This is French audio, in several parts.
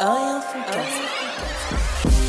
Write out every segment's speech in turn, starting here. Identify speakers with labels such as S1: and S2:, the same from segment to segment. S1: Rien Foodcast.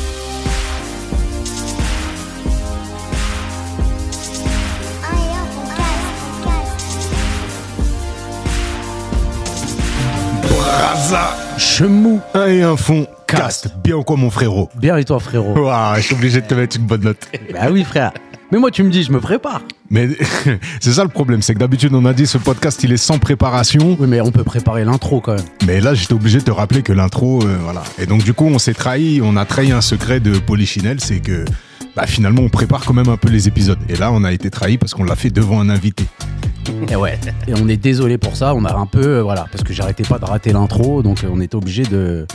S2: Raza, chemou, un et un fond, cast. Bien ou quoi, mon frérot
S3: Bien et toi frérot
S2: Ouah, je suis obligé de te mettre une bonne note.
S3: Bah oui frère. Mais moi tu me dis je me prépare.
S2: Mais c'est ça le problème, c'est que d'habitude, on a dit ce podcast, il est sans préparation.
S3: Oui mais on peut préparer l'intro quand même.
S2: Mais là, j'étais obligé de te rappeler que l'intro, euh, voilà. Et donc, du coup, on s'est trahi, on a trahi un secret de Polichinelle, c'est que bah, finalement, on prépare quand même un peu les épisodes. Et là, on a été trahi parce qu'on l'a fait devant un invité.
S3: Et ouais. Et on est désolé pour ça. On a un peu euh, voilà parce que j'arrêtais pas de rater l'intro donc euh, on était obligé de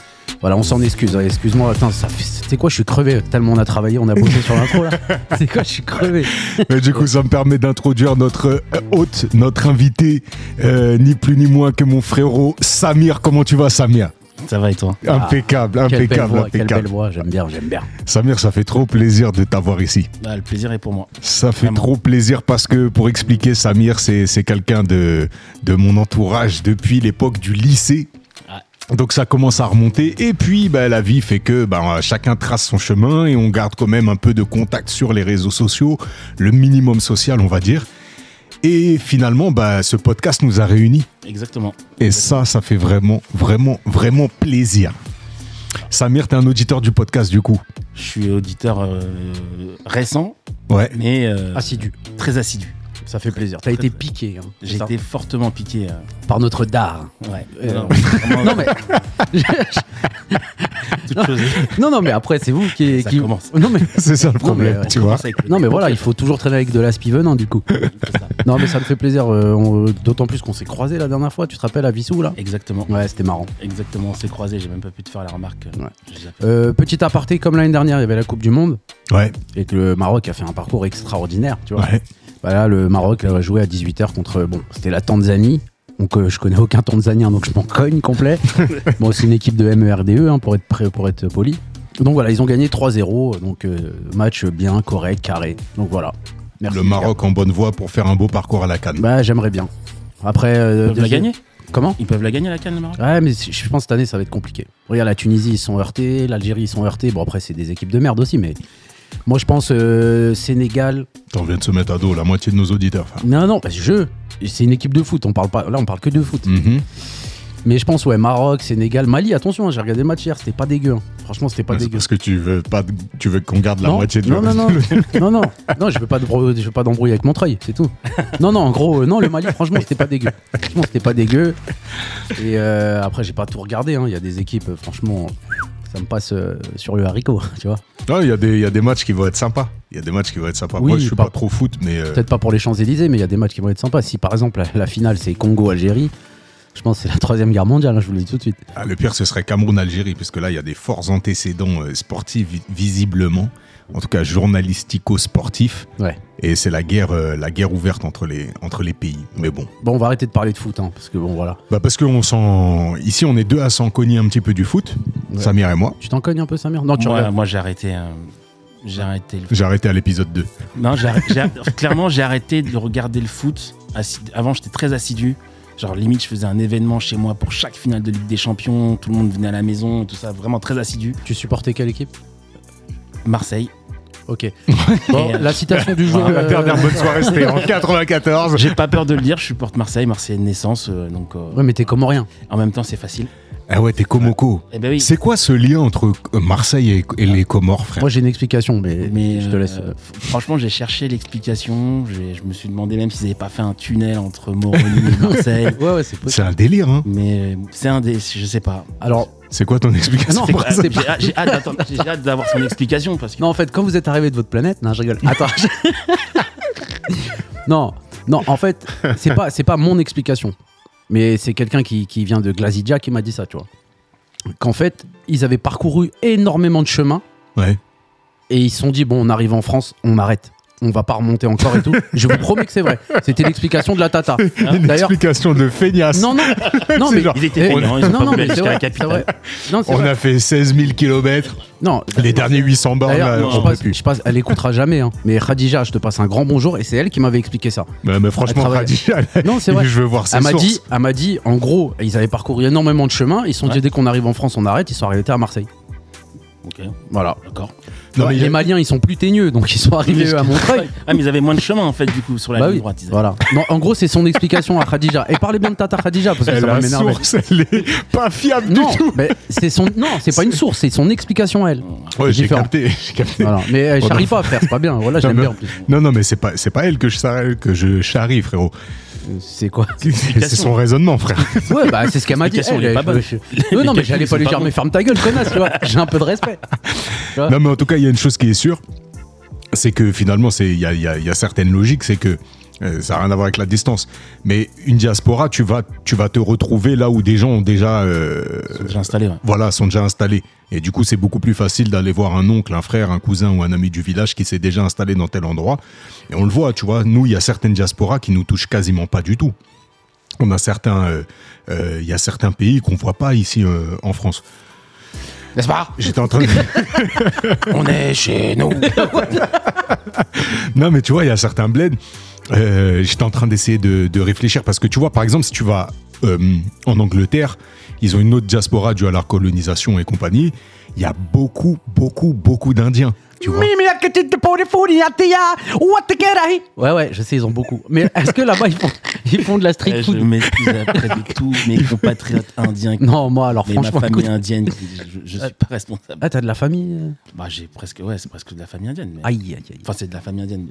S3: voilà on s'en excuse. hein. Excuse-moi attends ça fait- c'est quoi je suis crevé tellement on a travaillé on a bossé sur l'intro là. C'est quoi je suis crevé.
S2: Et du coup, ça me permet d'introduire notre euh, hôte, notre invité, euh, ni plus ni moins que mon frérot Samir. Comment tu vas, Samir
S4: Ça va et toi
S2: Impeccable,
S3: Ah, Quelle belle
S2: impeccable,
S3: voix quelle belle
S2: impeccable.
S3: voix j'aime bien j'aime bien.
S2: Samir, ça fait trop plaisir de t'avoir ici.
S4: Bah, Le plaisir est pour moi.
S2: Ça fait
S4: Vraiment.
S2: trop plaisir parce que, pour expliquer, Samir, c'est c'est quelqu'un de, de mon entourage depuis l'époque du lycée. Donc ça commence à remonter et puis bah, la vie fait que bah, chacun trace son chemin et on garde quand même un peu de contact sur les réseaux sociaux, le minimum social on va dire. Et finalement bah, ce podcast nous a réunis
S4: Exactement.
S2: et ça ça fait vraiment vraiment vraiment plaisir. Samir t'es un auditeur du podcast du coup.
S4: Je suis auditeur euh, récent,
S2: Ouais.
S4: mais euh,
S3: Assidu.
S4: très assidu.
S3: Ça fait plaisir. T'as été piqué hein.
S4: J'ai
S3: Ça-
S4: été fortement piqué. euh,
S3: par notre dard.
S4: ouais.
S3: Euh,
S4: Non, vraiment,
S3: Non mais
S4: toute chose.
S3: non non mais après c'est vous qui
S4: Ça
S3: qui-
S4: commence.
S3: Non mais
S2: C'est ça le
S3: Non, mais,
S2: problème,
S3: euh,
S2: tu vois.
S4: Avec le-
S3: Non mais voilà, il faut toujours traîner avec de la Spiven hein, du coup.
S4: C'est ça.
S3: Non, mais ça me fait plaisir. euh, on- D'autant plus qu'on s'est croisés la dernière fois. Tu te rappelles à Vissou là
S4: Exactement.
S3: Ouais, c'était marrant.
S4: Exactement. On s'est croisés. J'ai même pas pu te faire la remarque.
S3: Ouais.
S4: Je les appelle.
S3: Euh, petit aparté, comme l'année dernière, il y avait la Coupe du Monde
S2: Ouais,
S3: et que le Maroc a fait un parcours extraordinaire. Tu vois.
S2: ouais.
S3: Bah là, le Maroc a joué à 18h contre. Bon, c'était la Tanzanie. Donc euh, je connais aucun Tanzanien, donc je m'en cogne complet. bon, c'est une équipe de MERDE hein, pour être prêt, pour être poli. Donc voilà, ils ont gagné 3-0. Donc euh, match bien, correct, carré. Donc voilà. Merci.
S2: le
S3: les gars.
S2: Maroc en bonne voie pour faire un beau parcours à la canne.
S3: Bah j'aimerais bien. Après.
S4: Ils
S3: euh,
S4: peuvent la
S3: deuxième-
S4: gagner
S3: Comment
S4: Ils peuvent la gagner la canne, le Maroc
S3: Ouais, mais c- je pense que cette année ça va être compliqué. Regarde, la Tunisie ils sont heurtés, l'Algérie ils sont heurtés. Bon, après, c'est des équipes de merde aussi, mais moi je pense euh, Sénégal.
S2: On vient de se mettre à dos la moitié de nos auditeurs. frère.
S3: Non, non, parce que je. C'est une équipe de foot, on parle pas. Là, on parle que de foot.
S2: Mhm.
S3: Mais je pense, ouais, Maroc, Sénégal, Mali, attention, hein, j'ai regardé le match hier, c'était pas dégueu. hein. Franchement, c'était pas
S2: Ouais, c'est
S3: dégueu.
S2: parce que tu veux pas, tu veux qu'on garde la
S3: non,
S2: moitié de
S3: non, non, non, non, non, non, je veux pas, de bro- je veux pas d'embrouille avec Montreuil, c'est tout. Non, non, en gros, euh, non, le Mali, franchement, c'était pas dégueu. Franchement, c'était pas dégueu. Et euh, après, j'ai pas tout regardé. hein. Il y a des équipes, euh, franchement, ça me passe euh, sur le haricot, tu vois.
S2: Non, il y, a des- il y a des matchs qui vont être sympas. Il y a des matchs qui vont être sympas.
S3: Oui,
S2: Moi, je suis
S3: par-
S2: pas trop foot, mais euh,
S3: Peut-être pas pour les Champs-Élysées, mais il y a des matchs qui vont être sympas. Si par exemple, la- la finale, c'est Congo-Algérie, je pense que c'est la troisième guerre mondiale, hein, je vous le dis tout de suite.
S2: ah, le pire, ce serait Cameroun-Algérie, puisque là, il y a des forts antécédents euh, sportifs, vi- visiblement. En tout cas, journalistico-sportifs.
S3: Ouais.
S2: Et c'est la guerre, euh, la guerre ouverte entre les, entre les pays. Mais bon.
S3: Bon, on va arrêter de parler de foot, hein, parce que bon, voilà.
S2: Bah, parce qu'on s'en. Ici, on est deux à s'en cogner un petit peu du foot,
S3: Ouais.
S2: Samir et moi.
S3: Tu t'en cognes un peu, Samir Non, Oh, tu
S4: Moi,
S3: regardes.
S4: moi, j'ai arrêté. euh, J'ai arrêté le
S2: J'ai arrêté à l'épisode 2.
S4: Non, j'ai arrêté- j'ai arrêté- clairement, j'ai arrêté de regarder le foot. Assi- Avant, j'étais très assidu. Genre, limite, je faisais un événement chez moi pour chaque finale de Ligue des Champions. Tout le monde venait à la maison, tout ça. Vraiment très assidu.
S3: Tu supportais quelle équipe
S4: Marseille.
S3: Ok. Bon,
S4: Et, euh,
S3: la citation du jour. euh,
S2: bonne soirée, c'était en
S3: Ah,
S2: 94.
S4: J'ai pas peur de le dire, je supporte Marseille, Marseille de naissance. euh, donc, euh,
S3: Ouais, mais t'es comme rien.
S4: en même temps, c'est facile.
S2: Ah ouais, t'es Komoko.
S4: Eh ben oui.
S2: C'est quoi ce lien entre euh, Marseille et, et les Comores, frère
S3: Moi, j'ai une explication, mais,
S4: Mais
S3: je te
S4: euh,
S3: laisse. euh,
S4: f- franchement, j'ai cherché l'explication. J'ai- Je me suis demandé même s'ils n'avaient pas fait un tunnel entre Moroni et Marseille.
S3: Ouais, ouais, c'est possible.
S2: C'est un délire, hein
S4: Mais euh, c'est un des. Je sais pas.
S3: Alors,
S2: C'est quoi ton explication
S3: Non,
S2: pour
S3: Oh, bah, c'est-
S2: ça
S4: J'ai j'ai hâte, d'attendre- j'ai hâte d'avoir son explication parce que.
S3: non, en fait, quand vous êtes arrivé de votre planète, non, je rigole. Attends. je- non, non, en fait, c'est pas, c'est pas mon explication, mais c'est quelqu'un qui, qui vient de Glazidja qui m'a dit ça, tu vois. Qu'en fait, ils avaient parcouru énormément de chemin
S2: Ouais.
S3: et ils se sont dit bon, on arrive en France, on arrête. on va pas remonter encore et tout. Je vous promets que c'est vrai. C'était l'explication de la tata.
S2: Une
S3: Hein? D'ailleurs-
S2: explication de feignasse.
S3: Non, non, non,
S2: C'est
S3: mais
S2: genre,
S1: Ils étaient
S3: Eh,
S1: feignants, ils ont
S3: non,
S1: pas
S3: non,
S1: voulu
S3: mais
S1: aller
S3: c'est
S1: jusqu'à la
S3: vrai, c'est
S1: capitale.
S3: vrai. Non, c'est
S2: On
S3: vrai.
S2: a fait 16 000 km.
S3: Non,
S2: Les derniers 800 bornes,
S3: D'ailleurs,
S2: là,
S3: je,
S2: on peut
S3: passe,
S2: plus.
S3: je passe- elle écoutera jamais, hein. mais Khadija, je te passe un grand bonjour et c'est elle qui m'avait expliqué ça.
S2: Mais, mais Bah, franchement,
S3: Elle travaille.
S2: Khadija,
S3: Non, c'est vrai.
S2: je veux voir ses
S3: Elle m'a
S2: sources.
S3: dit, elle m'a dit, en gros, ils avaient parcouru énormément de chemin. Ils se sont dit dès qu'on arrive en France, on arrête. Ils sont arrêtés à Marseille.
S4: Ok,
S3: Voilà.
S4: d'accord.
S2: Non, mais il y
S3: les
S2: a-
S3: Maliens, ils sont plus teigneux, donc ils sont arrivés à Montreuil.
S4: Ah, mais ils avaient moins de chemin en fait, du coup, sur la
S3: Bah
S4: ligne
S3: oui.
S4: droite. ils avaient-
S3: Voilà. Non, en gros, c'est son explication à Khadija. Et parlez bien de Tata Khadija parce que
S2: Elle
S3: ça
S2: a
S3: va m'énerver.
S2: source, elle est pas fiable
S3: Non,
S2: du tout.
S3: mais c'est son, non, c'est pas une source, c'est son explication à elle.
S2: Ouais, j'ai
S3: différent.
S2: capté, j'ai capté.
S3: Voilà. Mais elle
S2: Bon,
S3: charrie pas à faire, c'est pas bien. Voilà, je
S2: Non,
S3: l'aime
S2: mais-
S3: bien en plus.
S2: Non, non, mais c'est pas, c'est pas elle que je, sar- que je charrie, frérot.
S3: C'est quoi
S2: C'est son raisonnement, frère.
S3: Ouais, bah c'est ce qu'elle m'a dit.
S4: L'explication, elle est pas bonne.
S3: je- je- Ouais, non, mais
S4: calculs
S3: j'allais
S4: sont
S3: pas lui
S4: pas
S3: dire,
S4: bons.
S3: mais ferme ta gueule, connasse, tu vois. J'ai un peu de respect. Ah.
S2: Non, mais en tout cas, il y a une chose qui est sûre, c'est que finalement, c'est- il y a, il y a- il y a certaines logiques, c'est que euh, ça n'a rien à voir avec la distance. Mais une diaspora, tu vas, tu vas te retrouver là où des gens ont déjà, euh,
S4: Ils sont déjà installés, ouais.
S2: voilà, sont déjà installés. Et du coup, c'est beaucoup plus facile d'aller voir un oncle, un frère, un cousin ou un ami du village qui s'est déjà installé dans tel endroit. Et on le voit, tu vois, nous, il y a certaines diasporas qui nous touchent quasiment pas du tout. On a certains, euh, euh, il y a certains pays qu'on voit pas ici euh, en France.
S3: N'est-ce pas
S2: J'étais en train de...
S4: On est chez nous.
S2: Non, mais tu vois, il y a certains bleds. euh, J'étais en train d'essayer de, de réfléchir parce que tu vois, par exemple, si tu vas euh, en Angleterre, ils ont une autre diaspora due à la colonisation et compagnie. Il y a beaucoup, beaucoup, beaucoup d'Indiens. Tu vois
S3: Ouais, ouais, je sais, ils ont beaucoup. Mais est-ce que là-bas, ils font, ils font de la street
S4: je
S3: food
S4: m'excuse auprès de tous mes compatriotes indiens qui-
S3: Non, moi, alors
S4: et ma
S3: franchement,
S4: famille hein.
S3: écoute.
S4: indienne. qui- Je, je suis pas responsable.
S3: Ah, t'as de la famille euh
S4: Bah, j'ai presque, ouais, c'est presque de la famille indienne. mais-
S3: Aïe, aïe, aïe.
S4: Enfin, c'est de la famille indienne.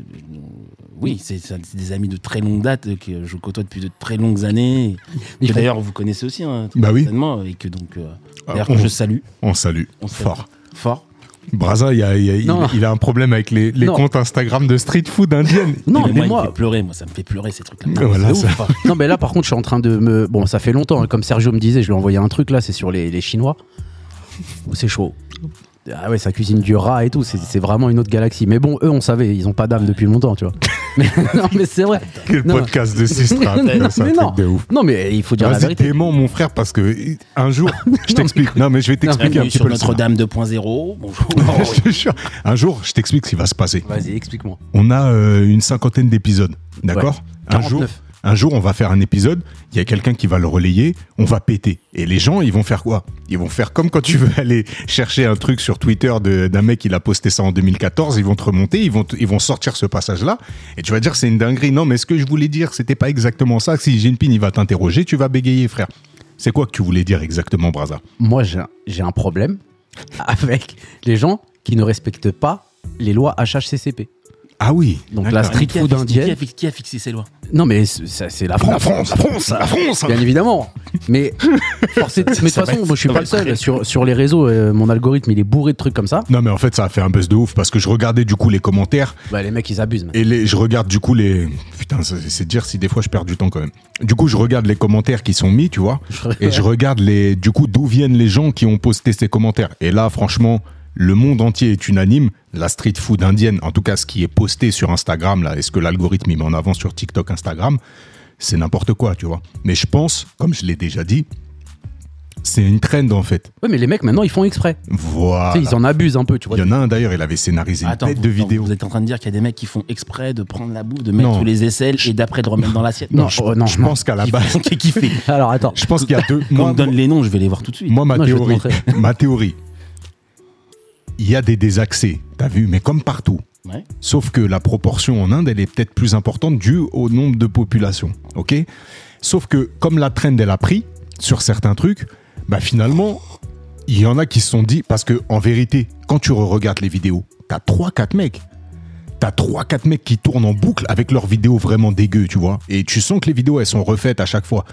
S4: Oui, c'est c'est des amis de très longue date euh, que je côtoie depuis de très longues années.
S3: Ils
S4: Que
S3: font-
S4: D'ailleurs, vous connaissez aussi, hein, très
S2: Bah oui.
S4: certainement, et que donc, euh, d'ailleurs,
S2: Ah,
S4: que
S2: on-
S4: je salue
S2: On salue.
S4: On salue.
S2: Fort.
S4: fort.
S2: Braza, il, y a- il y a- il-
S3: Non.
S2: il a un problème avec les, les
S3: Non.
S2: comptes Instagram de street food indienne.
S3: Non,
S4: Et
S3: mais
S4: il me
S3: moi.
S4: fait pleurer, moi, ça me fait pleurer ces trucs-là.
S2: Mais voilà,
S4: C'est ouf, hein.
S3: Non, mais là, par contre, je suis en train de me. Bon, ça fait longtemps, hein, comme Sergio me disait, je lui ai envoyé un truc là, c'est sur les, les Chinois. Oh, C'est chaud. Ah ouais, ça cuisine du rat et tout, c'est- c'est vraiment une autre galaxie. Mais bon, eux, on savait, ils ont pas d'âme depuis longtemps, tu vois. Mais, non, mais c'est vrai.
S2: Quel
S3: Non.
S2: podcast de Sistra.
S3: Non,
S2: putain, C'est un
S3: mais non.
S2: truc de ouf.
S3: Non, mais il faut dire la
S2: Vas-y,
S3: vérité.
S2: dément mon frère parce que euh, un jour, je t'explique. Non, mais je vais t'expliquer un
S4: Bienvenue
S2: petit
S4: sur
S2: peu le scénario.
S4: Notre-Dame 2.0. Bonjour.
S2: Je te jure. Un jour, je t'explique ce qui va se passer.
S3: Vas-y, explique-moi.
S2: On a euh, une cinquantaine d'épisodes, d'accord Un
S3: 49.
S2: jour, un jour, on va faire un épisode, il y a quelqu'un qui va le relayer, on va péter. Et les gens, ils vont faire quoi Ils vont faire comme quand tu veux aller chercher un truc sur Twitter de- d'un mec, il a posté ça en 2014, ils vont te remonter, ils vont, te- ils vont sortir ce passage-là, et tu vas dire c'est une dinguerie. Non, mais ce que je voulais dire, c'était pas exactement ça. Si Jinping, il va t'interroger, tu vas bégayer, frère. C'est quoi que tu voulais dire exactement, Braza
S3: Moi, j'ai un- j'ai un problème avec les gens qui ne respectent pas les lois HHCCP.
S2: Ah oui
S3: Donc
S2: d'accord.
S3: la street
S4: Qui a
S3: food
S4: fixé- qui a
S3: indienne.
S4: fixé- Qui a fixé ces lois
S3: Non, mais c'est ça, c'est la
S2: La
S3: France.
S2: France, la France, la France
S3: Bien évidemment. Mais forcé- mais de toute
S4: ça va
S3: façon,
S4: être-
S3: moi je suis
S4: ça
S3: pas le
S4: va être
S3: seul.
S4: très-
S3: Sur, sur les réseaux, euh, mon algorithme il est bourré de trucs comme ça.
S2: Non mais en fait ça a fait un buzz de ouf parce que je regardais du coup les commentaires
S3: Bah, les mecs ils abusent. man.
S2: Et les- je regarde du coup les. Putain, c'est c'est dire si des fois je perds du temps quand même. Du coup, je regarde les commentaires qui sont mis, tu vois. Et je regarde les, du coup d'où viennent les gens qui ont posté ces commentaires. Et là, franchement, le monde entier est unanime. La street food indienne, en tout cas ce qui est posté sur Instagram, là, et ce que l'algorithme il met en avant sur TikTok, Instagram, c'est n'importe quoi, tu vois. Mais je pense, comme je l'ai déjà dit, c'est une trend en fait.
S3: Ouais, mais les mecs maintenant ils font exprès.
S2: Voilà.
S3: Tu sais, Ils en abusent un peu, tu vois.
S2: Il y en a un d'ailleurs, il avait scénarisé une
S4: Attends,
S2: tête
S4: vous,
S2: de
S4: attends,
S2: vidéo.
S4: vous êtes en train de dire qu'il y a des mecs qui font exprès de prendre la bouffe, de mettre
S2: Non.
S4: sous les aisselles et d'après de remettre dans l'assiette.
S3: Non,
S4: je
S3: oh, non,
S2: Je
S3: non.
S2: pense qu'à la base,
S4: qui kiffe.
S3: Alors attends.
S2: je pense qu'il y a deux.
S4: Quand on
S2: moi-
S4: me donne les noms, je vais les voir tout de suite.
S2: Moi, ma
S3: Non, je vais te
S2: théorie,
S3: montrer.
S2: ma théorie, il y a des désaccès, t'as vu, mais comme partout.
S4: Ouais.
S2: Sauf que la proportion en Inde, elle est peut-être plus importante due au nombre de populations, ok Sauf que comme la trend, elle a pris sur certains trucs, bah finalement, il y en a qui se sont dit, parce que en vérité, quand tu regardes les vidéos, t'as 3-4 mecs. T'as 3-4 mecs qui tournent en boucle avec leurs vidéos vraiment dégueu, tu vois. Et tu sens que les vidéos, elles sont refaites à chaque fois.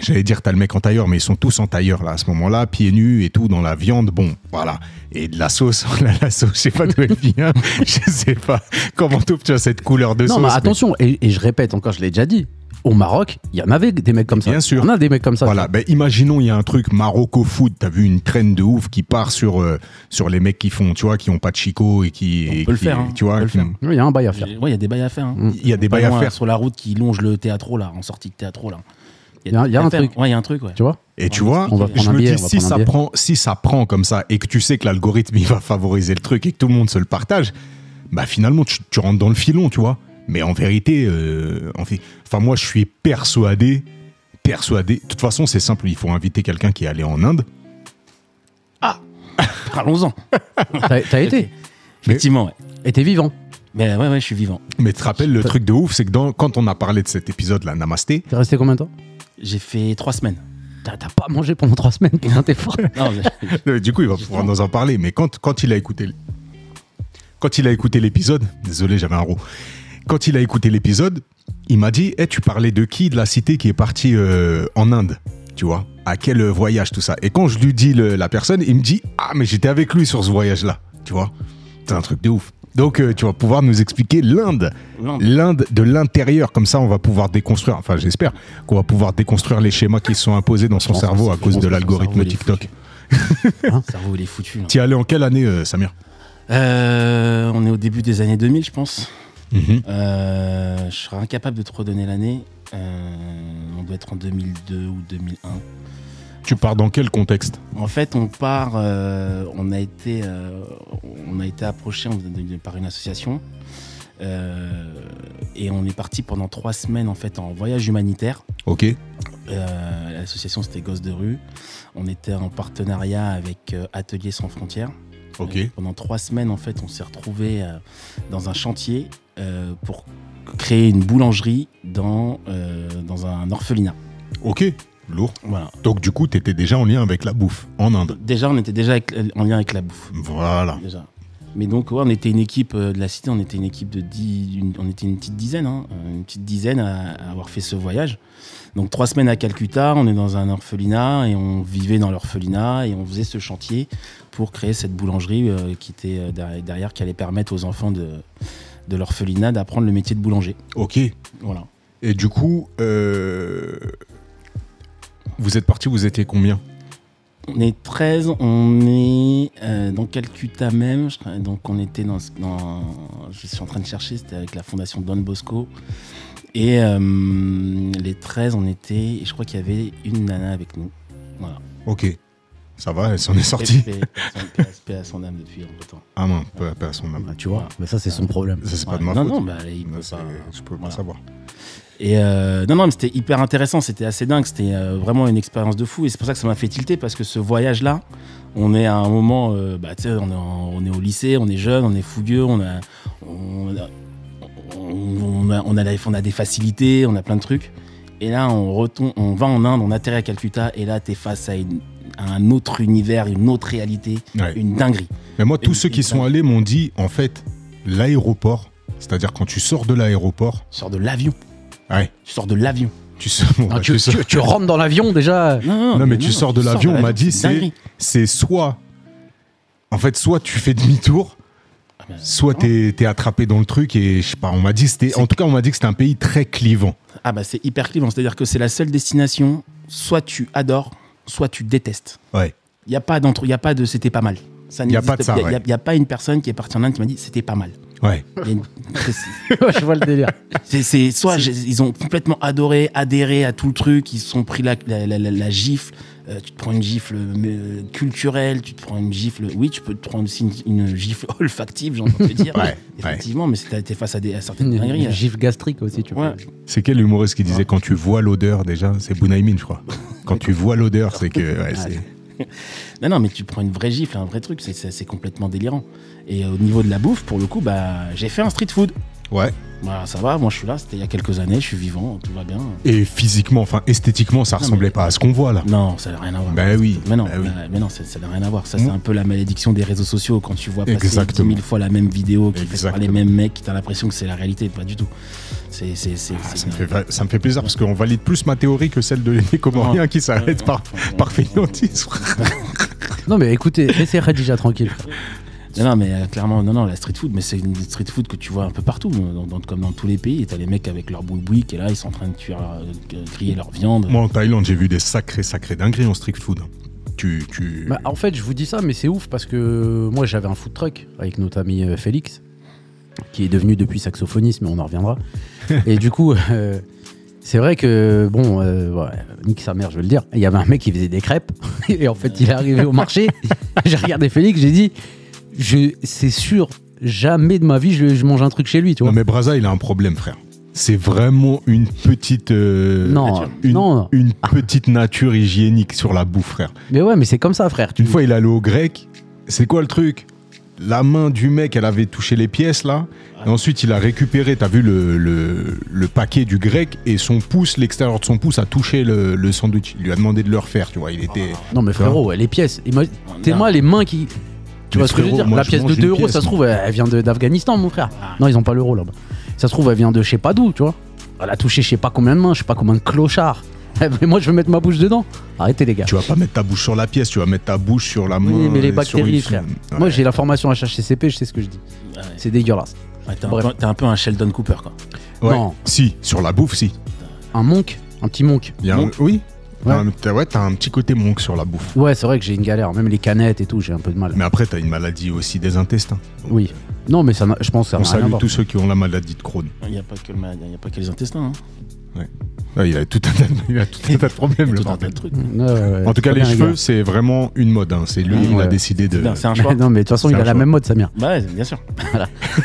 S2: J'allais dire, t'as le mec en tailleur, mais ils sont tous en tailleur, là, à ce moment-là, pieds nus et tout, dans la viande, bon, voilà. Et de la sauce, oh là, la sauce, je sais pas d'où elle vient, je sais pas comment tu as cette couleur de
S3: Non,
S2: sauce.
S3: mais
S2: mais-
S3: attention, et, et je répète encore, je l'ai déjà dit. au Maroc, il y en avait des mecs comme ça.
S2: Bien sûr.
S3: On a des mecs comme ça.
S2: Voilà, ben imaginons il y a un truc Marocco food, t'as vu une traîne de ouf qui part sur euh, sur les mecs qui font, tu vois, qui ont pas de chico et qui,
S4: On
S2: et
S4: peut le
S2: qui-
S4: faire, hein,
S2: tu
S4: on
S2: vois,
S4: peut le
S2: qui-
S4: faire.
S3: Oui, Il y a un bail à faire.
S4: Ouais, il y a des bails à faire. hein.
S2: il y a Mm. des
S4: Pas
S2: bails à
S4: loin,
S2: faire.
S4: Sur la route qui longe le théâtre, là, en sortie de théâtre, là.
S3: Il y a- il y a
S4: des
S3: un
S4: affaires.
S3: truc.
S4: Ouais, il y a un truc, ouais.
S3: Tu vois
S2: Et tu
S4: hein. On va
S2: vois,
S4: prendre
S2: je
S3: un
S2: me
S3: biais,
S2: dis
S3: on va
S2: si
S3: prendre un
S2: ça
S3: biais.
S2: prend, si ça prend comme ça et que tu sais que l'algorithme il va favoriser le truc et que tout le monde se le partage, bah finalement tu, tu rentres dans le filon, tu vois. Mais en vérité, euh, en fait- enfin moi je suis persuadé, persuadé. De toute façon c'est simple, il faut inviter quelqu'un qui est allé en Inde.
S4: Parlons-en.
S3: T'as t'as été.
S4: Effectivement, ouais.
S3: Et t'es vivant.
S4: Mais ouais, ouais, je suis vivant.
S2: Mais tu te rappelles le truc de ouf, c'est que dans- quand on a parlé de cet épisode là, Namasté,
S3: T'es resté combien de temps
S4: J'ai fait trois semaines.
S3: T'as t'as pas mangé pendant trois semaines, putain, t'es fort.
S4: Non, mais-
S2: Euh, Du coup, il va pouvoir nous en parler. Mais quand, quand il a écouté, l- quand il a écouté l'épisode, désolé, j'avais un roux. Quand il a écouté l'épisode, il m'a dit, Eh, tu parlais de qui de la cité qui est partie euh, en Inde, tu vois À quel euh, voyage tout ça Et quand je lui dis le- la personne, il me dit, ah mais j'étais avec lui sur ce voyage-là, tu vois C'est un truc de ouf. Donc euh, tu vas pouvoir nous expliquer l'Inde,
S4: non, mais-
S2: l'Inde de l'intérieur. Comme ça, on va pouvoir déconstruire. Enfin, j'espère qu'on va pouvoir déconstruire les schémas qui se sont imposés dans son
S3: pense
S2: cerveau
S3: que
S2: à
S3: c'est-
S2: cause
S3: je
S2: de
S3: pense que son
S2: l'algorithme
S4: cerveau, il est
S2: TikTok.
S4: Le cerveau, il est foutu. là.
S2: T'y allais en quelle année, euh, Samir
S4: Euh, on est au début des années 2000, je pense. Mhm. Euh, je serais incapable de te redonner l'année. Euh, on doit être en 2002 ou 2001.
S2: Tu pars dans quel contexte
S4: En fait, on part. euh, on a été, euh, on a été approché on- de- de- par une association Euh, et on est parti pendant trois semaines en fait en voyage humanitaire.
S2: Ok.
S4: Euh, L'association c'était Gosses de rue. On était en partenariat avec euh, Atelier sans frontières.
S2: Ok.
S4: Euh, pendant trois semaines, en fait, on s'est retrouvé dans un chantier euh, pour créer une boulangerie dans, euh, dans un orphelinat.
S2: Ok. Lourd.
S4: Voilà.
S2: Donc du coup, t'étais déjà en lien avec la bouffe en Inde.
S4: Déjà, on était déjà avec- en lien avec la bouffe.
S2: Voilà.
S4: Déjà. Mais donc, ouais, on était une équipe euh, de la cité, on était une équipe de dix, une- on était une petite dizaine, hein, euh, une petite dizaine à, à avoir fait ce voyage. Donc, trois semaines à Calcutta, on est dans un orphelinat et on vivait dans l'orphelinat et on faisait ce chantier pour créer cette boulangerie euh, qui était euh, derrière, derrière, qui allait permettre aux enfants de, de l'orphelinat d'apprendre le métier de boulanger.
S2: Ok.
S4: Voilà.
S2: Et du coup, euh, vous êtes parti, vous étiez combien
S4: On est 13, on est euh, dans Calcutta même. je crois. donc on était dans, dans- Je suis en train de chercher, c'était avec la fondation Don Bosco. Et euh, les 13, on était. Et je crois qu'il y avait une nana avec nous. Voilà.
S2: Ok. Ça va, elle s'en est sortie.
S4: Respect, respect à son âme depuis entre-temps.
S2: Ah non, pas, pas à son âme.
S3: Bah, tu vois, mais ça, c'est son problème.
S2: Ça c'est pas
S4: Ouais.
S2: de ma
S4: non,
S2: faute.
S4: non, bah, il peut
S2: Là,
S4: pas-
S2: c'est- je peux pas
S4: voilà.
S2: savoir.
S4: Et euh, non, non, mais c'était hyper intéressant, c'était assez dingue, c'était euh, vraiment une expérience de fou. Et c'est pour ça que ça m'a fait tilter, parce que ce voyage-là, on est à un moment, euh, bah, tu sais, on, est en- on est au lycée, on est jeune, on est fougueux, on a, on, a, on, on a, on a la- on a des facilités, on a plein de trucs. Et là, on, retombe, on va en Inde, on atterrit à Calcutta, et là, t'es face à, une- à un autre univers, une autre réalité,
S2: Ouais.
S4: une dinguerie.
S2: Mais moi,
S4: Et
S2: tous
S4: une-
S2: ceux qui
S4: une
S2: sont
S4: femme.
S2: allés m'ont dit, en fait, l'aéroport, c'est-à-dire quand tu sors de l'aéroport,
S4: Tu sors de l'avion,
S2: ouais,
S4: tu sors de l'avion.
S2: tu sors. bon,
S3: Ah,
S2: bah,
S3: tu,
S2: tu sors-
S3: tu- tu rentres dans l'avion déjà.
S4: Non,
S2: Non, mais tu sors de l'avion, on m'a dit,
S4: une dinguerie.
S2: c'est, c'est soit. En fait, soit tu fais demi-tour,
S4: Ah, bah,
S2: soit t'es, t'es attrapé dans le truc et je sais pas, on m'a dit, c'était. En tout cas, on m'a dit que c'était un pays très clivant.
S4: Ah bah c'est hyper clivant, c'est-à-dire que c'est la seule destination, soit tu adores, soit tu détestes.
S2: Ouais.
S4: Il n'y a pas d'entre, il y a pas de c'était pas mal.
S2: Y
S4: Ça
S2: a
S4: n'existe
S2: pas de ça,
S4: y a-
S2: ouais.
S4: y a- y a pas une personne qui est partie en Inde qui m'a dit c'était pas mal.
S2: Ouais.
S4: Il y a une- c'est-
S3: je vois le délire.
S4: c'est- c'est- soit j'ai- ils ont complètement adoré, adhéré à tout le truc, ils se sont pris la, la- la- la- la gifle. euh, tu te prends une gifle euh, culturelle, tu te prends une gifle. Oui, tu peux te prendre aussi une, une gifle olfactive, j'ai envie de te dire.
S2: Ouais,
S4: Effectivement, mais c'est- t'es face à, des, à certaines
S3: Une, hein.
S4: dingueries. hein.
S3: une gifle gastrique aussi, tu
S4: Ouais.
S3: peux.
S2: C'est quel humoriste qui disait quand tu vois l'odeur déjà C'est Bunaimin, je crois. Quand tu vois l'odeur, c'est que.
S4: Ah,
S2: ouais, c'est-
S4: Non, non, mais tu prends une vraie gifle, un vrai truc, c'est- c'est c'est complètement délirant. Et au niveau de la bouffe, pour le coup, bah, j'ai fait un street food.
S2: Ouais.
S4: Voilà, ça va, moi je suis là, c'était il y a quelques années, je suis vivant, tout va bien.
S2: Et physiquement, enfin, esthétiquement, ça ressemblait pas à ce qu'on voit là.
S4: Non, ça n'a rien à voir.
S2: Ben oui.
S4: mais non,
S2: ben oui.
S4: bah, mais non, ça ça n'a rien à voir. Ça,
S2: Moi-
S4: c'est un peu la malédiction des réseaux sociaux quand tu vois passer
S2: Exactement.
S4: 10 000 fois la même vidéo qui fait par les
S2: Exactement.
S4: mêmes mecs, t'as l'impression que c'est la réalité, pas du tout. C'est. c'est- c'est-
S2: Ah,
S4: c'est-
S2: ça, me fait, va- ça me fait plaisir parce qu'on valide plus ma théorie que celle de l'aîné comorien qui s'arrête par, par fainéantisme.
S3: Non, mais écoutez, laissez Red déjà tranquille.
S4: Non, non, mais euh, clairement, non, non, la street food, mais c'est une street food que tu vois un peu partout, dans- dans- comme dans tous les pays. Et T'as les mecs avec leur boui-boui qui est là, ils sont en train de tuer leur- de griller leur viande.
S2: Moi, en Thaïlande, j'ai vu des sacrés, sacrés dingueries en street food. hein. Tu. tu...
S3: Bah, en fait, je vous dis ça, mais c'est ouf parce que euh, moi j'avais un food truck avec notre ami euh, Félix, qui est devenu depuis saxophoniste, mais on en reviendra. Et du coup, euh, c'est vrai que, bon, euh, ouais, nique sa mère, je veux le dire, il y avait un mec qui faisait des crêpes, et en fait, il est arrivé au marché. j'ai regardé Félix, j'ai dit, je, c'est sûr, jamais de ma vie je, je mange un truc chez lui, tu vois.
S2: Non, mais Braza, il a un problème, frère. C'est vraiment une petite. euh,
S3: Non,
S2: une,
S3: non, non.
S2: une petite nature hygiénique sur la bouffe, frère.
S3: Mais ouais, mais c'est comme ça, frère. Tu
S2: Une fois, il allait au grec. C'est quoi le truc La main du mec, elle avait touché les pièces, là. Et ensuite, il a récupéré, t'as vu, le, le, le paquet du grec. Et son pouce, l'extérieur de son pouce, a touché le, le sandwich. Il lui a demandé de le refaire, tu vois. Il était.
S3: Non, mais frérot, ouais, les pièces. Ima-
S4: Oh,
S3: T'es
S4: non.
S3: moi les mains qui. Tu
S2: Mais
S3: vois ce que je veux
S2: frérot,
S3: dire
S2: moi,
S3: La
S2: je
S3: pièce de
S2: mange
S3: 2
S2: une
S3: euros,
S2: pièce,
S3: ça se
S2: moi.
S3: trouve, elle vient de- d'Afghanistan, mon frère.
S4: Ah.
S3: Non, ils ont pas l'euro là-bas. Ça se trouve, elle vient de je sais pas d'où, tu vois. Elle a touché je sais pas combien de mains, je sais pas combien de clochards. Eh, Mais moi, je veux mettre ma bouche dedans. Arrêtez, les gars.
S2: Tu vas pas mettre ta bouche sur la pièce, tu vas mettre ta bouche sur la main.
S3: Oui, mais les
S2: euh, sur une-
S3: bactéries, frère.
S2: Ouais.
S3: Moi, j'ai la formation HHCP, je sais ce que je dis.
S4: Ouais.
S3: C'est dégueulasse.
S4: Ouais, t'es, un
S3: Bref.
S4: peu, t'es un peu un Sheldon Cooper, quoi.
S2: Ouais.
S3: Non.
S2: Si, sur la bouffe, si.
S3: Un monk, un petit monk.
S2: Il y a un-
S4: Monk.
S2: Oui.
S3: Ouais.
S2: T'as un- T'as ouais, t'as un petit côté monk sur la bouffe.
S3: Ouais, c'est vrai que j'ai une galère. Même les canettes et tout, j'ai un peu de mal.
S2: Mais après, t'as une maladie aussi des intestins. Donc,
S3: Oui. Non, mais ça, n'a- je pense que ça
S2: On
S3: n'a rien à
S2: salue
S3: voir.
S2: tous ceux qui ont la maladie de Crohn.
S4: Il n'y a, pas que le mal- il y a pas que les intestins. hein.
S2: Ah, il a tout un tas de, il a tout un tas de problèmes,
S4: Il y a
S2: le
S4: tout un tas
S2: bordel.
S4: de trucs.
S3: Ouais, ouais, ouais.
S2: En tout cas,
S3: C'est
S2: les
S3: bien, Ah,
S2: cheveux, c'est vraiment une mode. hein. C'est lui,
S3: Ouais,
S2: on a
S3: ouais.
S2: décidé de.
S4: Non, C'est un
S3: gars.
S4: choix.
S3: Non, mais de toute façon,
S2: C'est
S3: il
S2: un
S3: a la
S2: choix.
S3: même mode, Samir.
S4: bah ouais, bien sûr.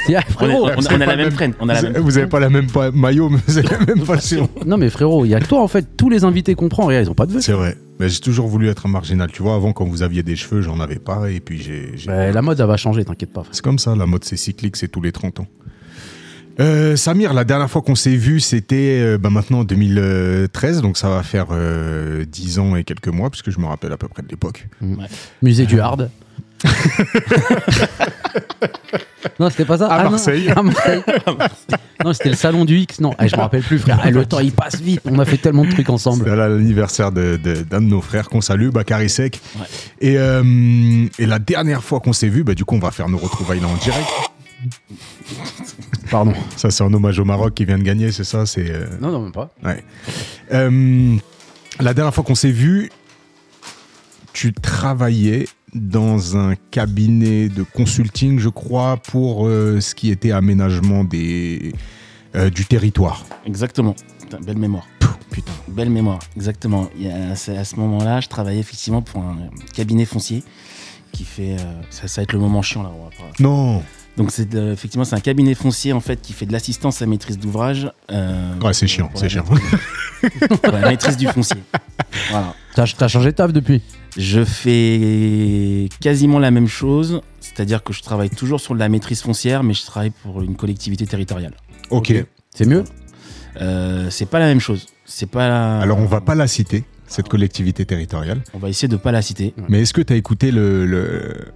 S3: Yeah,
S4: On, est-
S3: frérot,
S4: on- on
S2: c'est
S4: a
S2: pas
S4: la même
S2: même-
S4: traîne. On a la
S2: Vous,
S4: même.
S2: vous avez pas la même pa- maillot, mais vous avez la même passion.
S3: Non mais frérot, il y a que toi en fait, tous les invités qu'on prend, regarde, ils ont pas de vœux.
S2: C'est vrai. Mais j'ai toujours voulu être un marginal. Tu vois, avant, quand vous aviez des cheveux, j'en avais pas. Et puis, j'ai. j'ai-
S3: Bah, la mode elle va changer, t'inquiète pas. frère.
S2: C'est comme ça, la mode, c'est cyclique, c'est tous les 30 ans. Euh, Samir, la dernière fois qu'on s'est vu, c'était euh, bah, maintenant en 2013, donc ça va faire euh, 10 ans et quelques mois, puisque je me rappelle à peu près de l'époque.
S3: Musée du hard. non, c'était pas ça.
S2: À
S3: Ah, non,
S2: Marseille.
S3: à Marseille. non, c'était le salon du X. Non, Eh, je me rappelle plus, frère. Eh, le temps il passe vite. On a fait tellement de trucs ensemble.
S2: C'était à l'anniversaire de- de- d'un de, nos frères qu'on salue, Bakary Sek.
S4: Ouais.
S2: Et, euh, et la dernière fois qu'on s'est vu, bah, du coup, on va faire nos retrouvailles là en direct.
S3: Pardon.
S2: Ça, c'est en hommage au Maroc qui vient de gagner, c'est ça c'est, euh,
S3: Non, non, même pas.
S2: ouais. Euh, La dernière fois qu'on s'est vu, tu travaillais dans un cabinet de consulting, je crois, pour euh, ce qui était aménagement des, euh, du territoire.
S4: Exactement. Putain, belle mémoire.
S2: Putain.
S4: Belle mémoire, exactement. Il y a- c'est à ce moment-là, je travaillais effectivement pour un cabinet foncier qui fait. euh, ça, ça va être le moment chiant là. on va pas-
S2: Non
S4: Donc c'est de- effectivement c'est un cabinet foncier en fait qui fait de l'assistance à maîtrise d'ouvrage. euh,
S2: Ouais, c'est
S4: pour-
S2: chiant,
S4: pour
S2: c'est
S4: la-
S2: chiant.
S4: pour la maîtrise du foncier. Voilà.
S3: T'as t'as changé de taf depuis.
S4: Je fais quasiment la même chose, c'est-à-dire que je travaille toujours sur de la maîtrise foncière, mais je travaille pour une collectivité territoriale.
S2: Ok,
S3: C'est mieux.
S4: Euh, c'est pas la même chose. C'est pas. la-
S2: alors on va pas la citer, cette collectivité territoriale,
S4: On va essayer de pas la citer.
S2: mais est-ce que tu as écouté le- le-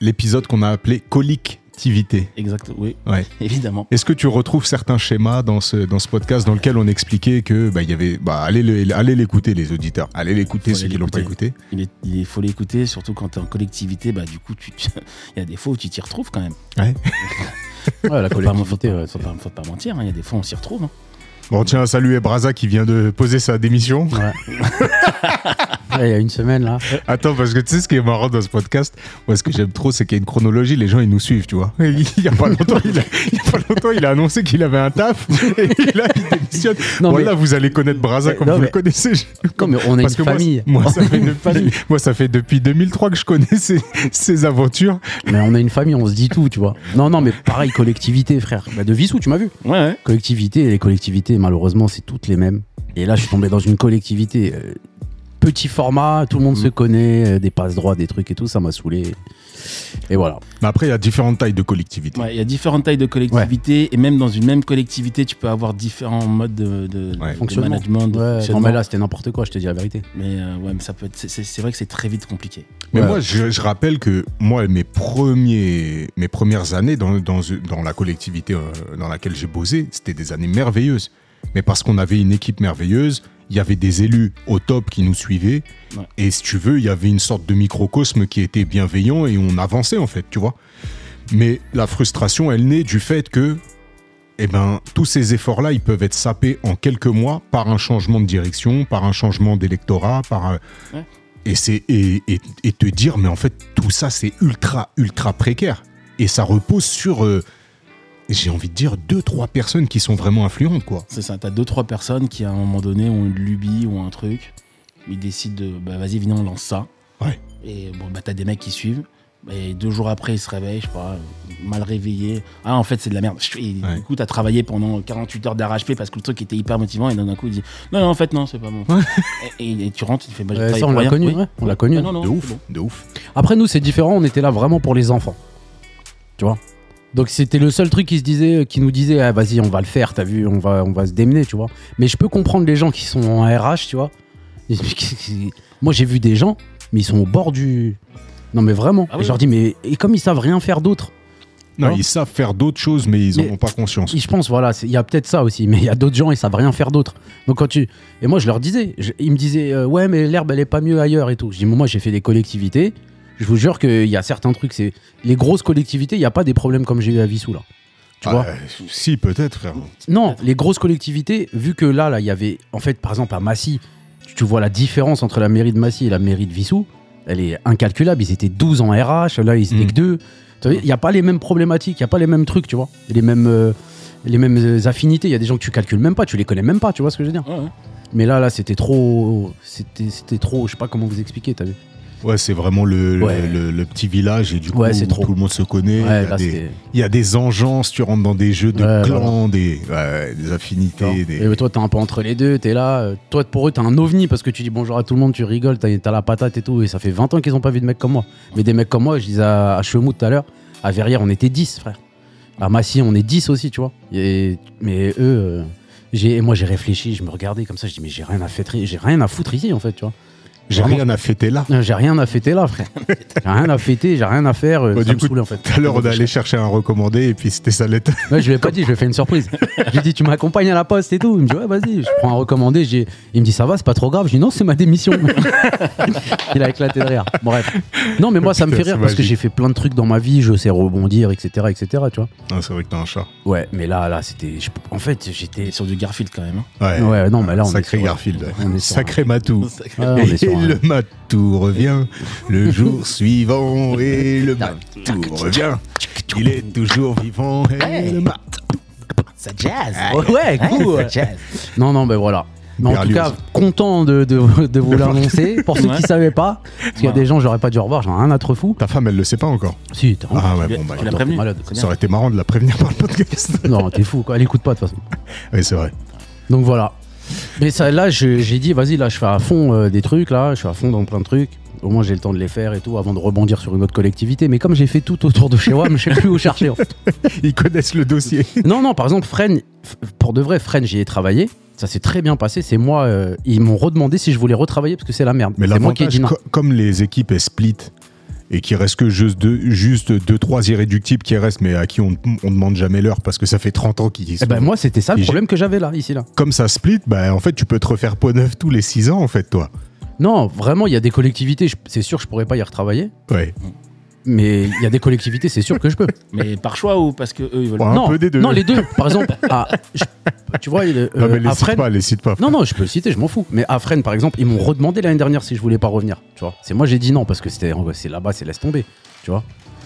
S2: l'épisode qu'on a appelé Collectivité
S4: Exact. Oui,
S2: Ouais.
S4: évidemment.
S2: Est-ce que tu retrouves certains schémas dans ce, dans ce podcast dans lequel on expliquait que bah, il y avait bah, allez le- allez l'écouter les auditeurs, allez l'écouter
S4: Faut
S2: ceux
S4: aller
S2: qui l'ont pas
S4: l'écouter.
S2: écouté.
S4: Il, est, il est- faut l'écouter, surtout quand t'es en collectivité, bah du coup, tu, tu- il y a des fois où tu t'y retrouves quand même.
S3: Ouais, la
S4: Faut pas, faut
S3: collectivité.
S4: pas-
S3: ouais, c'est-
S4: faut pas- faut pas mentir, hein, il y a des fois où on s'y retrouve. hein.
S2: Bon tiens, salut Braza qui vient de poser sa démission.
S3: Ouais. Ouais, Il y a une semaine là.
S2: Attends parce que tu sais ce qui est marrant dans ce podcast, moi ce que j'aime trop c'est qu'il y a une chronologie, les gens ils nous suivent, tu vois. Et Il y a pas longtemps, il a, il y a pas longtemps, il a annoncé qu'il avait un taf et là il démissionne.
S3: Non,
S2: voilà, vous allez connaître Braza comme
S3: Non,
S2: vous
S3: mais-
S2: le connaissez.
S3: Non, mais on a
S2: Parce
S3: une
S2: que moi,
S3: famille.
S2: Moi,
S3: On
S2: ça
S3: a
S2: fait
S3: une
S2: depuis, moi, ça fait depuis 2003 que je connais ses, ses aventures.
S3: Mais on a une famille, on se dit tout, tu vois. Non, non, mais pareil, collectivité, frère. Bah, de Vissou, tu m'as vu.
S4: Ouais, ouais.
S3: Collectivité, et les collectivités, malheureusement, c'est toutes les mêmes. Et là, je suis tombé dans une collectivité. euh, petit format, tout le monde se connaît, euh, des passes droits, des trucs et tout, ça m'a saoulé. Et voilà.
S2: Mais après, il y a différentes tailles de collectivités.
S4: Ouais, Il y a différentes tailles de collectivités, et même dans une même collectivité, tu peux avoir différents modes de, de-
S2: Ouais.
S4: de
S3: Fonctionnement.
S4: management. de
S3: non,
S4: fonctionnement.
S3: mais là, c'était n'importe quoi, je te dis la vérité.
S4: Mais, euh, ouais, mais ça peut être- c'est- c'est c'est vrai que c'est très vite compliqué.
S2: Mais
S3: Ouais.
S2: moi, je, je rappelle que moi, mes, premiers, mes premières années dans, dans, dans la collectivité euh, dans laquelle j'ai bossé, c'était des années merveilleuses. Mais parce qu'on avait une équipe merveilleuse, il y avait des élus au top qui nous suivaient.
S4: Ouais.
S2: Et si tu veux, il y avait une sorte de microcosme qui était bienveillant et on avançait en fait, tu vois. Mais la frustration, elle naît du fait que eh ben, tous ces efforts-là, ils peuvent être sapés en quelques mois par un changement de direction, par un changement d'électorat, par euh, un-
S4: Ouais.
S2: Et, c'est, et, et- et te dire, mais en fait, tout ça, c'est ultra, ultra précaire. Et ça repose sur, euh, j'ai envie de dire, deux, trois personnes qui sont vraiment influentes, quoi.
S4: C'est ça, t'as deux, trois personnes qui à un moment donné ont une lubie ou un truc. Ils décident de, bah vas-y, viens, on lance ça.
S2: Ouais.
S4: Et bon, bah t'as des mecs qui suivent. Et deux jours après, ils se réveillent, je sais pas, mal réveillés. Ah, en fait, c'est de la merde. Et
S2: Ouais.
S4: Du coup, t'as travaillé pendant 48 heures d'arrache-pied parce que le truc était hyper motivant. Et d'un coup, il dit Non, non, en fait, non, c'est pas bon. et, et- et tu rentres, il fait bah, j'ai
S3: Ouais,
S4: travaillé
S3: ça, on
S4: pour
S3: l'a
S4: rien.
S3: connu, ouais, on l'a connu.
S4: Ah, non, non,
S2: de
S4: c'est
S2: ouf,
S4: bon.
S2: de ouf.
S3: Après, nous, c'est différent. On était là vraiment pour les enfants. Tu vois Donc, c'était le seul truc qui, se disait, qui nous disait ah, vas-y, on va le faire, t'as vu, on va, on va se démener, tu vois. Mais je peux comprendre les gens qui sont en RH, tu vois. Moi, j'ai vu des gens, mais ils sont au bord du. Non, mais vraiment.
S4: Ah oui.
S3: Et je leur dis mais et comme ils savent rien faire d'autre,
S2: Non,
S3: Non.
S2: ils savent faire d'autres choses, mais ils n'en
S3: Mais-
S2: ont pas conscience.
S3: Et je pense, voilà, c'est- il y a peut-être ça aussi, mais il y a d'autres gens, ils savent rien faire d'autre. Donc quand tu. Et moi, je leur disais, je- ils me disaient, euh, ouais, mais l'herbe, elle est pas mieux ailleurs et tout. Je dis, mais moi, j'ai fait des collectivités. Je vous jure qu'il y a certains trucs, c'est. Les grosses collectivités, il n'y a pas des problèmes comme j'ai eu à Vissou, là. Tu
S2: Ah,
S3: vois
S2: euh, Si, peut-être, frère.
S3: Non, les grosses collectivités, vu que là, là, il y avait. En fait, par exemple, à Massy, tu, tu vois la différence entre la mairie de Massy et la mairie de Vissou, elle est incalculable. Ils étaient 12 en RH, là, ils étaient
S2: Mm.
S3: que 2. Il n'y a pas les mêmes problématiques, il n'y a pas les mêmes trucs, tu vois. Les mêmes. euh, les mêmes euh, affinités, il y a des gens que tu calcules même pas, tu les connais même pas, tu vois ce que je veux dire.
S4: Ouais, ouais.
S3: Mais là, là, c'était trop. C'était c'était trop, je sais pas comment vous expliquer, t'as vu.
S2: Ouais, c'est vraiment le, le-
S3: Ouais.
S2: le- le petit village et du coup,
S3: Ouais, c'est trop.
S2: tout le monde se connaît. il, y
S3: Ouais,
S2: a
S3: là,
S2: des,
S3: c'était-
S2: il y a des engences, tu rentres dans des jeux de
S3: Ouais,
S2: clans, des, ouais, des affinités. des-
S3: Et toi, t'es un peu entre les deux, t'es là. euh, Toi, pour eux, t'es un ovni parce que tu dis bonjour à tout le monde, tu rigoles, t'as t'as la patate et tout. Et ça fait 20 ans qu'ils ont pas vu de mecs comme moi. Mais des mecs comme moi, je disais à, à Chemou tout à l'heure, à Verrières, on était 10, frère. À Massy, on est 10 aussi, tu vois. Et- mais eux, euh, j'ai- et moi, j'ai réfléchi, je me regardais comme ça, je dis, mais j'ai rien à fêter, j'ai rien à foutre ici, en fait, tu vois.
S2: J'ai
S3: Vraiment,
S2: rien à fêter là.
S3: euh, J'ai rien à fêter là, frère. J'ai rien à fêter, j'ai rien à faire. euh,
S2: Bah,
S3: ça
S2: du
S3: me
S2: coup,
S3: saoulait, en fait.
S2: Tout à l'heure, on est allé chercher un recommandé et puis c'était sa lettre.
S3: Ouais, je lui ai pas dit, je lui ai fait une surprise. Je lui ai dit, tu m'accompagnes à la poste et tout. Il me dit, ouais, vas-y, je prends un recommandé. J'ai- Il me dit, ça va, c'est pas trop grave. Je lui ai dit, non, c'est ma démission. Il a éclaté de rire. Bref. Non, mais moi, ça me fait
S2: Putain,
S3: rire
S2: c'est
S3: parce que
S2: magique.
S3: j'ai fait plein de trucs dans ma vie. Je sais rebondir, etc., etc., tu vois.
S2: Non, c'est vrai que t'as un chat.
S3: Ouais, mais là, là, c'était. je- En fait, j'étais.
S4: Et sur du Garfield quand même.
S2: Ouais.
S4: hein.
S3: Ouais, non, mais là, on
S2: Sacré
S3: est sur- euh,
S2: Garfield.
S3: on est sur-
S2: Sacré Matou.
S3: Ouais, on est
S2: et
S3: sur un-
S2: le matou revient le jour suivant et le matou revient. Il est toujours vivant et le matou.
S4: Ça jazz.
S3: Ouais, cool. ouais. Non, non, mais voilà. Mais en
S2: Berlioz.
S3: tout cas, content de, de- de vous
S2: De-
S3: l'annoncer. Pour ceux
S4: Ouais.
S3: qui savaient pas, parce qu'il y a
S4: Voilà.
S3: des gens, j'aurais pas dû au revoir, j'en ai rien à te fou.
S2: Ta femme, elle le sait pas encore.
S3: Si, t'es un-
S2: Ah ouais,
S4: Tu
S2: bon, bah,
S4: l'as
S3: t'es
S4: prévenu.
S3: malade.
S4: C'est bien.
S2: ça aurait été marrant de la prévenir par le podcast.
S3: Non, t'es fou, quoi. Elle écoute pas, de toute façon.
S2: oui, c'est vrai.
S3: Donc voilà. Mais ça, là, je- j'ai dit, vas-y, là, je fais à fond euh, des trucs, là, je fais à fond dans plein de trucs. Au moins, j'ai le temps de les faire et tout, avant de rebondir sur une autre collectivité. Mais comme j'ai fait tout autour de chez WAM, je sais plus où chercher. en fait.
S2: Ils connaissent le dossier.
S3: Non, non, par exemple, Fresnes, f- pour de vrai, Fresnes, j'y ai travaillé. Ça s'est très bien passé. C'est moi, euh, ils m'ont redemandé si je voulais retravailler parce que c'est la merde.
S2: Mais
S3: c'est moi qui ai dit
S2: l'avantage,
S3: non.
S2: co- comme les équipes elles split et qu'il reste que juste deux, juste deux, trois irréductibles qui restent, mais à qui on ne demande jamais l'heure parce que ça fait 30 ans qu'ils y
S3: Eh
S2: sont.
S3: ben, moi, c'était ça le
S2: Et j'ai-
S3: problème que j'avais là, ici, là.
S2: Comme ça split, bah, en fait, tu peux te refaire peau neuve tous les 6 ans, en fait, toi.
S3: Non, vraiment, il y a des collectivités, je- c'est sûr, je pourrais pas y retravailler.
S2: Ouais.
S3: Mais il y a des collectivités, c'est sûr que je peux.
S4: Mais par choix ou parce que eux ils veulent.
S2: Ouais, un
S3: non,
S2: peu des deux.
S3: non, les deux. Par exemple, à- je- tu vois, il- euh,
S2: non, mais les
S3: à
S2: cite
S3: Fresnes-
S2: pas, les cite pas.
S3: Non, non, je peux le citer, je m'en fous. Mais à Fresnes, par exemple, ils m'ont redemandé l'année dernière si je voulais pas revenir. Tu vois, c'est moi, j'ai dit non parce que c'était c'est là-bas, c'est laisse tomber. Tu vois,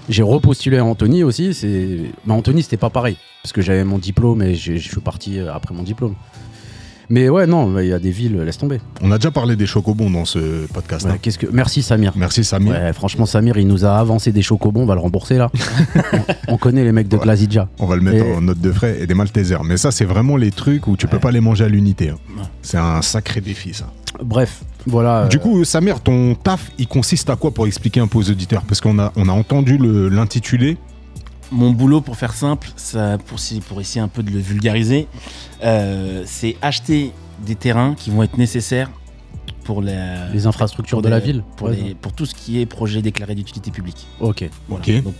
S3: j'ai repostulé à Anthony aussi. C'est mais Anthony, c'était pas pareil parce que j'avais mon diplôme et j'ai- je suis parti euh, après mon diplôme. Mais ouais, non, mais il y a des villes, euh, laisse tomber.
S2: On a déjà parlé des chocobons dans ce podcast.
S3: Ouais,
S2: hein.
S3: Qu'est-ce que Merci Samir.
S2: Merci, Samir.
S3: Ouais, franchement, Samir, il nous a avancé des chocobons, on va le rembourser là. on, on connaît les mecs de
S2: Ouais.
S3: Glazidja.
S2: On va le mettre
S3: Et-
S2: en note de frais et des Maltesers. Mais ça, c'est vraiment les trucs où tu peux pas les manger à l'unité. hein.
S4: Non.
S2: C'est un sacré défi, ça.
S3: Bref, voilà.
S2: Du
S3: euh,
S2: coup, Samir, ton taf, il consiste à quoi pour expliquer un peu aux auditeurs Parce qu'on a, on a entendu le- l'intitulé.
S4: Mon boulot, pour faire simple, ça, pour, si- pour essayer un peu de le vulgariser, euh, c'est acheter des terrains qui vont être nécessaires pour la,
S3: les infrastructures
S4: pour
S3: de la
S4: des-
S3: ville.
S4: pour,
S3: Ouais,
S4: des- pour tout ce qui est projet déclaré d'utilité publique.
S3: Ok.
S4: Voilà.
S2: Ok.
S4: Donc,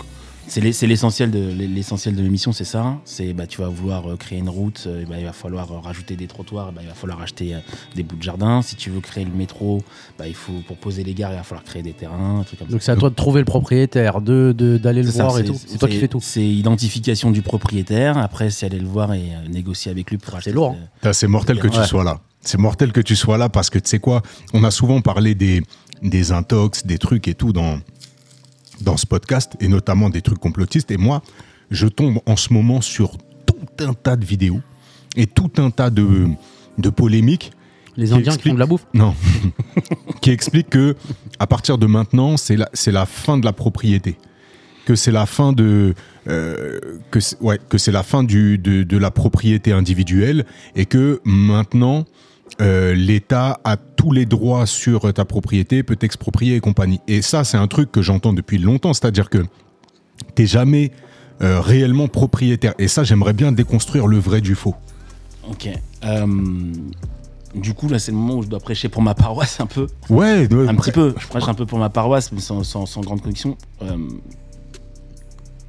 S4: C'est l'es- c'est l'essentiel de l'essentiel de l'émission, c'est ça. C'est bah tu vas vouloir euh, créer une route, euh, et bah, il va falloir euh, rajouter des trottoirs, et bah, il va falloir acheter euh, des bouts de jardin. Si tu veux créer le métro, bah, il faut pour poser les gares, il va falloir créer des terrains, un truc comme ça.
S3: Donc c'est à toi de trouver le propriétaire, de de- d'aller le
S4: C'est ça,
S3: voir et
S4: c'est-
S3: tout. C'est toi qui fais tout.
S4: C'est identification du propriétaire. Après, c'est aller le voir et euh, négocier avec lui pour acheter.
S3: Ah, lourd, hein.
S4: cette-
S2: Putain, C'est mortel que tu
S3: Ouais.
S2: sois là. C'est mortel que tu sois là parce que tu sais quoi, on a souvent parlé des, des intox, des trucs et tout dans, dans ce podcast, et notamment des trucs complotistes. Et moi, je tombe en ce moment sur tout un tas de vidéos et tout un tas de, de polémiques
S3: Les
S2: Qui
S3: Indiens qui
S2: explique-
S3: font de la bouffe.
S2: non. qui explique que à partir de maintenant, c'est la, c'est la fin de la propriété. Que c'est la fin de euh, que c'est- ouais, que c'est la fin du, de, de la propriété individuelle et que maintenant euh, l'État a tous les droits sur ta propriété, peut t'exproprier et compagnie. Et ça, c'est un truc que j'entends depuis longtemps, c'est-à-dire que t'es jamais euh, réellement propriétaire. Et ça, j'aimerais bien déconstruire le vrai du faux.
S4: Ok. Euh, du coup, là, c'est le moment où je dois prêcher pour ma paroisse un peu.
S2: Ouais, ouais,
S4: un
S2: après-
S4: petit peu. Je prêche un peu pour ma paroisse, mais sans, sans- sans grande conviction. Euh,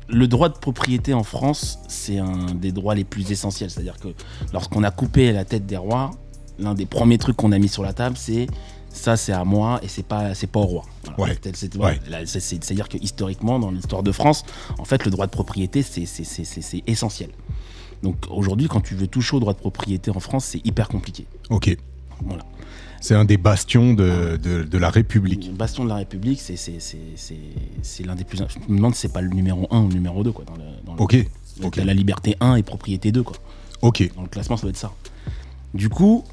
S4: le droit de propriété en France, c'est un des droits les plus essentiels. C'est-à-dire que lorsqu'on a coupé la tête des rois, l'un des premiers trucs qu'on a mis sur la table, c'est ça, c'est à moi et c'est pas, c'est pas au roi.
S2: Ouais.
S4: C'est- c'est-
S2: Ouais.
S4: là, c'est- c'est- C'est-à-dire que historiquement, dans l'histoire de France, en fait, le droit de propriété, c'est- c'est- c'est c'est- c'est essentiel. Donc aujourd'hui, quand tu veux toucher au droit de propriété en France, c'est hyper compliqué.
S2: Ok.
S4: Voilà.
S2: C'est un des bastions de, de- de la République.
S4: Le bastion de la République, c'est c'est- c'est- c'est- c'est l'un des plus. Je me demande si c'est pas le numéro 1 ou le numéro 2, quoi. Dans le, dans le-
S2: Ok,
S4: dans
S2: ok.
S4: La liberté 1 et propriété 2, quoi.
S2: ok.
S4: Dans le classement, ça doit être ça. Du coup,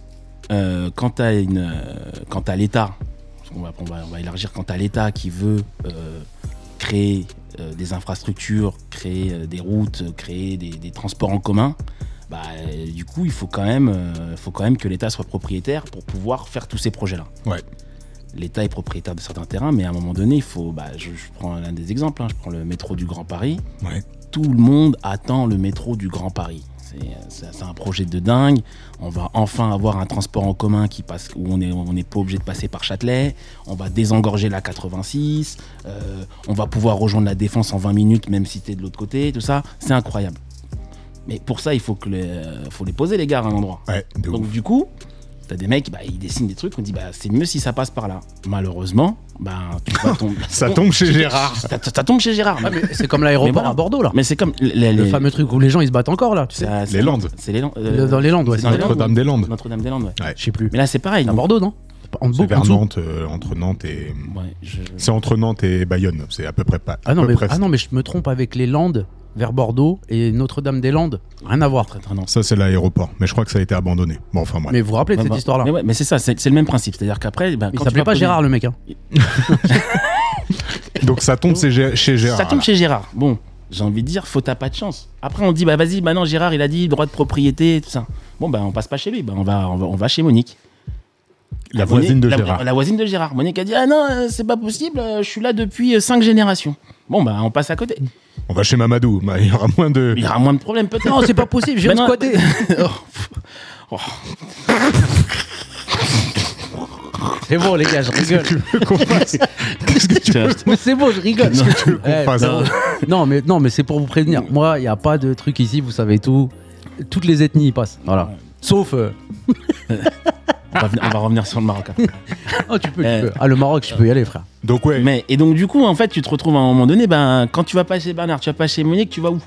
S4: euh, quand t'as une, euh, quand t'as l'État, parce qu'on va, on va, on va élargir, quand t'as l'État qui veut euh, créer euh, des infrastructures, créer euh, des routes, euh, créer des, des transports en commun, bah, euh, du coup, il faut quand même, euh, faut quand même que l'État soit propriétaire pour pouvoir faire tous ces projets-là.
S2: Ouais.
S4: L'État est propriétaire de certains terrains, mais à un moment donné, il faut. Bah, je, je prends l'un des exemples. hein, je prends le métro du Grand Paris
S2: Ouais.
S4: tout le monde attend le métro du Grand Paris. C'est- C'est c'est un projet de dingue. On va enfin avoir un transport en commun qui passe, où on n'est on n'est pas obligé de passer par Châtelet. On va désengorger la 86. euh, on va pouvoir rejoindre la Défense en 20 minutes, même si t'es de l'autre côté. Tout ça, c'est incroyable. Mais pour ça, il faut, que les, euh, faut les poser, les gars, à un endroit.
S2: Ouais, de ouf.
S4: Donc du coup, t'as des mecs, bah, ils dessinent des trucs, on dit bah c'est mieux si ça passe par là. Malheureusement, bah tu vas tomber.
S2: Ça tombe Ah, chez Gérard.
S4: Ça, ça tombe chez Gérard. mais-
S3: C'est comme l'aéroport
S4: Mais voilà.
S3: à Bordeaux là.
S4: mais c'est comme les- les-
S3: Le fameux truc où les gens ils se battent encore là, tu sais.
S4: ça- Ah, c'est-
S2: Les Landes.
S4: C'est les Landes. euh,
S3: Le- Dans les Landes, ouais.
S4: c'est
S3: c'est
S4: dans les
S3: ça.
S4: Landes.
S2: Notre-Dame-des-Landes.
S4: Notre-Dame-des-Landes, ouais.
S3: Je sais plus.
S4: Mais là, c'est pareil.
S3: À
S4: non
S3: Bordeaux, non C'est pas- en
S2: C'est
S3: Bordeaux, en
S2: vers
S3: dessous.
S2: Nantes, euh, entre Nantes et.
S4: Ouais, je-
S2: C'est entre Nantes et Bayonne. C'est à peu près pas.
S3: Ah non,
S2: à peu
S3: mais,
S2: près
S3: ah non, mais je me trompe avec les Landes vers Bordeaux et Notre-Dame-des-Landes. Rien à voir.
S4: Très, très Nantes.
S2: Ça, c'est l'aéroport. Mais je crois que ça a été abandonné. Bon, enfin, bref.
S3: Mais vous vous rappelez de
S4: Ouais,
S3: cette
S4: bah,
S3: histoire-là
S4: Mais, ouais, mais c'est ça, c'est c'est le même principe. C'est-à-dire qu'après, bah,
S3: Il
S4: quand tu
S3: s'appelait
S4: vas
S3: pas
S4: poser-
S3: Gérard le mec. Hein.
S2: Donc, ça tombe chez Gé- chez Gérard.
S4: Ça tombe chez Gérard. Bon, j'ai envie de dire, faut t'as pas de chance. Après, on dit, bah vas-y, bah non, Gérard, il a dit droit de propriété, tout ça. Bon, bah on passe pas chez lui, bah on va, on va, on va chez Monique.
S2: La voisine de
S4: la-
S2: Gérard.
S4: La voisine de Gérard. Monique a dit, ah non, euh, c'est pas possible, euh, je suis là depuis euh, cinq générations. Bon, bah on passe à côté.
S2: On va chez Mamadou. Bah, il y aura moins de.
S4: Il y aura moins de problèmes peut-être.
S3: Non, c'est pas possible, je viens de
S4: Ben non.
S3: squatter.
S4: Oh, pff. Oh.
S3: C'est bon, les gars, je rigole.
S2: qu'on fasse. Qu'est-ce que tu veux
S3: Mais c'est bon, je rigole.
S2: Qu'est-ce que tu veux qu'on
S3: Eh,
S2: fasse
S3: non. non, mais, non, mais c'est pour vous prévenir. Moi, il n'y a pas de truc ici, vous savez tout. Toutes les ethnies y passent. Voilà. Sauf. euh,
S4: on, va, venir- on va revenir sur le Maroc. hein. après.
S3: Oh, tu peux, tu
S4: Eh.
S3: peux. Ah, le Maroc, tu peux y aller, frère.
S2: Donc, ouais.
S4: Mais, et donc, du coup, en fait, tu te retrouves à un moment donné, ben, quand tu vas pas chez Bernard, tu vas pas chez Monique, tu vas où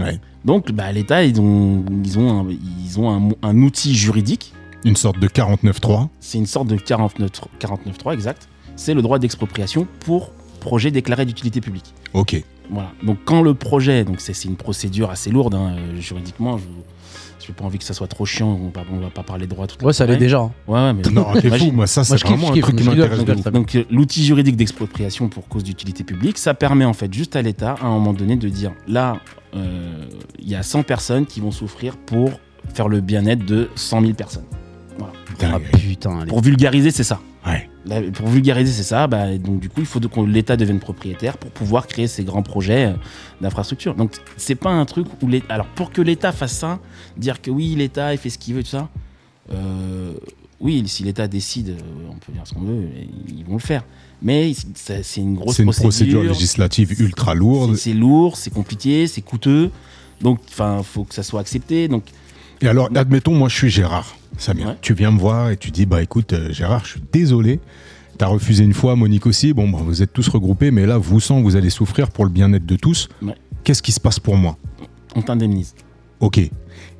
S2: Ouais.
S4: Donc, bah, l'État, ils ont, ils ont, un, ils ont un, mo- un outil juridique.
S2: Une sorte de 49-3.
S4: C'est une sorte de 49 49.3 exact. C'est le droit d'expropriation pour projet déclaré d'utilité publique.
S2: Ok.
S4: Voilà. Donc quand le projet, donc c'est c'est une procédure assez lourde hein, euh, juridiquement, je n'ai pas envie que ça soit trop chiant, on va, on va pas parler de droit tout
S3: Ouais, ça l'est
S4: Ouais.
S3: déjà. hein.
S4: Ouais, ouais, mais
S2: Non, t'es fou. Moi, ça,
S3: moi,
S2: c'est
S3: je kiffe,
S2: vraiment
S3: je
S2: un
S3: kiffe,
S2: truc qui
S3: je rigole,
S2: m'intéresse.
S3: je
S2: de
S3: rigole.
S2: ouf.
S3: ça.
S4: Donc euh, l'outil juridique d'expropriation pour cause d'utilité publique, ça permet en fait juste à l'État à un moment donné de dire là, euh, il y a 100 personnes qui vont souffrir pour faire le bien-être de 100 000 personnes.
S3: Ah,
S2: Dingue.
S3: putain. les-
S4: Pour vulgariser, c'est ça.
S2: Ouais.
S4: Là, pour vulgariser, c'est ça. Bah, donc, du coup, il faut de- que l'État devienne propriétaire pour pouvoir créer ces grands projets euh, d'infrastructure. Donc, c'est pas un truc où. l'État- Alors, pour que l'État fasse ça, dire que oui, l'État, il fait ce qu'il veut, tout ça, euh, oui, si l'État décide, euh, on peut dire ce qu'on veut, mais ils vont le faire. Mais c'est c'est une grosse
S2: C'est une
S4: procédure.
S2: procédure législative ultra
S4: C'est-
S2: lourde.
S4: C'est lourd, c'est compliqué, c'est coûteux. Donc, enfin, faut que ça soit accepté. Donc,
S2: Et alors, admettons, moi, je suis Gérard, Samir.
S4: Ouais.
S2: Tu viens me voir et tu dis, bah écoute, euh, Gérard, je suis désolé. T'as refusé une fois, Monique aussi. Bon, bah, vous êtes tous regroupés, mais là, vous sans, vous allez souffrir pour le bien-être de tous.
S4: Ouais.
S2: Qu'est-ce qui se passe pour moi
S4: on t'indemnise.
S2: Ok.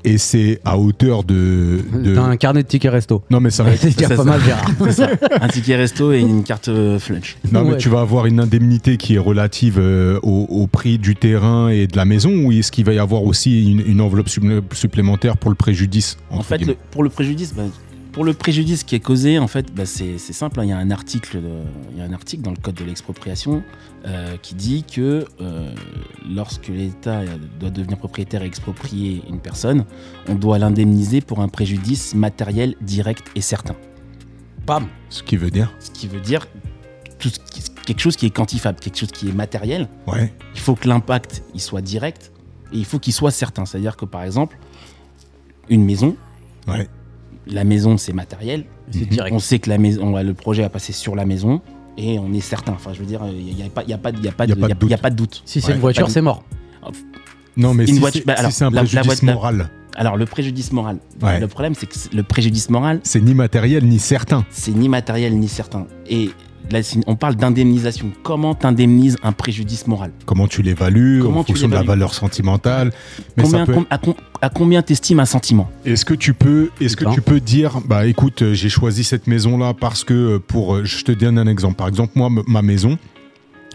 S2: Et c'est à hauteur de. de-
S3: T'as un carnet de tickets resto.
S2: Non, mais ça va être-
S3: C'est déjà
S4: ça,
S3: pas
S4: ça.
S3: mal, Gérard.
S4: C'est ça. Un ticket resto et une carte euh, flunch.
S2: Non, mais
S3: Ouais.
S2: tu vas avoir une indemnité qui est relative euh, au, au prix du terrain et de la maison, ou est-ce qu'il va y avoir aussi une, une enveloppe supplé- supplémentaire pour le préjudice
S4: En
S2: entre
S4: fait,
S2: guillemets
S4: le- pour le préjudice, bah, pour le préjudice qui est causé, en fait, bah, c'est c'est simple. hein. Il y a un article, de- il y a un article dans le code de l'expropriation euh, qui dit que euh, lorsque l'État euh, doit devenir propriétaire et exproprier une personne, on doit l'indemniser pour un préjudice matériel direct et certain.
S3: Bam.
S2: Ce qui veut dire
S4: Ce qui veut dire tout ce qui- quelque chose qui est quantifiable, quelque chose qui est matériel.
S2: Ouais.
S4: Il faut que l'impact il soit direct et il faut qu'il soit certain. C'est-à-dire que par exemple, une maison,
S2: Ouais.
S4: la maison c'est matériel,
S3: C'est direct.
S4: on sait que la maison, on va- le projet va passer sur la maison et on est certain. Enfin, je veux dire, il n'y a, pas- y a pas de y a pas
S2: Y a
S4: de-
S2: pas de
S4: y a-
S2: doute.
S4: y a pas de doute.
S3: Si c'est
S2: Ouais.
S3: une voiture, c'est mort.
S2: Non, mais
S4: Une
S2: si
S4: voiture-
S2: c'est
S4: bah,
S2: si
S4: alors,
S2: c'est un
S4: la- la
S2: préjudice
S4: voiture-
S2: moral,
S4: Alors, le préjudice moral.
S2: Ouais.
S4: Le problème, c'est que c'est- le préjudice moral,
S2: c'est ni matériel ni certain.
S4: c'est ni matériel ni certain. Et là, c'est- on parle d'indemnisation. Comment t'indemnises un préjudice moral
S2: Comment tu l'évalues en
S4: Comment tu
S2: fonction de la
S4: l'évalues
S2: valeur sentimentale mais ça
S4: combien,
S2: peut
S4: com- à, com- à combien t'estimes un sentiment
S2: Est-ce que tu peux, est-ce que
S3: Plein.
S2: tu peux dire, bah écoute, euh, j'ai choisi cette maison là parce que euh, pour, euh, je te donne un exemple. Par exemple, moi, m- ma maison,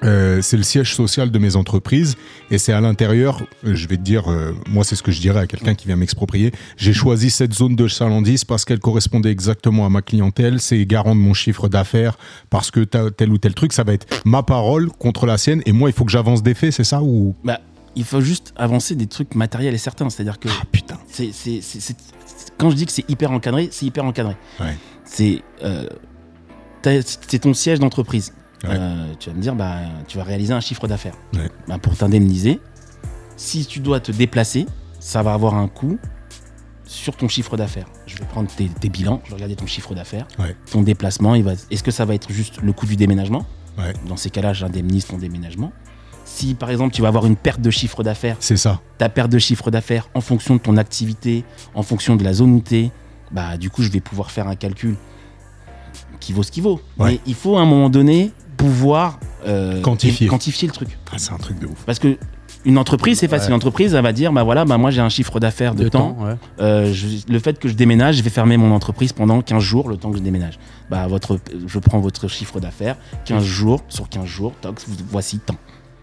S2: euh, c'est le siège social de mes entreprises et c'est à l'intérieur. euh, Je vais te dire, euh, moi, c'est ce que je dirais à quelqu'un qui vient m'exproprier. J'ai choisi cette zone de chalandise parce qu'elle correspondait exactement à ma clientèle. C'est garant de mon chiffre d'affaires parce que t'as tel ou tel truc, ça va être ma parole contre la sienne et moi, il faut que j'avance des faits, c'est ça ou
S4: bah, Il faut juste avancer des trucs matériels et certains. C'est-à-dire que
S2: ah putain.
S4: c'est- c'est- c'est- c'est- c'est- quand je dis que c'est hyper encadré, c'est hyper encadré.
S2: Ouais.
S4: C'est euh, t'as- c'est ton siège d'entreprise.
S2: Ouais.
S4: Euh, tu vas me dire, bah, tu vas réaliser un chiffre d'affaires.
S2: Ouais.
S4: Bah, pour t'indemniser, si tu dois te déplacer, ça va avoir un coût sur ton chiffre d'affaires. Je vais prendre tes, tes bilans, je vais regarder ton chiffre d'affaires,
S2: Ouais.
S4: ton déplacement. il va- Est-ce que ça va être juste le coût du déménagement
S2: Ouais.
S4: Dans ces cas-là, j'indemnise ton déménagement. Si par exemple tu vas avoir une perte de chiffre d'affaires,
S2: C'est ça.
S4: ta perte de chiffre d'affaires en fonction de ton activité, en fonction de la zone où t'es, bah du coup je vais pouvoir faire un calcul qui vaut ce qui vaut.
S2: Ouais.
S4: Mais il faut à un moment donné pouvoir euh,
S2: Quantifier.
S4: et- quantifier le truc.
S2: Ah, c'est un truc de ouf.
S4: Parce que une entreprise, c'est facile.
S2: Ouais.
S4: Une entreprise, elle va dire, bah voilà, bah moi j'ai un chiffre d'affaires de, temps.
S3: ouais.
S4: Euh, je- le fait que je déménage, je vais fermer mon entreprise pendant 15 jours le temps que je déménage. Bah votre, je prends votre chiffre d'affaires, 15 jours, sur 15 jours, toc, vous- voici tant.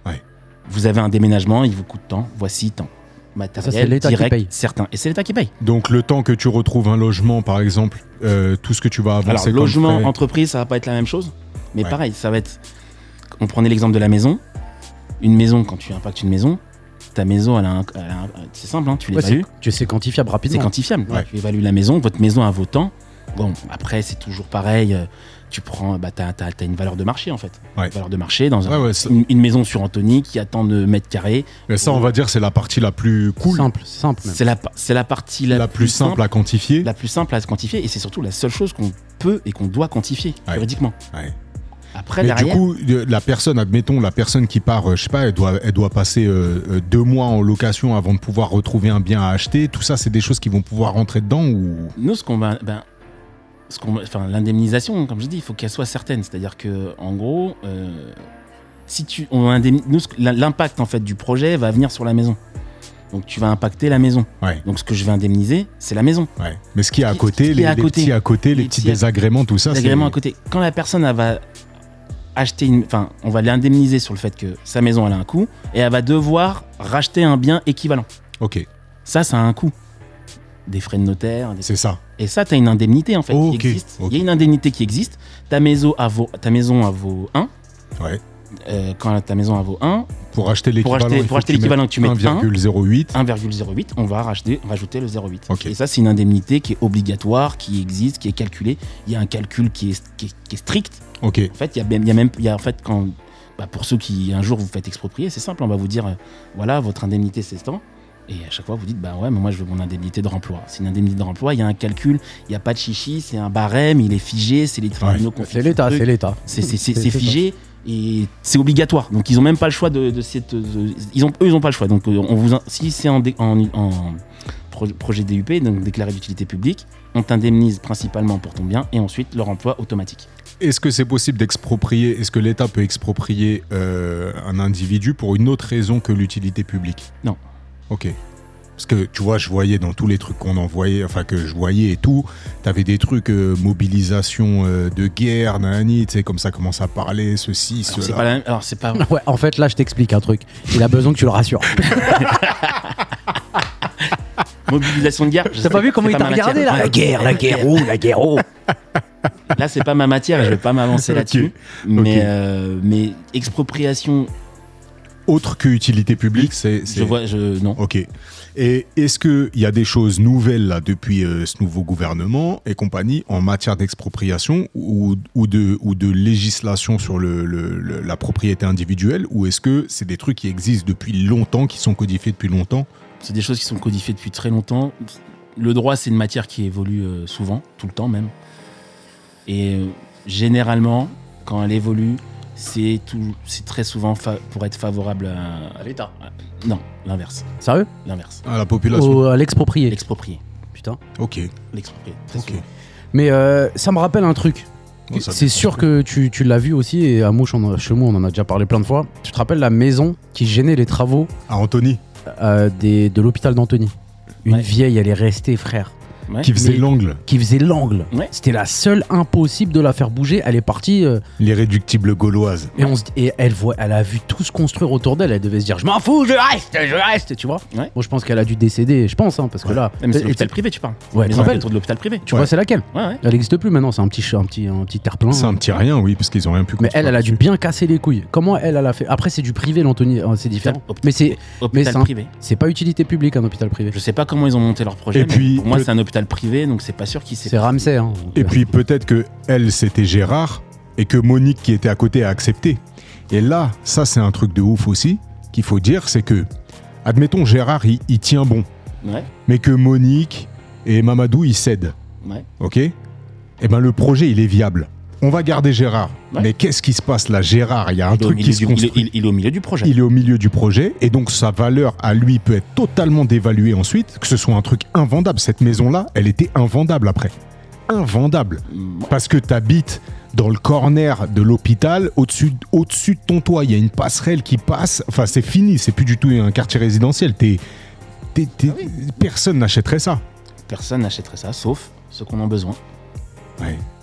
S2: Ouais.
S4: Vous avez un déménagement, il vous coûte tant, voici tant.
S3: Ça, c'est
S4: Matériel,
S3: l'État qui
S4: direct,
S3: paye.
S4: certain. Et c'est l'État qui paye.
S2: Donc le temps que tu retrouves un logement, par exemple, euh, tout ce que tu vas avancer.
S4: Alors,
S2: comme
S4: logement,
S2: frais-
S4: entreprise, ça va pas être la même chose. Mais
S2: Ouais.
S4: pareil, ça va être. On prenait l'exemple de la maison. Une maison, quand tu impactes une maison, ta maison, elle a un. elle a un- c'est simple, hein, tu
S3: Ouais,
S4: l'évalues.
S3: c'est- tu sais quantifiable
S4: C'est
S3: rapidement.
S4: quantifiable.
S2: Ouais.
S4: Tu évalues la maison, votre maison à vos temps. Bon, après, c'est toujours pareil. euh, Tu prends, bah, t'as, t'as- t'as une valeur de marché en fait.
S2: Ouais.
S4: Une valeur de marché dans un-
S2: Ouais, ouais, ça,
S4: une, une maison sur Antony qui a tant de mètres carrés.
S2: mais ça, on va dire, c'est la partie la plus cool,
S3: Simple, simple. même.
S4: C'est la, pa- c'est la partie
S2: la,
S4: la,
S2: plus simple, à quantifier.
S4: la plus simple à se quantifier et c'est surtout la seule chose qu'on peut et qu'on doit quantifier
S2: Ouais.
S4: juridiquement.
S2: Ouais.
S4: Après,
S2: Mais
S4: derrière,
S2: du coup, euh, la personne, admettons, la personne qui part, euh, je sais pas, elle doit, elle doit passer euh, euh, deux mois en location avant de pouvoir retrouver un bien à acheter. Tout ça, c'est des choses qui vont pouvoir rentrer dedans ou
S4: Nous, ce qu'on va. Ben, ce qu'on va- enfin, l'indemnisation, comme je dis, il faut qu'elle soit certaine. C'est-à-dire que, en gros, euh, si tu, on indemni- nous, ce que- la- l'impact en fait du projet va venir sur la maison. Donc, tu vas impacter la maison.
S2: Ouais.
S4: Donc, ce que je vais indemniser, c'est la maison.
S2: ouais. Mais ce qui est à
S4: Ce qui-
S2: côté,
S4: ce qui
S2: les,
S4: est à
S2: les
S4: côté.
S2: petits à côté, les,
S4: Les
S2: petits
S4: petits à-
S2: désagréments, tout ça, c'est
S4: L'agrément à côté. Quand la personne elle va acheter une, enfin, on va l'indemniser sur le fait que sa maison elle a un coût et elle va devoir racheter un bien équivalent.
S2: Ok,
S4: Ça, ça a un coût. Des frais de notaire, des
S2: c'est ça.
S4: Et ça, tu as une indemnité en fait
S2: Ok,
S4: qui existe. Il
S2: ok.
S4: y a une indemnité qui existe. Ta maison à vaut, ta maison à vaut 1.
S2: Ouais.
S4: quand ta maison à vaut 1,
S2: Pour acheter l'équivalent,
S4: acheter-
S2: il faut
S4: pour acheter
S2: que tu mettes
S4: l'équivalent, tu mets un.
S2: 1,08.
S4: 1,08, on va racheter, rajouter le 0,8.
S2: Ok.
S4: Et ça, c'est une indemnité qui est obligatoire, qui existe, qui est calculée. Il y a un calcul qui est, qui est- qui est strict.
S2: Ok,
S4: En fait, il y a, même- il y a même, il y a, en fait, quand, bah, pour ceux qui un jour vous faites exproprier, c'est simple, on va vous dire, euh, voilà, votre indemnité c'est tant. Et à chaque fois, vous dites, bah ouais, mais moi je veux mon indemnité de remploi. C'est une indemnité de remploi, il y a un calcul, il n'y a pas de chichi, c'est un barème, il est figé, c'est les tribunaux qui ont
S3: C'est
S4: fixé
S3: l'État,
S4: le
S3: c'est
S4: truc.
S3: l'État.
S4: C'est- c'est- C'est
S3: C'est
S4: c'est figé et c'est obligatoire. Donc ils ont même pas le choix de, de cette. de- ils ont, eux, ils ont pas le choix. Donc euh, on vous, in- si c'est en, dé- en- en pro- projet DUP, donc déclaré d'utilité publique, on t'indemnise principalement pour ton bien et ensuite leur emploi automatique.
S2: Est-ce que c'est possible d'exproprier Est-ce que l'État peut exproprier euh, un individu pour une autre raison que l'utilité publique
S4: Non.
S2: Ok. Parce que tu vois, je voyais dans tous les trucs qu'on envoyait, enfin que je voyais et tout, t'avais des trucs euh, mobilisation euh, de guerre, nanani, tu sais, comme ça commence à parler, ceci,
S4: Alors, C'est
S2: cela.
S4: pas la même- alors c'est pas.
S3: Ouais, en fait, là, je t'explique un truc. Il a besoin que tu le rassures.
S4: Mobilisation de guerre. je sais-
S3: T'as pas vu comment
S4: c'est
S3: il
S4: pas
S3: t'a
S4: ma
S3: regardé,
S4: matière.
S3: là La
S4: Ouais.
S3: guerre, la guerre, oh, la guerre, oh
S4: Là, c'est pas ma matière et je vais pas m'avancer
S2: Ok.
S4: là-dessus. Mais,
S2: Ok.
S4: euh, mais expropriation,
S2: Autre que utilité publique, c'est. c'est-
S4: je vois, je, non.
S2: Ok. Et est-ce qu'il y a des choses nouvelles là, depuis euh, ce nouveau gouvernement et compagnie en matière d'expropriation ou, ou de, ou de législation sur le, le- le- la propriété individuelle Ou est-ce que c'est des trucs qui existent depuis longtemps, qui sont codifiés depuis longtemps
S4: C'est des choses qui sont codifiées depuis très longtemps. Le droit, c'est une matière qui évolue euh, souvent, tout le temps même. Et euh, généralement, quand elle évolue, c'est tout- c'est très souvent fa- pour être favorable à.
S3: l'État.
S4: Non, l'inverse.
S3: Sérieux
S4: L'inverse.
S2: à la population
S3: Ou à l'exproprié.
S4: L'exproprier.
S3: Putain.
S2: Ok.
S4: L'exproprier. très
S2: Ok.
S4: souvent.
S3: Mais euh, ça me rappelle un truc.
S2: Oh, ça-
S3: C'est sûr que tu, tu l'as vu aussi, et à Mouche, on en a- chez moi, on en a déjà parlé plein de fois. Tu te rappelles la maison qui gênait les travaux
S2: Ah, Anthony,
S3: euh, des, de l'hôpital d'Antony Une
S4: Ouais.
S3: vieille, elle est restée, frère,
S4: Ouais.
S2: qui faisait
S3: mais-
S2: l'angle,
S3: qui faisait l'angle.
S4: Ouais.
S3: C'était la seule impossible de la faire bouger. Elle est partie euh,
S2: l'irréductible gauloise.
S3: et, on se, et elle, voit, elle a vu tout se construire autour d'elle. Elle devait se dire Je m'en fous, je reste, je reste, tu vois.
S4: Ouais.
S3: Bon, je pense qu'elle a dû décéder, je pense, hein, parce que
S2: Ouais.
S3: là.
S4: Ouais,
S3: Et-
S4: mais c'est
S3: et-
S4: l'hôpital privé, tu parles.
S3: Ouais,
S4: Mais
S3: tu te rappelles
S4: autour de l'hôpital privé.
S3: Tu
S2: Ouais.
S3: vois, c'est laquelle
S4: Ouais, ouais.
S3: Elle n'existe plus maintenant, c'est un petit, ch- un petit, un petit terre-plein.
S2: C'est un petit rien, oui, parce qu'ils ont rien pu
S3: Oh. Mais elle, elle a dû
S2: construire
S3: bien casser les couilles. Comment elle, elle a fait Après, c'est du privé, l'Anthony, euh, c'est différent. Mais c'est, mais c'est
S4: Hôpital
S3: un-
S4: privé.
S3: c'est pas utilité publique, un hôpital privé.
S4: Je sais pas comment ils ont monté leur projet.
S2: Et
S4: mais
S2: puis,
S4: pour moi,
S2: peut-
S4: c'est un hôpital privé, donc c'est pas sûr qu'ils s'est.
S3: C'est Ramsey. hein.
S2: Et puis peut-être que elle, c'était Gérard, et que Monique qui était à côté a accepté. Et là, ça c'est un truc de ouf aussi, qu'il faut dire, c'est que, admettons Gérard, il, il tient bon,
S4: Ouais,
S2: mais que Monique et Mamadou, ils cèdent,
S4: ouais.
S2: ok Eh ben le projet, il est viable. On va garder Gérard.
S4: Ouais.
S2: Mais qu'est-ce qui se passe là Gérard, il y a un
S4: Il est au
S2: truc
S4: milieu
S2: qui se
S4: du- il est-
S2: construit.
S4: il- il est au milieu du projet.
S2: Il est au milieu du projet et donc sa valeur à lui peut être totalement dévaluée ensuite, que ce soit un truc invendable. Cette maison-là, elle était invendable après. Invendable.
S4: Mm,
S2: Parce que t'habites dans le corner de l'hôpital, au-dessus au de ton toit, il y a une passerelle qui passe. Enfin, c'est fini, c'est plus du tout un quartier résidentiel. T'es- t'es- t'es-
S4: Ah oui.
S2: Personne n'achèterait ça.
S4: Personne n'achèterait ça, sauf ceux qu'on en a besoin.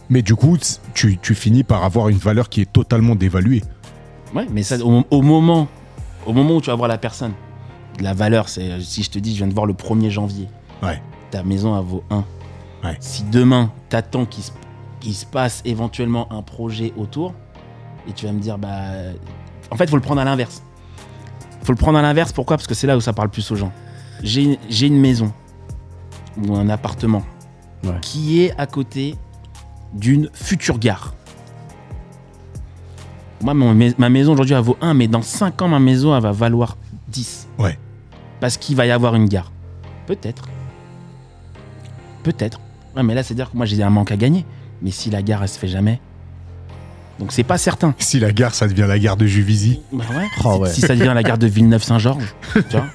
S2: Mais du coup, t- tu, tu finis par avoir une valeur qui est totalement dévaluée.
S4: Ouais, mais ça, au, au moment, au moment où tu vas voir la personne, la valeur, c'est si je te dis, je viens de voir le 1er janvier.
S2: Ouais.
S4: Ta maison, elle vaut 1.
S2: Ouais.
S4: Si demain, t'attends qu'il se, qu'il se passe éventuellement un projet autour, et tu vas me dire, bah. En fait, faut le prendre à l'inverse. Faut le prendre à l'inverse, pourquoi Parce que c'est là où ça parle plus aux gens. J'ai une- j'ai une maison ou un appartement
S3: Ouais.
S4: qui est à côté d'une future gare. Moi, mon- mais- ma maison aujourd'hui, elle vaut 1, mais dans 5 ans, ma maison, elle va valoir 10.
S2: Ouais.
S4: Parce qu'il va y avoir une gare. Peut-être. Peut-être. Ouais, mais là, c'est-à-dire que moi, j'ai un manque à gagner. Mais si la gare, elle se fait jamais. Donc, c'est pas certain.
S2: Si la gare, ça devient la gare de Juvisy,
S4: Bah ouais.
S3: Oh,
S2: Ah
S4: si,
S3: ouais.
S4: si ça devient la gare de Villeneuve-Saint-Georges, tu vois.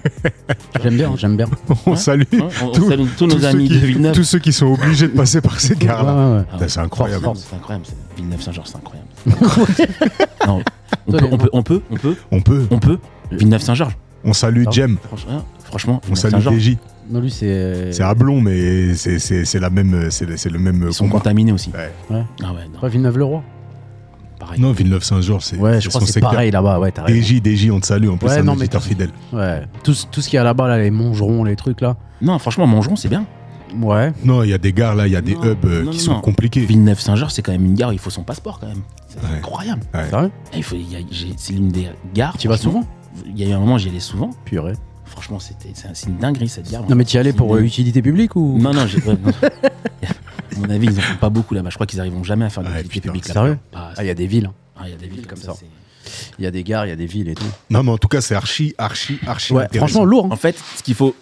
S3: J'aime bien, j'aime bien.
S2: on
S4: Ouais.
S2: salue
S4: hein, on, on
S2: Tous-
S4: salue tous nos
S2: tous,
S4: amis
S2: ceux
S4: de
S2: qui,
S4: Villeneuve.
S2: tous ceux qui sont obligés de passer par cette gare-là.
S3: Ouais, ouais, ouais.
S4: Ah
S2: Putain,
S4: ouais.
S2: C'est incroyable.
S4: C'est incroyable. c'est- Villeneuve-Saint-Georges, c'est incroyable. Non, on, peut, on peut, on peut, on peut,
S2: On peut,
S4: on peut. Villeneuve-Saint-Georges.
S2: on salue
S3: Pardon
S2: Jem,
S4: Franchement, franchement
S2: on salue
S4: Villeneuve-Saint-Georges,
S2: DJ.
S3: Non, lui, c'est.
S2: C'est à Blon, mais c'est- c'est c'est la même, c'est le c'est le même
S4: ils sont
S2: combat.
S4: contaminés aussi.
S2: Ouais.
S3: Ouais.
S4: Ah ouais, non,
S3: Pas Villeneuve-le-Roi
S4: pareil.
S2: Non, Villeneuve-Saint-Georges, c'est
S3: Ouais,
S2: c'est
S3: je crois
S2: son
S3: que c'est
S2: secteur.
S3: pareil là-bas, ouais, t'as raison.
S2: DJ, DJ, on te salue, en plus,
S3: Ouais,
S2: c'est un
S3: non, mais
S2: auditeur
S3: t'as-
S2: fidèle.
S3: Ouais. Tout, ce- tout ce qu'il y a là-bas, là, les Mongerons, les trucs là.
S4: Non, franchement, Mongeron, c'est bien.
S3: Ouais.
S2: Non, il y a des gares là, il y a des
S4: Non,
S2: hubs euh,
S4: non,
S2: qui
S4: non,
S2: sont
S4: non.
S2: compliqués.
S4: Villeneuve-Saint-Georges, c'est quand même une gare, où il faut son passeport quand même. C'est
S2: Ouais.
S4: incroyable.
S2: Ouais.
S3: Sérieux
S4: Eh, il faut- il y a- j'ai- C'est l'une des gares.
S3: Tu vas
S4: franchement,
S3: souvent
S4: Il y a eu un moment, j'y allais souvent.
S3: Purée.
S4: Franchement, c'était c'est un- c'est une dinguerie cette gare.
S3: Non, mais t'y allais
S4: C'est
S3: pour
S4: une-
S3: euh, utilité publique ou
S4: Non, non, j'ai. ouais, non. à mon avis, ils en font pas beaucoup là-bas. Je crois qu'ils arriveront jamais à faire de
S2: Ouais,
S4: l'utilité
S2: putain,
S4: publique là-bas.
S3: sérieux
S4: Ah,
S3: Ah, il y a des villes. hein.
S4: Ah, il y a des villes comme ça. c'est-
S3: il y a des gares, il y a des villes et tout.
S2: Non, mais en tout cas, c'est archi, archi, archi.
S3: Ouais,
S2: intéressant.
S3: franchement, lourd. hein.
S4: En fait, ce qu'il faut.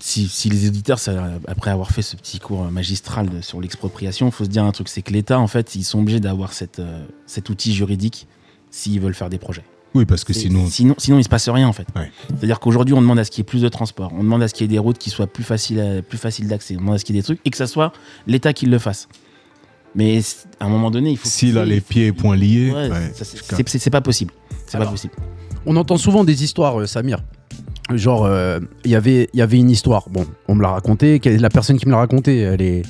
S4: Si, si les éditeurs, ça- après avoir fait ce petit cours euh, magistral de- sur l'expropriation, il faut se dire un truc c'est que l'État, en fait, ils sont obligés d'avoir cette, euh, cet outil juridique s'ils veulent faire des projets.
S2: Oui, parce que
S4: C'est-
S2: sinon.
S4: sinon, sinon, il se passe rien en fait.
S2: Ouais.
S4: C'est-à-dire qu'aujourd'hui, on demande à ce qu'il y ait plus de transport, on demande à ce qu'il y ait des routes qui soient plus faciles, à- plus faciles d'accès, on demande à ce qu'il y ait des trucs et que ça soit l'État qui le fasse. Mais c- à un moment donné, il faut.
S2: S'il a les pieds et poings liés.
S4: Ouais,
S2: ouais.
S4: ça, c'est- c'est c'est- c'est pas possible. C'est pas
S3: Alors,
S4: possible.
S3: On entend souvent des histoires, euh, Samir. Genre, euh, il y avait- il y avait une histoire. Bon, on me l'a racontée. quelle- La personne qui me l'a racontée, elle est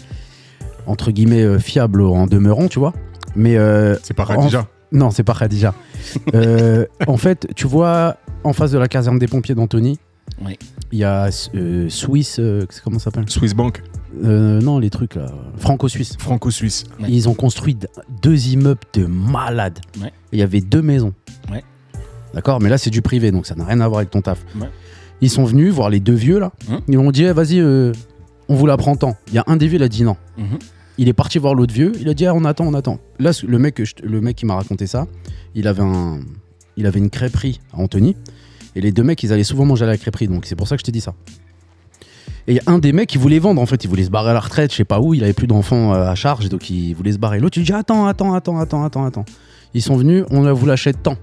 S3: entre guillemets euh, fiable en demeurant, tu vois. Mais euh,
S2: C'est pas Khadija.
S3: non, c'est pas Khadija. Euh, en fait, tu vois, en face de la caserne des pompiers d'Antony, il
S4: Ouais.
S3: y a euh, Suisse, euh, comment ça s'appelle
S2: Swiss Bank,
S3: Euh, Non, les trucs là, franco-suisse.
S2: franco-suisse.
S4: Ouais.
S3: Ils ont construit d- deux immeubles de malades.
S4: Ouais.
S3: Il y avait deux maisons.
S4: Ouais.
S3: D'accord, mais là c'est du privé, donc ça n'a rien à voir avec ton taf.
S4: Ouais.
S3: Ils sont venus voir les deux vieux là.
S4: Hum.
S3: Ils ont dit Eh, vas-y, euh, on vous la prend tant. Il y a un des vieux, il a dit non.
S4: Mhm.
S3: Il est parti voir l'autre vieux. Il a dit Ah, on attend, on attend. Là, ce- le mec, que je- le mec qui m'a raconté ça, il avait un, il avait une crêperie à Antony. Et les deux mecs, ils allaient souvent manger à la crêperie. Donc c'est pour ça que je t'ai dit ça. Et un des mecs, il voulait vendre en fait. Il voulait se barrer à la retraite, je sais pas où. Il avait plus d'enfants euh, à charge, donc il voulait se barrer. L'autre, il dit Attends, attends, attends, attends, attends, attends. Ils sont venus, on vous l'achète tant.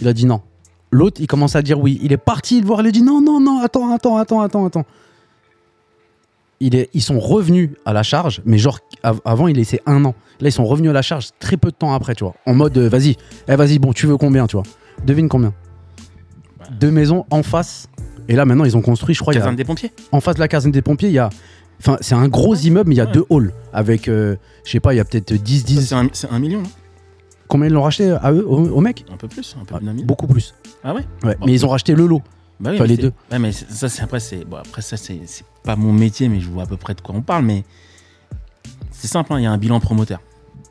S3: Il a dit non. L'autre, il commence à dire oui. Il est parti le voir, il a dit non, non, non, attends, attends, attends, attends, attends. Il est, ils sont revenus à la charge, mais genre av- avant il laissait un an. Là ils sont revenus à la charge très peu de temps après, tu vois. En mode euh, vas-y, eh, vas-y, bon tu veux combien, tu vois. Devine combien. Deux maisons en face. Et là maintenant ils ont construit, je crois, il y a-
S4: Caserne des pompiers
S3: en face de la caserne des pompiers, il y a, enfin c'est un gros immeuble, mais il y a
S4: Ouais.
S3: deux halls avec, euh, je sais pas, il y a peut-être 10,
S4: Ça,
S3: 10.
S4: C'est un, c'est un million, non
S3: Combien ils l'ont racheté euh, à eux, au, au mec
S4: Un peu plus, un peu
S3: Ah,
S4: plus d'un million.
S3: Beaucoup plus.
S4: Bah, Ah ouais
S3: Ouais,
S4: Bon.
S3: Mais ils ont racheté le lot.
S4: Bah oui,
S3: Enfin,
S4: mais
S3: les
S4: c'est-
S3: deux.
S4: Ouais, mais c'est- ça, c'est après, c'est bon, après ça, c'est c'est pas mon métier, mais je vois à peu près de quoi on parle. Mais c'est simple, hein, il y a un bilan promoteur.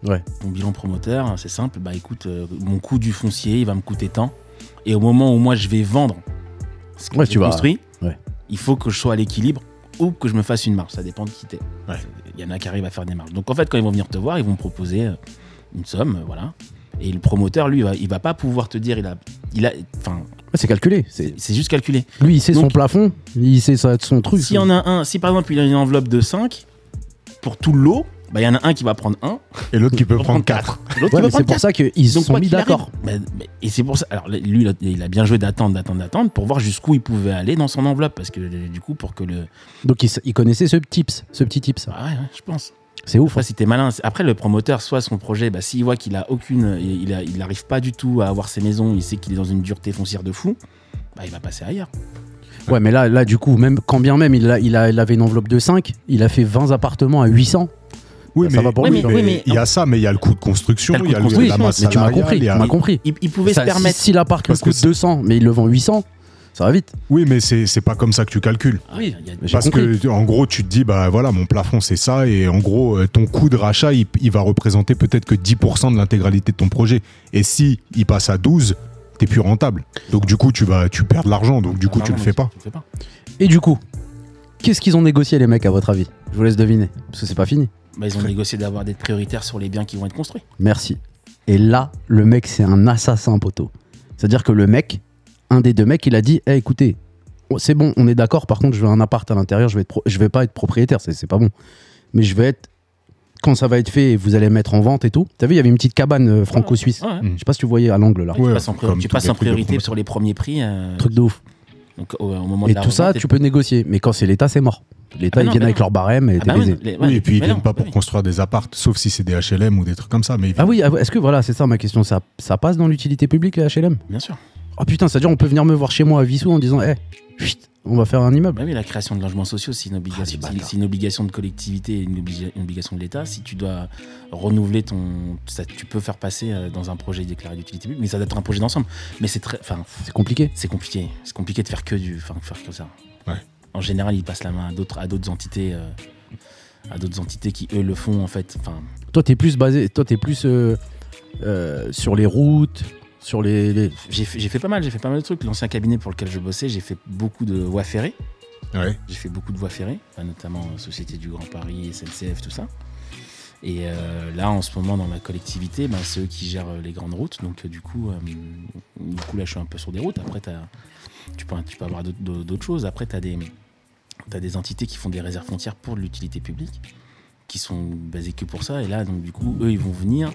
S3: Ouais.
S4: Mon bilan promoteur, c'est simple. Bah écoute, euh, mon coût du foncier, il va me coûter tant. Et au moment où moi je vais vendre ce que
S3: Ouais,
S4: j'ai
S3: tu vas-
S4: construit,
S3: ouais.
S4: il faut que je sois à l'équilibre ou que je me fasse une marge. Ça dépend de qui t'es.
S2: Ouais.
S4: Il y en a qui arrivent à faire des marges. Donc en fait, quand ils vont venir te voir, ils vont me proposer euh, une somme, euh, voilà. Et le promoteur, lui, il va, il va pas pouvoir te dire, il a, il a, enfin,
S3: Ouais, c'est calculé. C'est-
S4: c'est juste calculé.
S3: Lui, il sait son
S4: Donc-
S3: plafond, il sait sa- son truc.
S4: S'il y en a un, si par exemple il y a une enveloppe de 5, pour tout le lot, bah, il y en a un qui va prendre 1,
S2: Et l'autre qui peut prendre 4.
S4: l'autre
S3: Ouais,
S4: qui va
S3: mais c'est
S4: prendre
S3: pour
S4: 4.
S3: ça qu'ils se
S4: Donc,
S3: sont
S4: quoi
S3: mis
S4: qu'il arrive-
S3: d'accord.
S4: Mais- mais- et c'est pour ça. Alors lui, il a, il a bien joué d'attendre, d'attendre, d'attendre pour voir jusqu'où il pouvait aller dans son enveloppe. Parce que du coup, pour que le.
S3: Donc ils, s- ils connaissaient ce tips, ce petit tips.
S4: Ah ouais, ouais, je pense.
S3: C'est ouf.
S4: Après, si t'es malin, c'est- après le promoteur, soit son projet, bah, s'il voit qu'il a aucune. Il n'arrive il arrive pas du tout à avoir ses maisons, il sait qu'il est dans une dureté foncière de fou, bah, il va passer ailleurs.
S3: Ouais, mais là, là, du coup, même quand bien même il, a- il, a- il avait une enveloppe de 5, il a fait 20 appartements à 800.
S2: Oui,
S3: Ça va pour
S4: Oui, lui, mais- oui, mais-
S2: il y a ça, mais il y a le coût de construction,
S4: T'as le
S2: il
S4: coût
S2: y a
S4: de
S2: le-
S4: construction,
S2: la masse
S3: mais tu m'as
S2: salariale,
S3: compris.
S2: il y a-
S3: Tu m'as compris.
S4: Il, il pouvait
S3: Ça,
S4: se permettre.
S3: Si, si l'appartement
S2: Parce que
S3: coûte
S2: c'est-
S3: 200, mais il le vend 800, ça va vite.
S2: Oui, mais c'est c'est pas comme ça que tu calcules.
S4: Ah oui, il y a-
S3: J'ai
S2: Parce
S3: compris.
S2: que, en gros, tu te dis, bah voilà, mon plafond, c'est ça, et en gros, euh, ton coût de rachat, il, il va représenter peut-être que 10% de l'intégralité de ton projet. Et si il passe à 12, t'es plus rentable. Donc, du coup, tu vas, tu perds de l'argent, donc du coup, tu le
S4: Vraiment,
S2: fais pas.
S4: ah, tu le fais pas.
S3: Et du coup, qu'est-ce qu'ils ont négocié, les mecs, à votre avis Je vous laisse deviner, parce que c'est pas fini.
S4: Bah, ils ont négocié d'avoir des prioritaires sur les biens qui vont être construits.
S3: Merci. Et là, le mec, c'est un assassin, poteau. C'est-à-dire que le mec, un des deux mecs, il a dit Eh, écoutez, oh, c'est bon, on est d'accord, par contre, je veux un appart à l'intérieur, je vais, être pro- je vais pas être propriétaire, c'est c'est pas bon. Mais je vais être. Quand ça va être fait, vous allez mettre en vente et tout. T'as vu, il y avait une petite cabane euh, franco-suisse.
S4: Ouais, ouais.
S3: Je sais pas si tu voyais à l'angle là.
S4: tu
S2: Ouais,
S4: passes en, priori-
S2: comme
S4: tu
S2: tous
S4: passes
S2: les
S4: en
S2: trucs de
S4: priorité
S2: promotion.
S4: sur les premiers prix. euh,
S3: Truc de ouf.
S4: donc, au, au moment
S3: Et
S4: de la
S3: tout ça,
S4: revente,
S3: tu peux négocier. Mais quand c'est l'État, c'est mort. L'État,
S4: Ah bah
S3: ils
S4: non,
S3: viennent
S4: mais
S3: avec
S4: non.
S3: leur barème et
S4: Ah
S3: t'es
S4: bah oui,
S3: baisé.
S4: les- ouais,
S2: Oui, et puis ils
S4: mais
S2: viennent
S4: non, bah
S2: pas pour
S4: oui.
S2: construire des appartes, sauf si c'est des HLM ou des trucs comme ça. Mais ils
S3: Ah oui, ah ouais, est-ce que voilà, c'est ça ma question, ça, ça passe dans l'utilité publique les HLM
S4: Bien sûr.
S3: Oh putain, c'est-à-dire on peut venir me voir chez moi à Vissou en disant, Eh, chut, on va faire un immeuble.
S4: Bah oui, la création de logements sociaux, c'est une obligation.
S3: Ah, les
S4: c'est- c'est une obligation de collectivité, et une, obligation- une obligation de l'État. Si tu dois renouveler ton, ça, tu peux faire passer euh, dans un projet déclaré d'utilité publique, mais ça doit être un projet d'ensemble. Mais c'est très, enfin,
S3: C'est compliqué.
S4: c'est compliqué. C'est compliqué de faire que du, enfin, de faire que ça.
S2: Ouais.
S4: En général, ils passent la main à d'autres, à d'autres entités, euh, à d'autres entités qui eux le font en fait. Enfin,
S3: Toi, t'es plus basé, toi, t'es plus euh, euh, sur les routes, sur les. les-
S4: j'ai fait, j'ai fait pas mal, j'ai fait pas mal de trucs. L'ancien cabinet pour lequel je bossais, j'ai fait beaucoup de voies ferrées.
S2: Ouais.
S4: Ah. euh, J'ai fait beaucoup de voies ferrées, enfin, notamment euh, Société du Grand Paris, SNCF, tout ça. Et, Et euh, là, en ce moment, dans ma collectivité, ben, c'est eux qui gèrent euh, les grandes routes. Donc, euh, du, coup, euh, du coup, là, je suis un peu sur des routes. Après, t'as- tu, peux, tu peux avoir d'autres- d'autres d'autres choses. Après, tu as, as des entités qui font des réserves frontières pour de l'utilité publique, qui sont basées que pour ça. Et là, donc, du coup, eux, ils vont venir,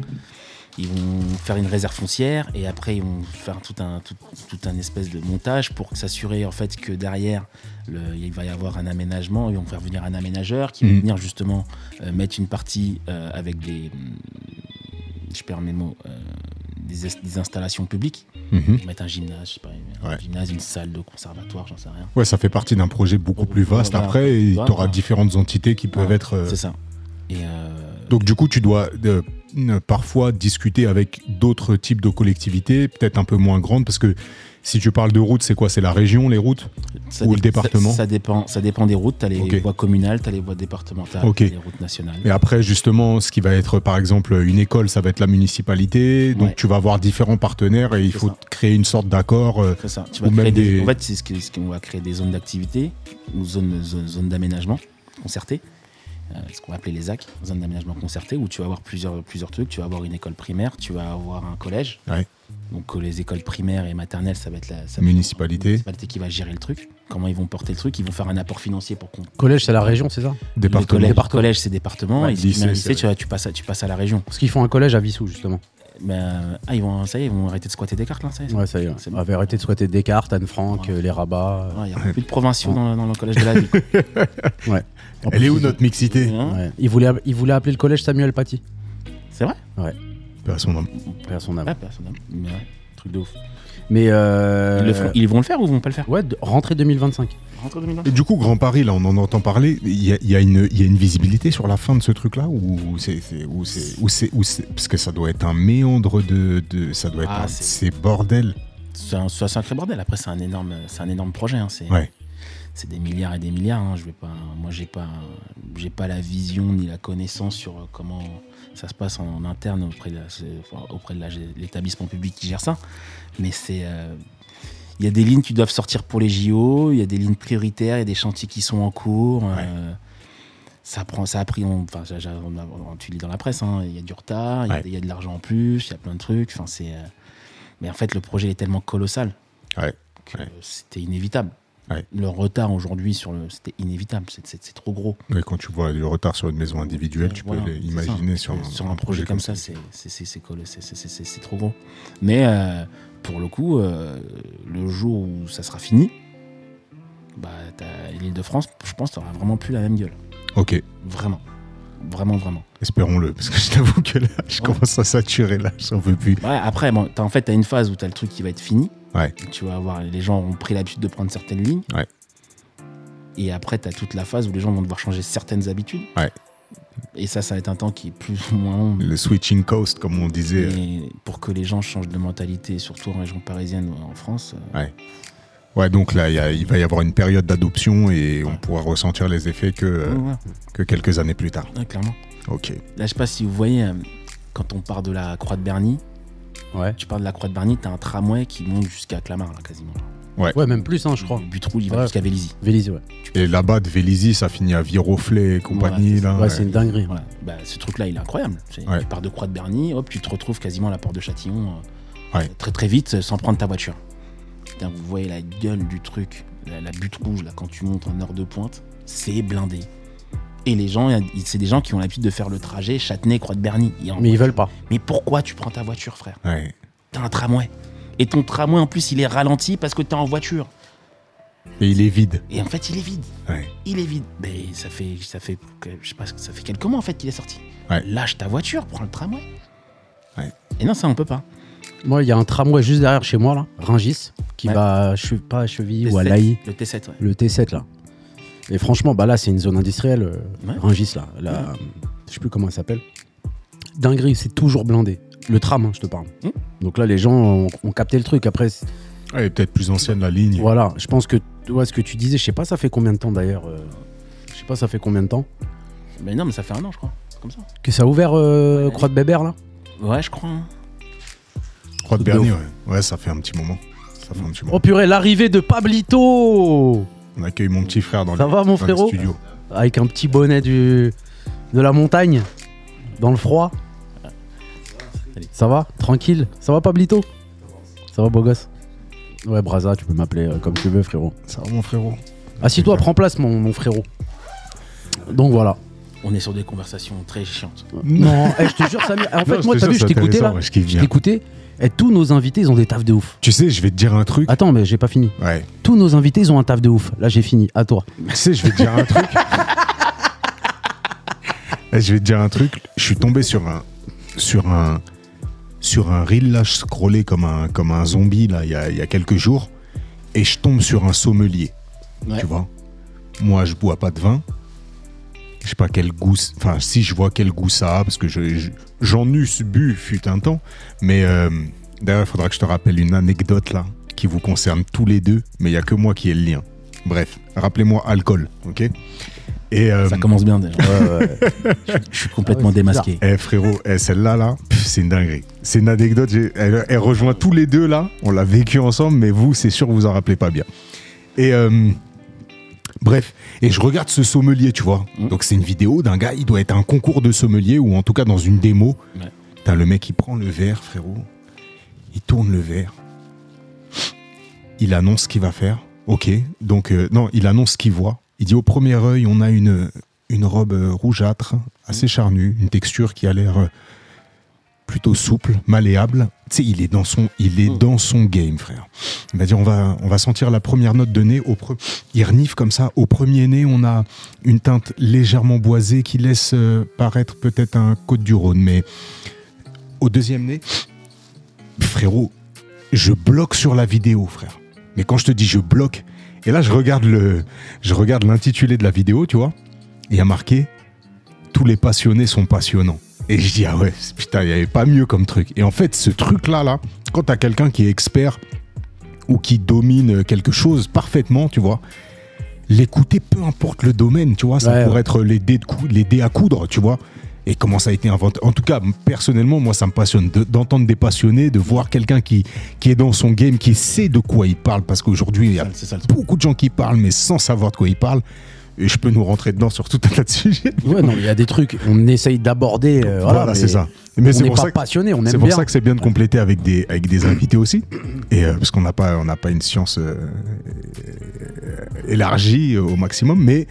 S4: ils vont faire une réserve foncière, et après, ils vont faire tout un, tout, tout un espèce de montage pour s'assurer, en fait, que derrière, le- il va y avoir un aménagement. Ils vont faire venir un aménageur qui va
S2: Mhm.
S4: venir, justement, euh, mettre une partie euh, avec des. Je perds mes mots. euh, des, es- des installations publiques,
S2: Mhm.
S4: mettre un gymnase, je sais pas, un
S2: Ouais.
S4: gymnase, une salle de conservatoire, j'en sais rien.
S2: Ouais, ça fait partie d'un projet beaucoup plus vaste
S4: Voilà.
S2: après et
S4: Voilà.
S2: tu auras différentes entités qui peuvent
S4: Ouais,
S2: être. euh,
S4: C'est ça. Et euh,
S2: Donc du coup, tu dois euh, euh, parfois discuter avec d'autres types de collectivités, peut-être un peu moins grandes, parce que si tu parles de routes, c'est quoi C'est la région, les routes
S4: ça
S2: ou
S4: dé-
S2: le département
S4: ça, ça dépend, ça dépend des routes. T'as les
S2: Ok.
S4: voies communales, t'as les voies départementales,
S2: Ok.
S4: t'as les routes nationales.
S2: Mais après, justement, ce qui va être, par exemple, une école, ça va être la municipalité. Donc,
S4: Ouais.
S2: tu vas avoir différents partenaires et il
S4: C'est
S2: faut
S4: ça.
S2: créer une sorte d'accord. euh,
S4: C'est ça. Tu
S2: Ou
S4: vas créer
S2: même
S4: des...
S2: des-
S4: En fait, c'est ce que- ce qu'on va créer des zones d'activité ou zones, zones, zones d'aménagement concertées. euh, ce qu'on va appeler les ZAC, zones d'aménagement concertées, où tu vas avoir plusieurs, plusieurs trucs. Tu vas avoir une école primaire, tu vas avoir un collège.
S2: Ouais.
S4: Donc euh, les écoles primaires et maternelles, ça va être la ça va être
S2: Municipalité.
S4: la municipalité qui va gérer le truc. Comment ils vont porter le truc Ils vont faire un apport financier pour qu'on
S3: Collège, c'est la région, c'est ça
S2: département.
S4: Le collège,
S3: Département.
S4: collège, c'est département.
S2: Ouais,
S4: et si tu mets un
S2: lycée, c'est
S4: lycée, tu, vas- tu passes à, tu passes à la région.
S3: Parce qu'ils font un collège à Vissou, justement.
S4: Ben, ah, ils vont, ça y est, ils vont arrêter de squatter des cartes là. Ça y est.
S3: Ouais, ça y est. ouais.
S4: C'est
S3: On
S4: bon.
S3: avait arrêté de souhaiter Descartes, Anne Frank,
S4: Ouais.
S3: euh, les rabats. euh.
S4: Ouais, Il n'y aura plus de provinciaux dans, le- dans le collège de la ville.
S3: En
S2: Elle
S3: plus,
S2: est où
S3: ils-
S2: notre mixité De
S4: Hein
S3: Ouais. Il, voulait, il voulait appeler le collège Samuel Paty.
S4: C'est vrai
S2: toute façon, non.
S3: Père son âme.
S4: Ouais, personnellement. Mais ouais, truc de ouf.
S3: Mais
S4: Ils,
S3: euh,
S4: le feront- ils vont le faire ou ils vont pas le faire
S3: ouais, de- rentrée 2025.
S4: Rentre 2020
S2: Et du coup, Grand Paris, là, on en entend parler. Il y a, il y a une, il y a une visibilité sur la fin de ce truc-là ou c'est, c'est- ou c'est- ou c'est- ou c'est- parce que ça doit être un méandre de, de- ça doit être,
S4: Ah,
S2: un-
S4: c'est-
S2: c'est bordel.
S4: C'est un, c'est un sacré bordel. Après, c'est un énorme, c'est un énorme projet. hein. C'est
S2: Ouais.
S4: c'est des milliards et des milliards. hein. Je vais pas, moi, j'ai pas, j'ai pas la vision ni la connaissance sur euh, comment ça se passe en, en interne auprès de, la- c'est- enfin, auprès de la- l'établissement public qui gère ça. Mais c'est, euh, il y a des lignes qui doivent sortir pour les JO. Il y a des lignes prioritaires. Il y a des chantiers qui sont en cours. euh, ça prend, ça a pris. on- Enfin, ça- ça- on a- on- tu lis dans la presse. hein, Il y a du retard. Il y a
S2: Ouais.
S4: des- il y, a de l'argent en plus. Il y a plein de trucs. Enfin, c'est. euh, mais en fait, le projet est tellement colossal
S2: Ouais,
S4: que
S2: ouais.
S4: c'était inévitable.
S2: Ouais.
S4: Le retard aujourd'hui sur le, c'était inévitable. C'est- C'est c'est trop gros.
S2: Ouais, quand tu vois le retard sur une maison individuelle, tu peux
S4: Voilà, c'est
S2: l'imaginer
S4: ça.
S2: sur, un-
S4: un projet comme ça. c'est- c'est- C'est c'est cool, c'est- c'est- c'est- c'est- c'est trop gros. Mais euh, pour le coup, euh, le jour où ça sera fini, bah, t'as- l'Île-de-France, je pense, t'auras vraiment plus la même gueule.
S2: Ok.
S4: Vraiment, vraiment, vraiment.
S2: Espérons-le, parce que je t'avoue que là, je
S4: Ouais.
S2: commence à saturer, là, j'en veux plus.
S4: Ouais, après, bon, t'as- en fait, t'as une phase où t'as le truc qui va être fini.
S2: Ouais.
S4: Tu vas avoir, les gens ont pris l'habitude de prendre certaines lignes.
S2: Ouais.
S4: Et après, t'as toute la phase où les gens vont devoir changer certaines habitudes.
S2: Ouais.
S4: Et ça, ça va être un temps qui est plus ou moins long.
S2: Le switching coast, comme on disait.
S4: Et pour que les gens changent de mentalité, surtout en région parisienne ou en France, euh,
S2: Ouais, donc là, il y a- il va y avoir une période d'adoption et on
S4: Ouais.
S2: pourra ressentir les effets que, euh,
S4: ouais,
S2: que quelques années plus tard.
S4: ouais, clairement.
S2: Ok.
S4: Là, je sais pas si vous voyez, euh, quand on part de la Croix de Berny,
S3: Ouais.
S4: tu pars de la Croix de Berny, t'as un tramway qui monte jusqu'à Clamart, là, quasiment.
S3: Ouais, même plus, hein, je crois.
S4: Le Butroul, il va
S3: Ouais.
S4: jusqu'à Vélizy.
S3: Vélizy, ouais.
S2: Et là-bas, de Vélizy, ça finit à Viroflay et compagnie,
S4: Ouais,
S2: là.
S3: Ouais,
S2: ouais.
S3: c'est une dinguerie.
S4: Voilà. Bah, ce truc-là, il est incroyable. C'est-
S2: Ouais.
S4: Tu pars de Croix de Berny, hop, tu te retrouves quasiment à la porte de Châtillon euh,
S2: Ouais.
S4: très très vite euh, sans prendre ta voiture. Putain, vous voyez la gueule du truc, la, la butte rouge là quand tu montes en heure de pointe, c'est blindé. Et les gens, il- c'est des gens qui ont l'habitude de faire le trajet Châtenay Croix de Berny. Et en-
S3: Mais ils veulent pas.
S4: Mais pourquoi tu prends ta voiture, frère
S2: Ouais.
S4: T'as un tramway. Et ton tramway en plus, il est ralenti parce que t'es en voiture.
S2: Et il est vide.
S4: Et en fait, il est vide
S2: Ouais.
S4: il est vide. Mais ça fait, ça fait, que- je sais pas, ça fait quelques mois en fait qu'il est sorti.
S2: Ouais.
S4: Lâche ta voiture, prends le tramway.
S2: Ouais.
S4: Et non, ça on peut pas.
S3: Moi, il y a un tramway juste derrière chez moi, là, Ringis, qui
S4: Ouais.
S3: va à Che- pas à Cheville ou à
S4: T7,
S3: Laï,
S4: Le T7, ouais.
S3: le T7, là. Et franchement, bah là, c'est une zone industrielle, euh,
S4: Ouais.
S3: Ringis, là. là euh, Je sais plus comment elle s'appelle. Dinguerie, c'est toujours blindé. Le tram, hein, je te parle.
S4: Hmm.
S3: Donc là, les gens ont, ont capté le truc. Après, c'est-
S2: Ouais, et peut-être plus ancienne, la ligne.
S3: voilà, je pense que tu vois ce que tu disais, je sais pas, ça fait combien de temps d'ailleurs euh, Je sais pas, ça fait combien de temps
S4: Mais non, mais ça fait un an, je crois. C'est Comme ça.
S3: Que ça a ouvert euh,
S4: Ouais.
S3: Croix de Bébert, là
S4: Ouais, je crois. hein.
S2: Croix de
S3: Truc de
S2: Bernier, ouais. Ouais, ça fait un petit moment. Ça fait un petit moment.
S3: Oh purée, l'arrivée de Pablito
S2: On accueille mon petit frère dans
S3: Ça
S2: le,
S3: va, mon
S2: dans le
S3: frérot
S2: studio.
S3: Avec un petit bonnet du, de la montagne. dans le froid.
S4: Allez.
S3: Ça va Tranquille Ça va, Pablito Ça va, beau gosse Ouais, Braza, tu peux m'appeler euh, comme tu veux, frérot.
S2: Ça va, mon frérot.
S3: Assis-toi, prends place, mon, mon frérot. Donc voilà.
S4: On est sur des conversations très chiantes.
S3: Non, eh, je te jure, Samir. En fait,
S2: Non,
S3: moi,
S2: je te jure,
S3: t'as vu, je
S2: c'est
S3: t'écoutais
S2: intéressant,
S3: là.
S2: ouais, ce qui
S3: Je
S2: vient.
S3: t'écoutais. Et tous nos invités, ils ont des tafs de ouf.
S2: Tu sais, je vais te dire un truc.
S3: Attends, mais j'ai pas fini.
S2: Ouais.
S3: Tous nos invités, ils ont un taf de ouf. Là, j'ai fini. À toi.
S2: Tu sais, je vais te dire un truc. Eh, je vais te dire un truc. Je suis tombé sur un, sur un, sur un reel là, je scrollais comme un, comme un zombie là, il y a, il y a quelques jours, et je tombe sur un sommelier.
S4: Ouais.
S2: Tu vois. Moi, je bois pas de vin. Je sais pas quel goût. c- Enfin, si je vois quel goût ça a, parce que je- je- j'en eusse bu fut un temps. Mais euh, d'ailleurs, il faudra que je te rappelle une anecdote là qui vous concerne tous les deux, mais il y a que moi qui ai le lien. Bref, rappelez-moi alcool, ok Et euh,
S4: Ça commence bien déjà. Je suis complètement
S3: Ah ouais, c'est
S4: démasqué.
S2: eh frérot, eh, celle-là, là, pff, c'est une dinguerie. C'est une anecdote, j'ai- elle, elle rejoint tous les deux là, on l'a vécu ensemble, mais vous, c'est sûr, vous en rappelez pas bien. Et euh, bref, et je regarde ce sommelier, tu vois. Donc c'est une vidéo d'un gars, il doit être à un concours de sommelier, ou en tout cas dans une démo.
S4: Ouais.
S2: T'as le mec, il prend le verre, frérot, il tourne le verre, il annonce ce qu'il va faire. Ok, donc euh, non, il annonce ce qu'il voit. Il dit au premier œil, on a une, une robe euh, rougeâtre, assez charnue, une texture qui a l'air euh, plutôt souple, malléable. Tu sais, il est dans son, il est dans son game, frère. Il va dire, on va, on va sentir la première note de nez. Au pre- il renifle comme ça. Au premier nez, on a une teinte légèrement boisée qui laisse euh, paraître peut-être un Côte du Rhône, mais au deuxième nez, frérot, je bloque sur la vidéo, frère. Mais quand je te dis je bloque, et là je regarde le, je regarde l'intitulé de la vidéo, tu vois, et il y a marqué tous les passionnés sont passionnants. Et je dis ah ouais, c'est- putain, il n'y avait pas mieux comme truc. Et en fait, ce truc là, là, quand t'as quelqu'un qui est expert ou qui domine quelque chose parfaitement, tu vois. L'écouter, peu importe le domaine, tu vois, ça
S3: Ouais,
S2: pourrait
S3: ouais.
S2: être les dés, de cou- les dés à coudre, tu vois, et comment ça a été inventé. En tout cas, personnellement, moi, ça me passionne de- d'entendre des passionnés, de voir quelqu'un qui, qui est dans son game, qui sait de quoi il parle, parce qu'aujourd'hui, il y a
S4: C'est ça le truc.
S2: beaucoup de gens qui parlent, mais sans savoir de quoi ils parlent. Et je peux nous rentrer dedans sur tout un tas de sujets.
S3: Ouais, non, il y a des trucs. On essaye d'aborder. euh,
S2: Voilà,
S3: mais
S2: c'est ça. Mais
S3: on
S2: c'est
S3: n'est
S2: pour,
S3: pas
S2: ça que,
S3: passionné, on
S2: c'est
S3: aime
S2: pour
S3: bien.
S2: ça que c'est bien de compléter avec des, avec des invités aussi. Et euh, parce qu'on n'a pas, on n'a pas une science euh, euh, élargie au maximum, mais.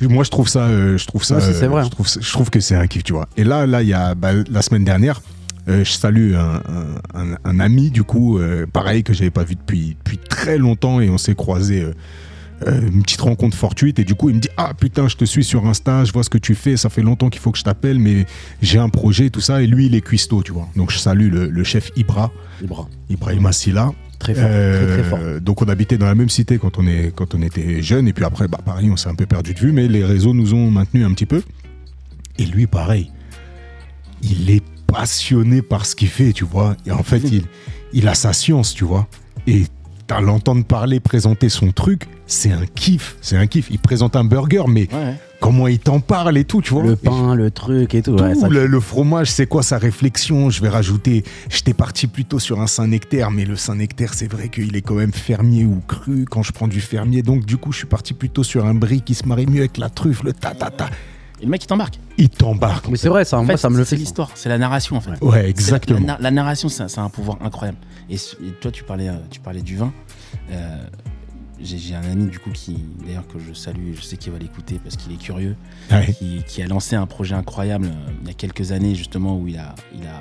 S2: Moi, je trouve ça, euh, je trouve ça,
S3: Ouais, c'est- c'est vrai. hein.
S2: Je, trouve, ça- je trouve que c'est un kiff, tu vois. Et là, là, il y a bah, la semaine dernière, euh, je salue un, un- un- un ami du coup, euh, pareil que j'avais pas vu depuis depuis très longtemps, et on s'est croisé une petite rencontre fortuite et du coup il me dit ah putain je te suis sur Insta je vois ce que tu fais ça fait longtemps qu'il faut que je t'appelle mais j'ai un projet tout ça et lui il est cuistot tu vois donc je salue le, le chef Ibra
S3: Les bras.
S2: Ibrahim Massila
S3: Très fort. Très, Euh, très fort.
S2: Euh, donc on habitait dans la même cité quand on, est, quand on était jeune et puis après bah, pareil on s'est un peu perdu de vue mais les réseaux nous ont maintenus un petit peu et lui pareil il est passionné par ce qu'il fait tu vois et en fait il, il a sa science tu vois et à l'entendre parler présenter son truc c'est un kiff c'est un kiff il présente un burger mais
S4: Ouais, ouais.
S2: comment il t'en parle et tout tu vois
S3: Le
S2: Et
S3: pain, le truc et tout.
S2: tout,
S3: ouais, ça-
S2: le, le fromage, c'est quoi sa réflexion Je vais rajouter, j'étais parti plutôt sur un Saint-Nectaire, mais le Saint-Nectaire, c'est vrai qu'il est quand même fermier ou cru quand je prends du fermier. Donc, du coup, je suis parti plutôt sur un brie qui se marie mieux avec la truffe, le ta-ta-ta.
S4: Et le mec, il t'embarque.
S2: Il t'embarque.
S3: Mais c'est vrai, ça,
S4: En
S3: moi,
S4: fait,
S3: ça me le
S4: C'est
S3: fait.
S4: l'histoire, c'est la narration en fait.
S2: Ouais,
S4: C'est la-
S2: exactement.
S4: La, nar- la narration, ça, ça a un pouvoir incroyable. Et, ce- et toi, tu parlais, euh, tu parlais du vin. Euh, J'ai j'ai un ami du coup qui, d'ailleurs, que je salue, et je sais qu'il va l'écouter parce qu'il est curieux,
S2: Ouais.
S4: qui, qui a lancé un projet incroyable euh, il y a quelques années justement où il a, il a,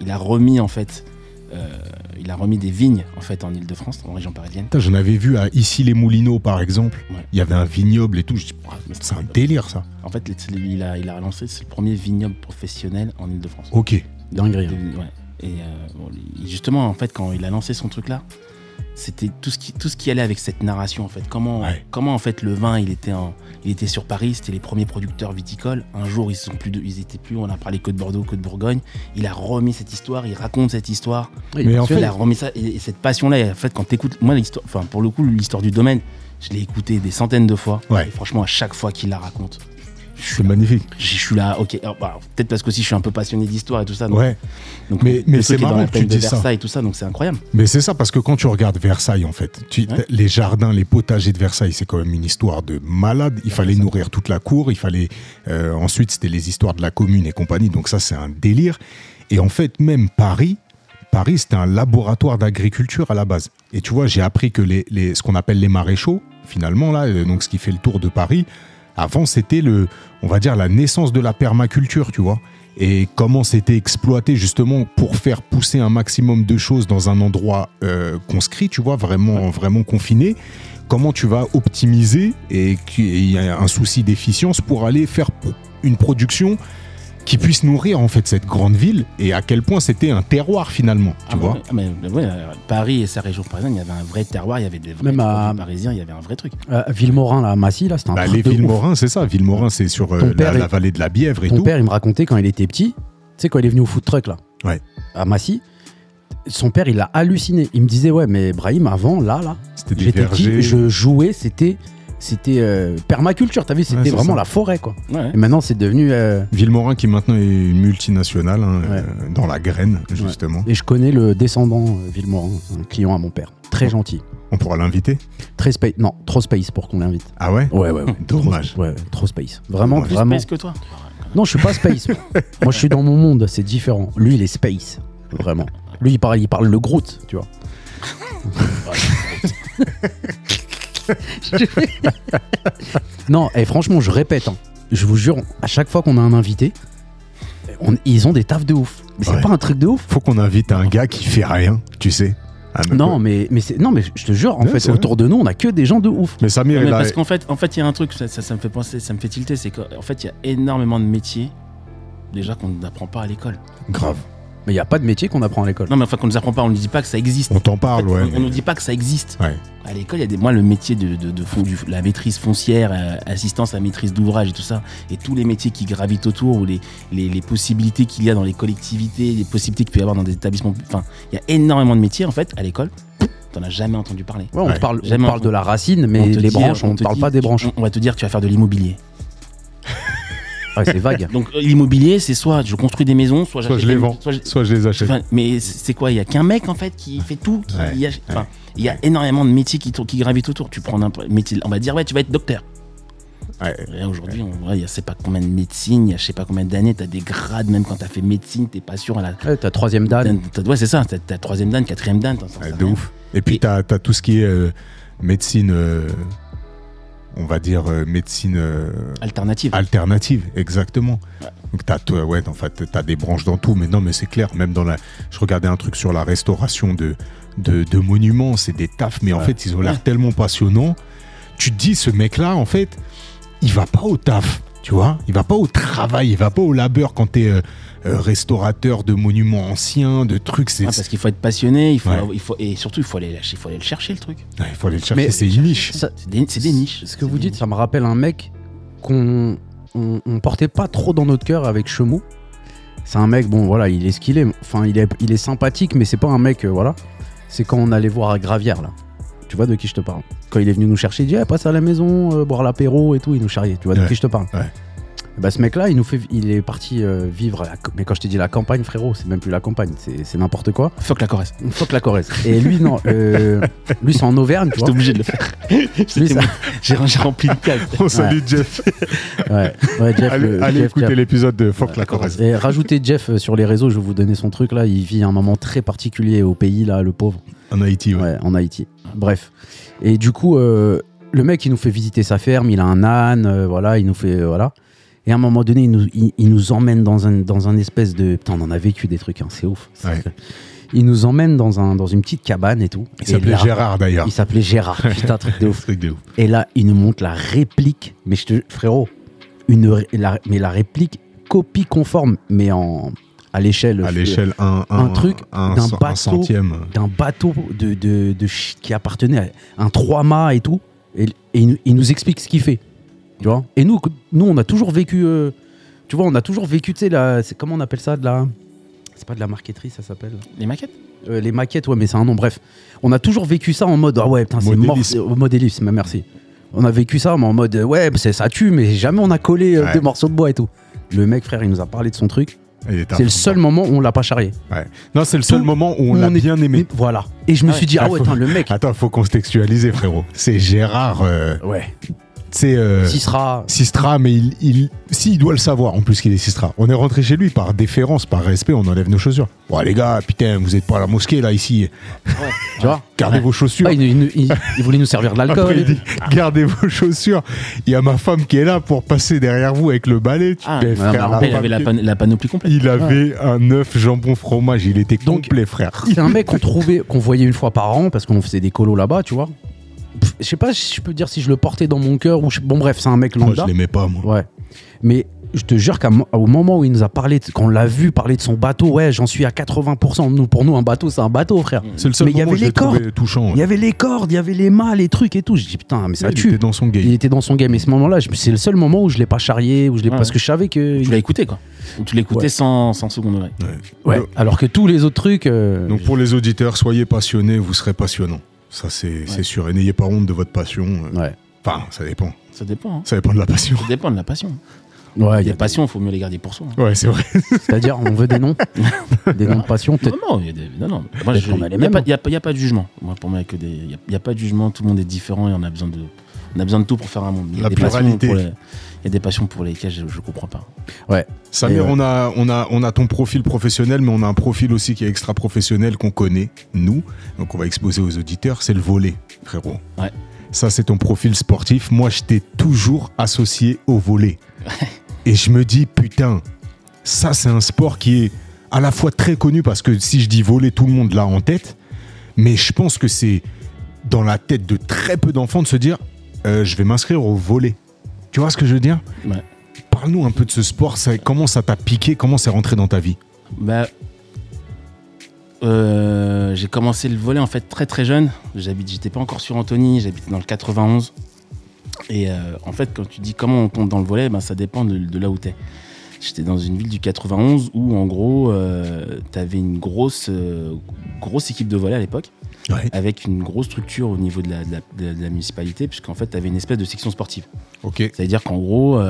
S4: il a remis en fait, euh, il a remis des vignes en fait en Île-de-France, en région parisienne.
S2: Putain, J'en avais vu à Issy-les-Moulineaux, par exemple.
S4: Ouais.
S2: Il y avait un vignoble et tout. Je dis,
S4: Ouais, mais
S2: c'est un délire, ça.
S4: En fait, le- il a, il a lancé c'est le premier vignoble professionnel en Île-de-France.
S2: Ok.
S3: Dinguerie. hein.
S4: De- ouais. Et euh, bon, il- justement, en fait, quand il a lancé son truc là, c'était tout ce qui tout ce qui allait avec cette narration en fait. Comment
S2: Ouais.
S4: comment en fait le vin, il était en- il était sur Paris, c'était les premiers producteurs viticoles. Un jour, ils sont plus de- ils étaient plus. On a parlé que de Bordeaux, que de Bourgogne. Il a remis cette histoire, il raconte cette histoire.
S3: Oui,
S2: Mais en
S4: Tu vois,
S2: fait,
S4: il a remis ça et, et cette passion là. En fait, quand t'écoutes, moi l'histoire, enfin pour le coup l'histoire du domaine, je l'ai écouté des centaines de fois.
S2: Ouais.
S4: Et franchement, à chaque fois qu'il la raconte, je suis
S2: C'est magnifique.
S4: je suis là, ok. alors, bah, Peut-être parce que aussi je suis un peu passionné d'histoire et tout ça. donc-
S2: Ouais.
S4: donc,
S2: Mais-
S4: le
S2: mais
S4: truc
S2: c'est
S4: est dans
S2: marrant
S4: la
S2: que
S4: plaine
S2: tu
S4: de
S2: dis ça.
S4: Versailles et tout ça, donc c'est incroyable.
S2: Mais c'est ça, parce que quand tu regardes Versailles, en fait, tu-
S4: Ouais.
S2: les jardins, les potagers de Versailles, c'est quand même une histoire de malade. Il fallait nourrir toute la cour, il fallait. euh, ensuite, c'était les histoires de la commune et compagnie, donc ça, c'est un délire. Et en fait, même Paris. Paris, c'était un laboratoire d'agriculture à la base. Et tu vois, j'ai appris que les, les- ce qu'on appelle les maréchaux, finalement, là, euh, donc ce qui fait le tour de Paris, avant, c'était le, on va dire, la naissance de la permaculture, tu vois. Et comment c'était exploité justement pour faire pousser un maximum de choses dans un endroit euh, conscrit, tu vois, vraiment, vraiment confiné. Comment tu vas optimiser et qu'il y a un souci d'efficience pour aller faire p- une production qui puisse nourrir en fait cette grande ville et à quel point c'était un terroir finalement, tu
S4: Ah,
S2: vois.
S4: ouais, ah, mais- mais ouais, euh, Paris et sa région parisienne, il y avait un vrai terroir, il y avait des vrais
S3: Même à-
S4: produits parisiens, il y avait un vrai truc.
S3: Euh, Villemorin, là, à Massy, là, c'était un
S2: Bah,
S3: truc
S2: les
S3: Ah, de ouf.
S2: Villemorin, c'est ça. Villemorin, c'est sur euh,
S3: Ton
S2: la,
S3: père est-
S2: la vallée de la Bièvre et
S3: Ton
S2: tout.
S3: père, il me racontait quand il était petit, tu sais, quand il est venu au food truck, là,
S2: Ouais.
S3: à Massy, son père, il a halluciné. Il me disait, ouais, mais Brahim, avant, là, là,
S2: C'était des
S3: j'étais
S2: vergers.
S3: petit, je jouais, c'était. C'était euh, permaculture, t'as vu, c'était
S2: Ouais, c'est ça.
S3: vraiment la forêt, quoi.
S4: Ouais, ouais.
S3: Et maintenant, c'est devenu. euh,
S2: Villemorin qui maintenant est une multinationale hein,
S3: Ouais.
S2: euh, dans la graine justement.
S3: Et je connais le descendant euh, Villemorin, un client à mon père. Très gentil.
S2: On pourra l'inviter.
S3: Très space. Non, trop space pour qu'on l'invite.
S2: Ah ouais.
S3: Ouais, ouais, ouais.
S2: Dommage.
S3: Ouais, trop space. Vraiment,
S2: Ouais.
S4: Plus
S3: vraiment.
S4: space que toi.
S3: Non, je suis pas space. moi. Moi, je suis dans mon monde, c'est différent. Lui, il est space. Vraiment. Lui, il parle, il parle le Groot, tu vois. non, et franchement, je répète, hein. je vous jure, à chaque fois qu'on a un invité, on- ils ont des tafs de ouf. Mais c'est
S2: Ouais.
S3: pas un truc de ouf.
S2: Faut qu'on invite un gars qui fait rien, tu sais. Un mec-
S3: Non, mais, mais c'est- non, mais je te jure, en
S2: Ouais,
S3: fait,
S2: c'est vrai.
S3: autour de nous, on a que des gens de ouf.
S2: Mais Samir,
S4: Ouais, mais
S2: il a-
S4: parce qu'en fait, en fait, il y a un truc, ça, ça, ça me fait penser, ça me fait tilter, c'est qu'en fait, il y a énormément de métiers déjà qu'on n'apprend pas à l'école.
S2: grave.
S3: Mais il n'y a pas de métier qu'on apprend à l'école.
S4: Non, mais enfin, qu'on ne nous apprend pas, on ne nous dit pas que ça existe.
S2: On t'en parle,
S4: En fait,
S2: ouais.
S4: on, on nous dit pas que ça existe.
S2: Ouais.
S4: À l'école, il y a des, moi, le métier de, de, de fond- du- la maîtrise foncière, euh, assistance à maîtrise d'ouvrage et tout ça, et tous les métiers qui gravitent autour, ou les, les, les possibilités qu'il y a dans les collectivités, les possibilités qu'il peut y avoir dans des établissements. Enfin, il y a énormément de métiers, en fait, à l'école. T'en as jamais entendu parler.
S3: Ouais, on
S2: Ouais.
S3: te parle, on
S4: Jamais
S3: te parle
S4: entendu.
S3: de la racine,
S4: On
S3: mais
S4: te
S3: les
S4: dit,
S3: branches, on ne
S4: te
S3: parle
S4: dit,
S3: pas des branches.
S4: On, on va te dire, tu vas faire de l'immobilier.
S3: Ouais, c'est vague.
S4: Donc, euh, l'immobilier, c'est soit je construis des maisons, soit,
S2: Soit
S4: j'achète
S2: je les
S4: des-
S2: vends,
S4: soit je-
S2: soit je les achète.
S4: Enfin, mais c'est quoi Il y a qu'un mec en fait qui fait tout. qui-
S2: Ouais,
S4: il y a, enfin, il y a énormément de métiers qui, tour- qui gravitent autour. Tu prends un métier, on va dire ouais, tu vas être docteur.
S2: Ouais.
S4: Et Aujourd'hui, on voit, il y a je sais pas combien de médecine, il y a je sais pas combien d'années, t'as des grades même quand t'as fait médecine, t'es pas sûr à la.
S3: Ouais, ta troisième dan.
S4: t'as- ouais, c'est ça. T'as t'as troisième dan, quatrième dan, t'en sais
S2: Ouais,
S4: rien.
S2: de ouf. Et puis
S4: Et-
S2: t'as as tout ce qui est euh, médecine, euh, on va dire euh, médecine euh,
S4: Alternative.
S2: alternative, exactement.
S4: Ouais.
S2: Donc t'as toi, ouais, en fait, t'as des branches dans tout, mais non, mais c'est clair. Même dans la, je regardais un truc sur la restauration de de, de monuments, c'est des tafs, mais en
S4: Ouais.
S2: fait, ils ont
S4: Ouais.
S2: l'air tellement passionnants. Tu te dis, ce mec-là, en fait, il va pas au taf, tu vois, il va pas au travail, il va pas au labeur quand t'es euh, euh, restaurateur de monuments anciens, de trucs. C'est,
S4: Ah, parce qu'il faut être passionné, il faut,
S2: Ouais.
S4: avoir- il faut, et surtout il faut aller, lâcher, il faut aller le chercher le truc.
S2: Ouais, il faut aller le chercher.
S3: Mais-
S2: c'est une niche.
S3: Ça-
S4: C'est des, c'est des niches.
S3: Ce
S4: C'est
S3: que vous
S4: des
S3: dites,
S4: niches.
S3: ça me rappelle un mec qu'on on, on portait pas trop dans notre cœur avec Chemou. C'est un mec, bon voilà, il est ce qu'il est. Enfin, il est, il est sympathique, mais c'est pas un mec, euh, voilà. C'est quand on allait voir à Gravière, là. Tu vois de qui je te parle. Quand il est venu nous chercher, il dit, Eh, passe à la maison, euh, boire l'apéro et tout, il nous charriait. Tu vois de
S2: Ouais,
S3: qui je te parle.
S2: ouais.
S3: Et Bah, ce mec-là, il nous fait, il est parti euh, vivre. à la co- mais quand je t'ai dit la campagne, frérot, c'est même plus la campagne, c'est c'est n'importe quoi.
S4: Fuck la Corrèze.
S3: Faut que la Corrèze. Et lui, non, euh, lui c'est en Auvergne, tu vois.
S4: J'étais obligé de le faire.
S3: Lui, ça-
S4: J'ai j'ai rempli le cadre.
S2: On salue Oh, Jeff.
S3: ouais, ouais, Jeff,
S2: allez
S3: le-
S2: allez
S3: euh, Jeff,
S2: écouter
S3: Jeff.
S2: l'épisode de Fuck
S4: Ouais,
S2: la Corrèze.
S3: Et rajoutez Jeff euh, sur les réseaux, je vais vous donner son truc là. Il vit un moment très particulier au pays là, le pauvre,
S2: En Haïti, ouais.
S3: ouais, en Haïti. Bref. Et du coup, euh, le mec, il nous fait visiter sa ferme, il a un âne, euh, voilà, il nous fait. euh, voilà. Et à un moment donné, il nous, il, il nous emmène dans un, dans un espèce de. Putain, on en a vécu des trucs, hein, c'est ouf. C'est-
S2: Ouais.
S3: Il nous emmène dans, un, dans une petite cabane et tout.
S2: Il
S3: Et
S2: s'appelait
S3: là-
S2: Gérard d'ailleurs.
S3: Il s'appelait Gérard, putain, truc de ouf.
S2: Truc de ouf.
S3: Et là, il nous montre la réplique. Mais je te, frérot, une, ré- la- mais la réplique copie conforme, mais en, à l'échelle
S2: À l'échelle 1,
S3: un truc d'un bateau.
S2: centième.
S3: d'un bateau de, de, de ch- qui appartenait à un trois-mâts et tout. Et, et il, nous- il nous explique ce qu'il fait. Tu vois Et nous, nous, on a toujours vécu. euh, tu vois, on a toujours vécu, tu sais, la- c'est- comment on appelle ça de la. C'est pas de la marqueterie, ça s'appelle
S4: Les maquettes
S3: euh, les maquettes, ah ouais, mais c'est un nom. Bref, on a toujours vécu ça en mode ah ouais, putain, c'est mort,
S2: Modélisme.
S3: c'est- modélisme, merci. On a vécu ça, mais en mode, euh, ouais, bah, c'est- ça tue, mais jamais on a collé euh,
S2: Ouais.
S3: deux morceaux de bois et tout. Le mec, frère, il nous a parlé de son truc.
S2: Il est à
S3: C'est le
S2: fond.
S3: seul moment où on l'a pas charrié.
S2: Non, c'est le seul
S3: Tout-
S2: moment où on l'a
S3: On est-
S2: bien aimé.
S3: Voilà. Et je me
S4: Ah
S3: suis dit,
S2: ouais.
S3: ah ouais,
S2: Ah, faut-
S3: attends, le mec.
S2: Attends, faut contextualiser, frérot. C'est Gérard. euh,
S3: Ouais.
S2: c'est. euh,
S3: S'il sera.
S2: Sistra, mais il, il, si, il doit le savoir, en plus qu'il est Sistra. On est rentré chez lui par déférence, par respect, on enlève nos chaussures. Ouais, les gars, putain, vous êtes pas à la mosquée, là, ici.
S3: Tu vois
S2: Gardez vos chaussures.
S3: Ah, il, il- il- il voulait nous servir de l'alcool.
S2: Après, il dit, gardez vos chaussures. Il y a ma femme qui est là pour passer derrière vous avec le balai. Tu
S4: Ah,
S2: fais,
S3: voilà,
S2: frère,
S3: mais
S2: la
S4: Après, il
S2: femme
S4: avait la,
S2: qui-
S4: pan- la panoplie complète.
S2: il avait un œuf jambon fromage. Il était
S3: Donc,
S2: complet, frère.
S3: C'est un mec qu'on trouvait, qu'on voyait une fois par an parce qu'on faisait des colos là-bas, tu vois. Pff, Je sais pas si je peux dire si je le portais dans mon cœur ou je- bon bref, c'est un mec
S2: Moi,
S3: lambda.
S2: je l'aimais pas, moi.
S3: ouais. Mais je te jure qu'au moment où il nous a parlé, de- quand on l'a vu parler de son bateau, ouais, j'en suis à 80%. Nous, pour nous, un bateau, c'est un bateau, frère.
S2: C'est le seul
S3: Mais il y
S2: moment où
S3: avait
S2: je l'ai
S3: les cordes.
S2: trouvé touchant.
S3: Il y avait les cordes, il y avait les mâts, les trucs et tout. Je dis putain, mais ça
S2: Il
S3: tue.
S2: était dans son
S3: Il
S2: game.
S3: était dans son game. Et ce moment-là, je- c'est le seul moment où je l'ai pas charrié, où je l'ai
S4: Ouais.
S3: parce que je savais que.
S4: Tu l'as écouté, quoi. Ou tu l'écoutais
S3: Ouais.
S4: sans, sans second degré.
S3: Ouais. Alors que tous les autres trucs. euh,
S2: Donc pour les auditeurs, soyez passionnés, vous serez passionnants. Ça c'est c'est sûr. Et n'ayez pas honte de votre passion. euh,
S3: Ouais.
S2: Enfin, ça dépend.
S4: Ça dépend. hein.
S2: Ça dépend de la passion.
S4: Ça dépend de la passion.
S3: Ouais. il Ah, y
S4: Des
S3: a-
S4: passions, il faut mieux les garder pour soi. hein.
S2: Ouais, c'est vrai.
S3: C'est-à-dire, on veut des noms, des noms de passion, peut-être.
S4: Non, non, il y a des- non, non. Moi,
S3: Peut-être
S4: je-
S3: qu'on a les
S4: il n'y a,
S3: mêmes,
S4: pas-
S3: hein.
S4: il y a pas- il y a pas de jugement. Moi, pour moi, il y a que des- il y a- il y a pas de jugement. Tout le monde est différent et on a besoin de, on a besoin de tout pour faire un monde. Il y a
S2: La
S4: des passions
S2: pluralité.
S4: pour les- il y a des passions pour lesquelles je, je comprends pas.
S2: Samir,
S3: Et ouais.
S2: on, a, on, a, on a ton profil professionnel, mais on a un profil aussi qui est extra professionnel qu'on connaît, nous. Donc on va exposer aux auditeurs, c'est le volet, frérot.
S4: Ouais.
S2: Ça, c'est ton profil sportif. Moi, je t'ai toujours associé au volet. Et je me dis, putain, ça, c'est un sport qui est à la fois très connu, parce que si je dis volet, tout le monde l'a en tête. Mais je pense que c'est dans la tête de très peu d'enfants de se dire, euh, je vais m'inscrire au volet. Tu vois ce que je veux dire
S4: Ouais.
S2: Parle-nous un peu de ce sport, ça- comment ça t'a piqué, comment c'est rentré dans ta vie
S4: Bah, euh, j'ai commencé le volet en fait très très jeune. J'habite, j'étais pas encore sur Anthony, j'habitais dans le 91. Et euh, en fait, quand tu dis comment on tombe dans le volet, ben, ça dépend de, de là où t'es. J'étais dans une ville du 91 où en gros, euh, t'avais une grosse euh, grosse équipe de volet à l'époque.
S2: Ouais.
S4: avec une grosse structure au niveau de la, de la- de la municipalité, puisqu'en fait, tu avais une espèce de section sportive.
S2: Ok.
S4: C'est-à-dire qu'en gros,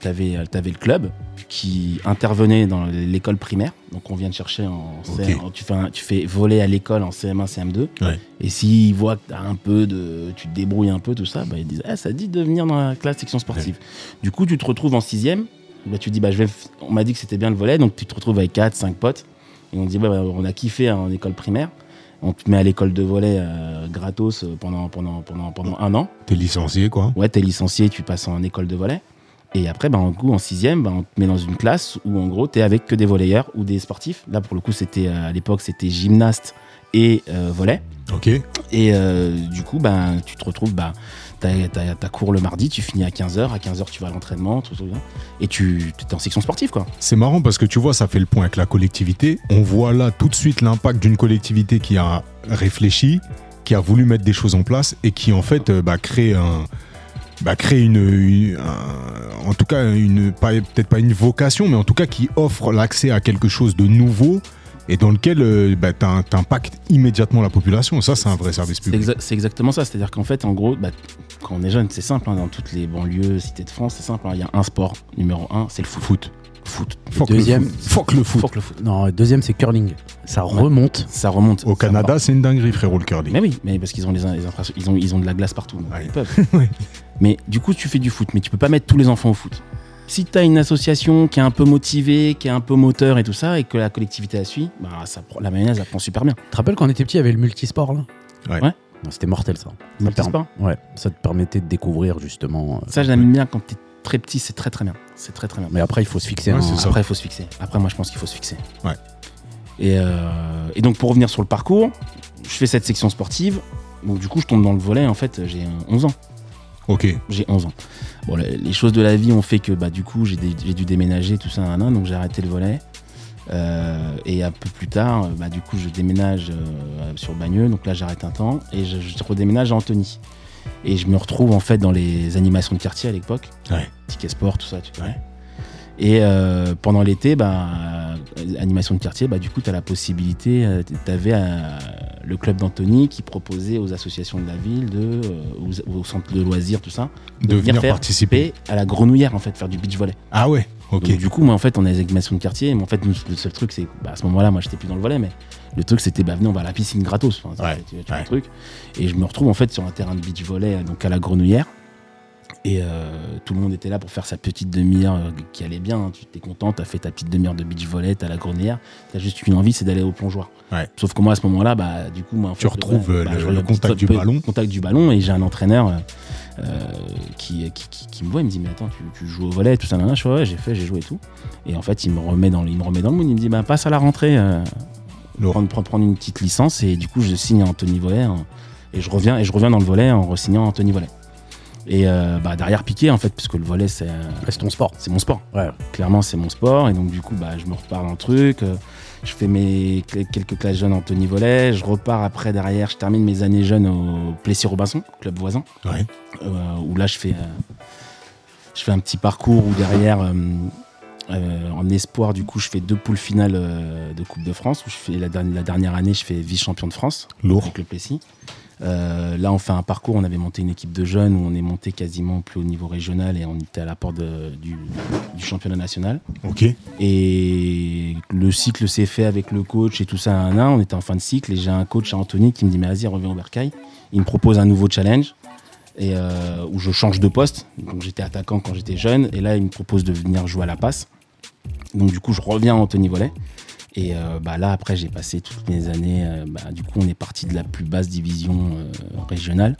S4: tu avais, le club qui intervenait dans l'école primaire. Donc, on vient de chercher en CM, tu, fais un- tu fais voler à l'école en CM1, CM2.
S2: Ouais.
S4: Et s'ils voient que t'as un peu de, tu te débrouilles un peu, tout ça, bah, ils disent Ah, ça dit de venir dans la classe section sportive. Du coup, tu te retrouves en sixième. Bah, tu dis bah, je vais f- On m'a dit que c'était bien le volet, donc tu te retrouves avec 4, 5 potes. Et on dit bah, bah, On a kiffé hein, en école primaire. On te met à l'école de volet euh, gratos euh, pendant, pendant, pendant, pendant un an.
S2: T'es licencié, quoi.
S4: Ouais, t'es licencié, tu passes en école de volet. Et après, bah, en, coup, en sixième, bah, on te met dans une classe où, en gros, t'es avec que des volleyeurs ou des sportifs. Là, pour le coup, c'était euh, à l'époque, c'était gymnaste et euh, volet.
S2: Ok.
S4: Et euh, du coup, bah, tu te retrouves, bah, t'as as, cours le mardi, tu finis à 15h, à 15h, tu vas à l'entraînement, tout, tout, tout. et tu es en section sportive, quoi.
S2: C'est marrant parce que tu vois, ça fait le point avec la collectivité. On voit là tout de suite l'impact d'une collectivité qui a réfléchi, qui a voulu mettre des choses en place et qui en fait euh, bah, crée un. Bah, crée une, une- un- en tout cas une pas- peut-être pas une vocation mais en tout cas qui offre l'accès à quelque chose de nouveau et dans lequel euh, bah, t'in- t'impactes immédiatement la population ça c'est un vrai service
S4: C'est
S2: public
S4: exa- c'est exactement ça, c'est-à-dire qu'en fait, en gros, bah, quand on est jeune, c'est simple, hein, dans toutes les banlieues, cités de France, c'est simple, hein, il y a un sport, numéro un, c'est le foot.
S2: foot
S4: Foot.
S2: Fuck
S3: Deuxième.
S2: le foot. Fuck le foot.
S4: Faut que le foot.
S3: Non, deuxième, c'est curling. Ça remonte.
S4: Ça remonte.
S2: Au
S4: ça
S2: Canada, c'est une dinguerie, frérot, le curling.
S4: Mais oui, mais parce qu'ils ont les, les infra- ils ont ils ont de la glace partout, donc
S2: Ouais.
S4: ils peuvent. Mais du coup, tu fais du foot, mais tu peux pas mettre tous les enfants au foot. Si tu as une association qui est un peu motivée, qui est un peu moteur et tout ça, et que la collectivité la suit, bah, ça, prend- la mayonnaise, elle prend super bien.
S3: Tu te rappelles quand on était petit, il y avait le multisport là
S2: Ouais.
S4: Ouais.
S3: Non, C'était mortel ça. Ça, te
S4: Multisport.
S3: perm- ouais, ça te permettait de découvrir justement. euh,
S4: Ça, j'aime bien quand tu es très petit, c'est très très bien. C'est très très bien.
S3: Mais après, il faut se fixer.
S2: Ouais,
S3: un-
S2: c'est ça.
S4: Après, il faut se fixer. Après, moi, je pense qu'il faut se fixer.
S2: Ouais.
S4: Et, euh, et donc, pour revenir sur le parcours, je fais cette section sportive. Donc, du coup, je tombe dans le volet. En fait, j'ai euh, 11 ans.
S2: Ok.
S4: J'ai 11 ans. Bon, les les choses de la vie ont fait que bah, du coup, j'ai dé- j'ai dû déménager, tout ça, nan, nan, donc j'ai arrêté le volet. Euh, et un peu plus tard, euh, bah, du coup, je déménage euh, sur Bagneux, donc là, j'arrête un temps et je, je redéménage à Antony. Et je me retrouve en fait dans les animations de quartier à l'époque,
S2: Ouais.
S4: ticket sport, tout ça, tu vois.
S2: Ouais.
S4: Et euh, pendant l'été, bah, euh, animation de quartier, bah, du coup, tu as la possibilité, tu avais le club d'Anthony qui proposait aux associations de la ville, de, euh, aux, aux, centres de loisirs, tout ça,
S2: de, venir, venir participer
S4: à la grenouillère, en fait, faire du beach volley.
S2: Ah ouais Ok.
S4: Donc, du coup, moi, en fait, on a les animations de quartier, mais en fait, nous, le seul truc, c'est, bah, à ce moment-là, moi, j'étais plus dans le volet, mais le truc, c'était, bah, venez, on va à la piscine gratos. Enfin,
S2: Ouais,
S4: tu vois, tu vois
S2: ouais.
S4: le truc. Et je me retrouve, en fait, sur un terrain de beach volley, euh, donc à la grenouillère. Et euh, tout le monde était là pour faire sa petite demi-heure euh, qui allait bien. hein. Tu t'es content, t'as fait ta petite demi-heure de beach volley, t'as la grenière. T'as juste une envie, c'est d'aller au plongeoir.
S2: Ouais.
S4: Sauf que moi, à ce moment-là, bah, du coup, moi, en
S2: Tu retrouves, euh, le-
S4: je
S2: le
S4: regarde
S2: contact
S4: un petit
S2: du
S4: peu
S2: ballon.
S4: le Contact du ballon, et j'ai un entraîneur euh, euh, qui, qui, qui- qui me voit, il me dit mais attends, tu, tu joues au volet, tout ça, nan, nan. Je fais, ouais, j'ai fait, j'ai joué et tout. Et en fait, il me remet dans le, il me remet dans le mood. Il me dit bah passe à la rentrée, euh,
S2: Laurent.
S4: prendre, prendre, prendre une petite licence, et du coup, je signe à Anthony Volet hein, et je reviens et je reviens dans le volet en re-signant Anthony Volet. Et euh, bah, derrière piqué en fait, parce que le volet c'est euh,
S3: C'est ton sport.
S4: c'est mon sport.
S3: Ouais.
S4: Clairement, c'est mon sport. Et donc, du coup, bah, je me repars dans le truc. euh, Je fais mes cl- quelques classes jeunes Anthony Volet. Je repars après, derrière, je termine mes années jeunes au Plessis Robinson, club voisin.
S2: Ouais.
S4: euh, où là, je fais, euh, je fais un petit parcours où derrière, euh, euh, en espoir, du coup, je fais deux poules finales euh, de Coupe de France. Où je fais, la, derni- la dernière année, je fais vice-champion de France
S2: Lourd.
S4: avec le Plessis. Euh, là, on fait un parcours. On avait monté une équipe de jeunes où on est monté quasiment au plus haut niveau régional et on était à la porte de- du, du championnat national.
S2: Ok.
S4: Et le cycle s'est fait avec le coach et tout ça. nan, nan. On était en fin de cycle et j'ai un coach à Anthony qui me dit Mais vas-y, reviens au bercail. Il me propose un nouveau challenge et euh, où je change de poste. Donc j'étais attaquant quand j'étais jeune et là, il me propose de venir jouer à la passe. Donc du coup, je reviens à Anthony Volet. Et euh, bah, là, après, j'ai passé toutes mes années. euh, bah, du coup, on est parti de la plus basse division euh, régionale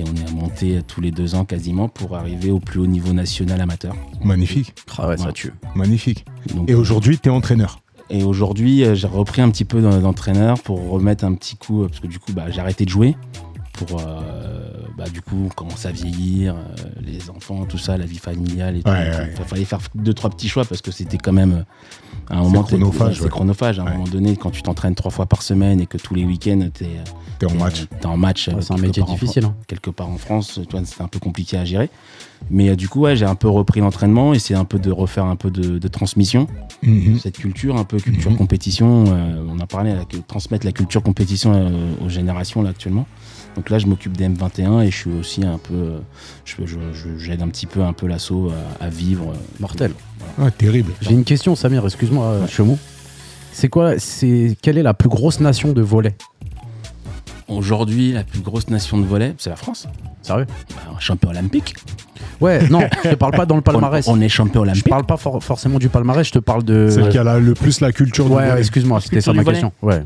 S4: et on est monté tous les deux ans quasiment pour arriver au plus haut niveau national amateur.
S2: Magnifique.
S3: Ah ouais,
S4: ça
S3: ça tue.
S2: Magnifique.
S4: Donc,
S2: Et aujourd'hui, t'es entraîneur.
S4: et aujourd'hui, euh, j'ai repris un petit peu dans- d'entraîneur pour remettre un petit coup, euh, parce que du coup, bah, j'ai arrêté de jouer. Pour, euh, bah, du coup, on commence à vieillir, euh, les enfants, tout ça, la vie familiale. Et tout,
S2: Ouais,
S4: et tout.
S2: ouais,
S4: Il fallait faire deux, trois petits choix parce que c'était quand même. euh, À un moment, t'es-
S2: chronophage,
S4: C'est
S2: ouais.
S4: chronophage. À un
S2: Ouais.
S4: moment donné, quand tu t'entraînes trois fois par semaine et que tous les week-ends, t'es euh,
S2: T'es en
S4: t'es-
S2: match.
S4: t'es en match. euh,
S3: c'est un
S4: quelque
S3: métier
S4: part en Fran-
S3: difficile. hein.
S4: quelque part en France, toi, c'était un peu compliqué à gérer. Mais euh, du coup, ouais, j'ai un peu repris l'entraînement, essayé un peu de refaire un peu de- de transmission
S2: Mhm.
S4: cette culture un peu culture
S2: Mhm.
S4: compétition euh, on a parlé à la, que- transmettre la culture compétition euh, aux générations là actuellement donc là je m'occupe des M21 et je suis aussi un peu euh, je je- je- j'aide un petit peu un peu l'assaut à, à vivre euh,
S3: Mortel.
S2: Ah, terrible.
S3: J'ai une question, Samir, excuse-moi, euh, Chemou. C'est quoi, c'est quelle est la plus grosse nation de volet
S4: aujourd'hui la plus grosse nation de volet c'est la France
S3: Sérieux
S4: Bah, champion olympique
S3: Ouais, non, je te parle pas dans le palmarès.
S4: on, on est champion
S3: Je
S4: olympique
S3: parle pas for- forcément du palmarès, je te parle de.
S2: Celle qui a la- le plus la culture du
S3: Euh, Ouais,
S2: volet.
S3: ouais, excuse-moi, c'était ça
S4: Culture
S3: ma
S4: du volet.
S3: question. Ouais,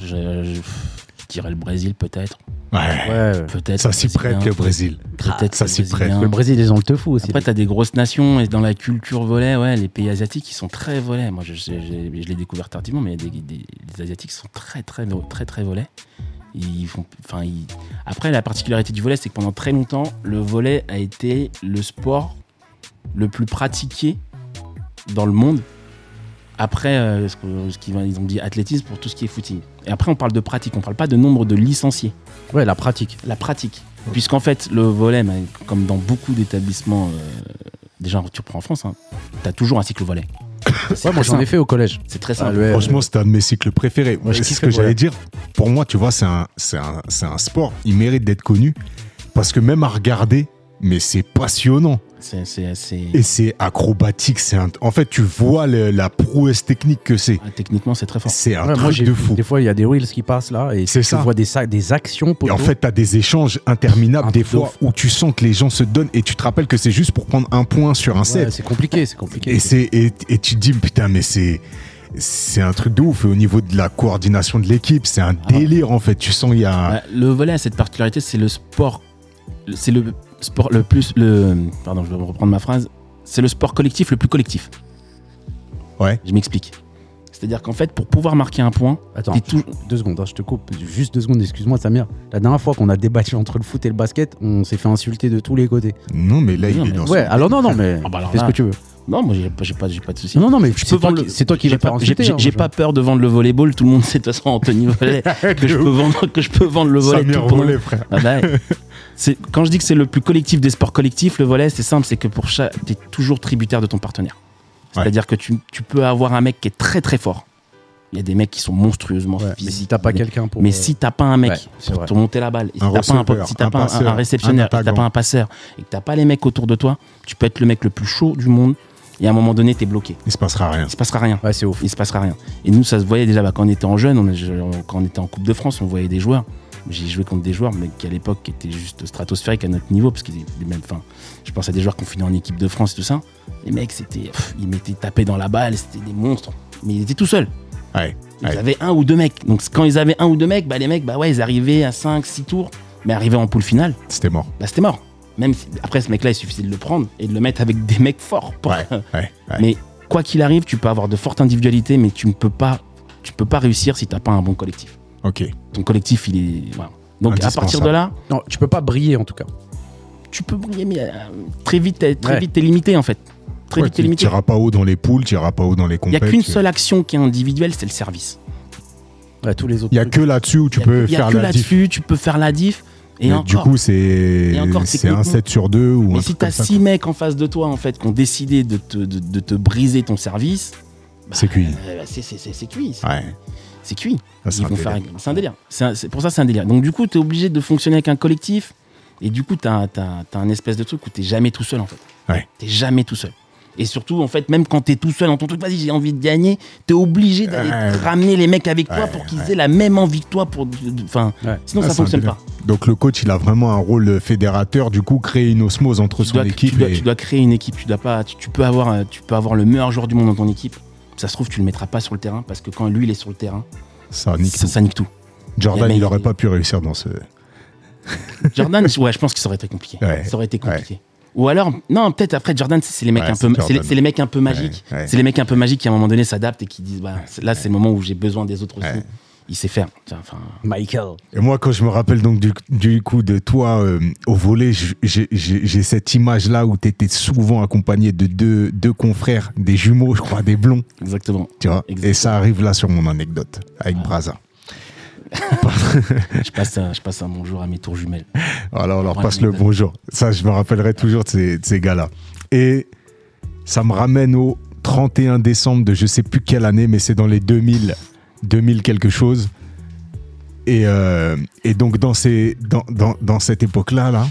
S4: je, je- je dirais le Brésil peut-être
S2: Ouais.
S3: ouais.
S4: peut-être
S2: Ça s'y
S4: le Brésilien.
S2: prête, le Brésil. Ah,
S4: peut-être
S2: ça
S4: le
S2: s'y prête.
S4: Brésilien.
S3: Le Brésil, ils ont le tofu aussi.
S4: Après, tu as des grosses nations et dans la culture volet, ouais, les pays asiatiques, ils sont très volets. Moi, je, je- je- je l'ai découvert tardivement, mais il y a des, des- des asiatiques qui sont très, très, vo- très, très volets. Ils font, enfin, ils- Après, la particularité du volet, c'est que pendant très longtemps, le volet a été le sport le plus pratiqué dans le monde. Après, euh, ce, que- ce qu'ils ont- ils ont dit athlétisme pour tout ce qui est footing. Et après, on parle de pratique, on parle pas de nombre de licenciés
S3: ouais, la pratique.
S4: la pratique. Puisqu'en fait, le volet, ben, comme dans beaucoup d'établissements, euh, déjà, tu reprends en France, hein, t'as toujours un cycle volet. C'est
S3: Ouais, moi j'en
S4: très
S3: ai
S4: simple.
S3: fait au collège.
S4: C'est très
S3: Ah,
S4: simple.
S3: le-
S2: Franchement, c'est un de mes cycles préférés.
S3: Moi, je
S2: c'est
S3: kiffe
S2: ce que
S3: le volet.
S2: j'allais dire. Pour moi, tu vois, c'est un, c'est un, c'est un sport. Il mérite d'être connu. Parce que même à regarder, mais c'est passionnant.
S4: C'est- c'est c'est-
S2: Et c'est acrobatique. C'est un- En fait, tu vois le- la prouesse technique que c'est.
S4: ah, Techniquement, c'est très fort.
S2: C'est un
S3: Ouais, moi,
S2: truc
S3: j'ai-
S2: de fou.
S3: Des fois, il y a des reels qui passent là et
S2: C'est
S3: tu
S2: ça.
S3: vois des, sa- des actions
S2: Et
S3: poteau.
S2: en fait, t'as des échanges interminables
S3: Un
S2: des
S3: truc de
S2: fois
S3: ouf.
S2: où tu sens que les gens se donnent et tu te rappelles que c'est juste pour prendre un point sur un
S3: Ouais,
S2: set.
S3: c'est compliqué, c'est compliqué.
S2: Et, c'est, et, et tu te dis, putain, mais c'est, c'est un truc de ouf. Et au niveau de la coordination de l'équipe, c'est un
S4: Ah.
S2: délire en fait. Tu sens, il y a.
S4: Bah, le volet a cette particularité, c'est le sport. C'est le sport le plus. Le, pardon, je vais reprendre ma phrase. C'est le sport collectif le plus collectif.
S2: Ouais.
S4: Je m'explique. C'est-à-dire qu'en fait, pour pouvoir marquer un point,
S3: Attends,
S4: t'es tou-
S3: deux secondes, hein, je te coupe. Juste deux secondes, excuse-moi, Samir. La dernière fois qu'on a débattu entre le foot et le basket, on s'est fait insulter de tous les côtés.
S2: Non, mais là, il
S4: Non,
S2: est
S4: mais
S2: dans
S3: Ouais, alors non, non, mais.
S4: Ah bah alors
S3: Qu'est-ce
S4: là-
S3: que tu veux
S4: Non, moi, j'ai pas, j'ai pas, j'ai pas de soucis.
S3: Non, non, mais
S4: Je
S3: c'est
S4: peux
S3: toi,
S4: vendre
S3: qui-
S4: le-
S3: c'est toi qui
S4: j'ai
S3: vas pas
S4: pas, j'ai-
S3: insulter.
S4: j'ai-
S3: hein,
S4: j'ai
S3: je-
S4: pas peur de vendre le volleyball. Tout le monde sait de toute façon Anthony Volet que je peux vendre que je peux vendre le volet.
S2: Samir
S4: tout pendant-
S2: Volet, frère.
S4: Ah bah ouais. c'est- quand je dis que c'est le plus collectif des sports collectifs, le volet, c'est simple, c'est que pour chaque, t'es toujours tributaire de ton partenaire. C'est-à-dire que tu, tu peux avoir un mec qui est très très fort. Il y a des mecs qui sont monstrueusement
S3: Ouais, mais
S4: physiques.
S3: si t'as pas
S4: des-
S3: quelqu'un pour.
S4: mais
S3: euh,
S4: si t'as pas un mec
S3: ouais, c'est
S4: pour
S3: vrai.
S4: te monter la balle, et si
S2: Un
S4: t'as pas un,
S2: receveur,
S4: si t'as
S2: un
S4: pas un-
S2: passeur,
S4: un réceptionnaire,
S2: un
S4: et si t'as
S2: attaquant.
S4: pas un passeur, et que t'as pas les mecs autour de toi, tu peux être le mec le plus chaud du monde, et à un moment donné, t'es bloqué.
S2: Il se passera rien.
S4: Il se passera rien.
S3: Ouais, c'est ouf.
S4: Il se passera rien. Et nous, ça se voyait déjà bah, quand on était en jeune, on, a- je- on- quand on était en Coupe de France, on voyait des joueurs. J'ai joué contre des joueurs, mais qui à l'époque étaient juste stratosphériques à notre niveau, parce qu'ils étaient même. Enfin, je pense à des joueurs qu'on finit en équipe de France et tout ça. Les mecs, c'était, pff, ils m'étaient tapés dans la balle, c'était des monstres. Mais ils étaient tout seuls.
S2: Ouais.
S4: Ils
S2: Ouais.
S4: avaient un ou deux mecs. Donc quand ils avaient un ou deux mecs, bah, les mecs, bah ouais, ils arrivaient à 5, 6 tours, mais arrivaient en poule finale,
S2: C'était mort.
S4: bah c'était mort. Même si- après, ce mec-là, il suffisait de le prendre et de le mettre avec des mecs forts. pour-
S2: Ouais. Ouais. ouais.
S4: Mais quoi qu'il arrive, tu peux avoir de fortes individualités, mais tu ne peux pas, tu peux pas réussir si t'as pas un bon collectif.
S2: Ok.
S4: Ton collectif, il est. voilà. Donc à partir
S2: Indispensable.
S4: de là,
S3: Non, tu peux pas briller en tout cas.
S4: tu peux briller, mais euh, très vite, t'es- très
S3: Ouais.
S4: vite, t'es limité en fait. Très
S2: Ouais,
S4: vite, t'es
S2: tu
S4: limité.
S2: n'iras pas haut dans les poules, tu n'iras pas haut dans les
S4: Il n'y a
S2: compétitions.
S4: qu'une seule action qui est individuelle, c'est le service.
S3: Ouais, tous les autres.
S2: Il n'y a
S3: trucs.
S2: que là-dessus où tu
S4: Il y a
S2: peux
S4: que- il y a
S2: faire
S4: que
S2: la diff.
S4: là-dessus, tu peux faire la diff. Et
S2: Mais
S4: encore.
S2: du coup, c'est
S4: Et encore,
S2: c'est un
S4: techniquement.
S2: 7 sur 2 ou un
S4: Mais si
S2: truc
S4: t'as
S2: comme ça.
S4: six mecs en face de toi en fait qui ont décidé de te, de, de te briser ton service, bah,
S2: C'est cuit.
S4: euh, bah, c'est- c'est c'est- c'est cuit. c'est-
S2: Ouais,
S4: C'est cuit.
S2: ça, Bah, c'est
S4: Ils
S2: un
S4: vont
S2: délire.
S4: faire un- C'est un délire. C'est un- c'est- pour ça, c'est un délire. Donc, du coup, tu es obligé de fonctionner avec un collectif. Et du coup, tu as, un espèce de truc où tu jamais tout seul, en fait.
S2: Ouais.
S4: Tu jamais tout seul. Et surtout, en fait, même quand tu es tout seul dans ton truc, vas-y, j'ai envie de gagner, tu es obligé d'aller
S2: Ouais.
S4: ramener les mecs avec toi
S2: Ah. Ouais,
S4: pour qu'ils
S2: ouais.
S4: aient la même envie que toi. Pour, de- de- enfin,
S3: Ouais.
S4: Sinon,
S2: Ah,
S4: ça
S2: c'est un
S4: fonctionne
S2: délire.
S4: pas.
S2: Donc le coach, il a vraiment un rôle fédérateur, du coup, créer une osmose entre
S4: tu
S2: son
S4: dois,
S2: équipe
S4: tu dois-
S2: et...
S4: tu dois créer une équipe. Tu, dois pas, tu, tu peux avoir, euh, tu peux avoir le meilleur joueur du monde dans ton équipe. Ça se trouve, tu le mettras pas sur le terrain parce que quand lui, il est sur le terrain,
S2: ça nique
S4: ça,
S2: tout.
S4: ça nique tout.
S2: Jordan,
S4: mais-
S2: il n'aurait pas pu réussir dans ce...
S4: Jordan, ouais, je pense que ça aurait été compliqué.
S2: Ouais.
S4: Ça aurait été compliqué. Ou alors, non, peut-être après Jordan, c'est c'est les mecs
S2: Ouais,
S4: un
S2: c'est
S4: peu, c'est les,
S2: Jordan.
S4: c'est les mecs un peu magiques.
S2: Ouais, ouais.
S4: C'est les mecs un peu magiques qui à un moment donné s'adaptent et qui disent, bah, c'est- là c'est le moment où j'ai besoin des autres aussi.
S2: Ouais.
S4: Il sait faire. Enfin,
S3: Michael.
S2: Et moi, quand je me rappelle donc du, du coup de toi euh, au volet, j- j'ai- j'ai j'ai cette image-là où tu étais souvent accompagné de deux, deux confrères, des jumeaux, je crois, des blonds,
S4: exactement.
S2: tu vois.
S4: Exactement. Ah.
S2: Et ça arrive là sur mon anecdote avec Braza.
S4: je passe, un, je passe un bonjour à mes tours jumelles.
S2: Voilà, on leur
S4: Ouais,
S2: passe
S4: mais-
S2: le bonjour. Ça, je me rappellerai toujours de ces, de ces gars-là. Et ça me ramène au 31 décembre de je sais plus quelle année, mais c'est dans les 2000, 2000 quelque chose. Et, euh, et donc, dans, ces, dans, dans, dans cette époque-là, là,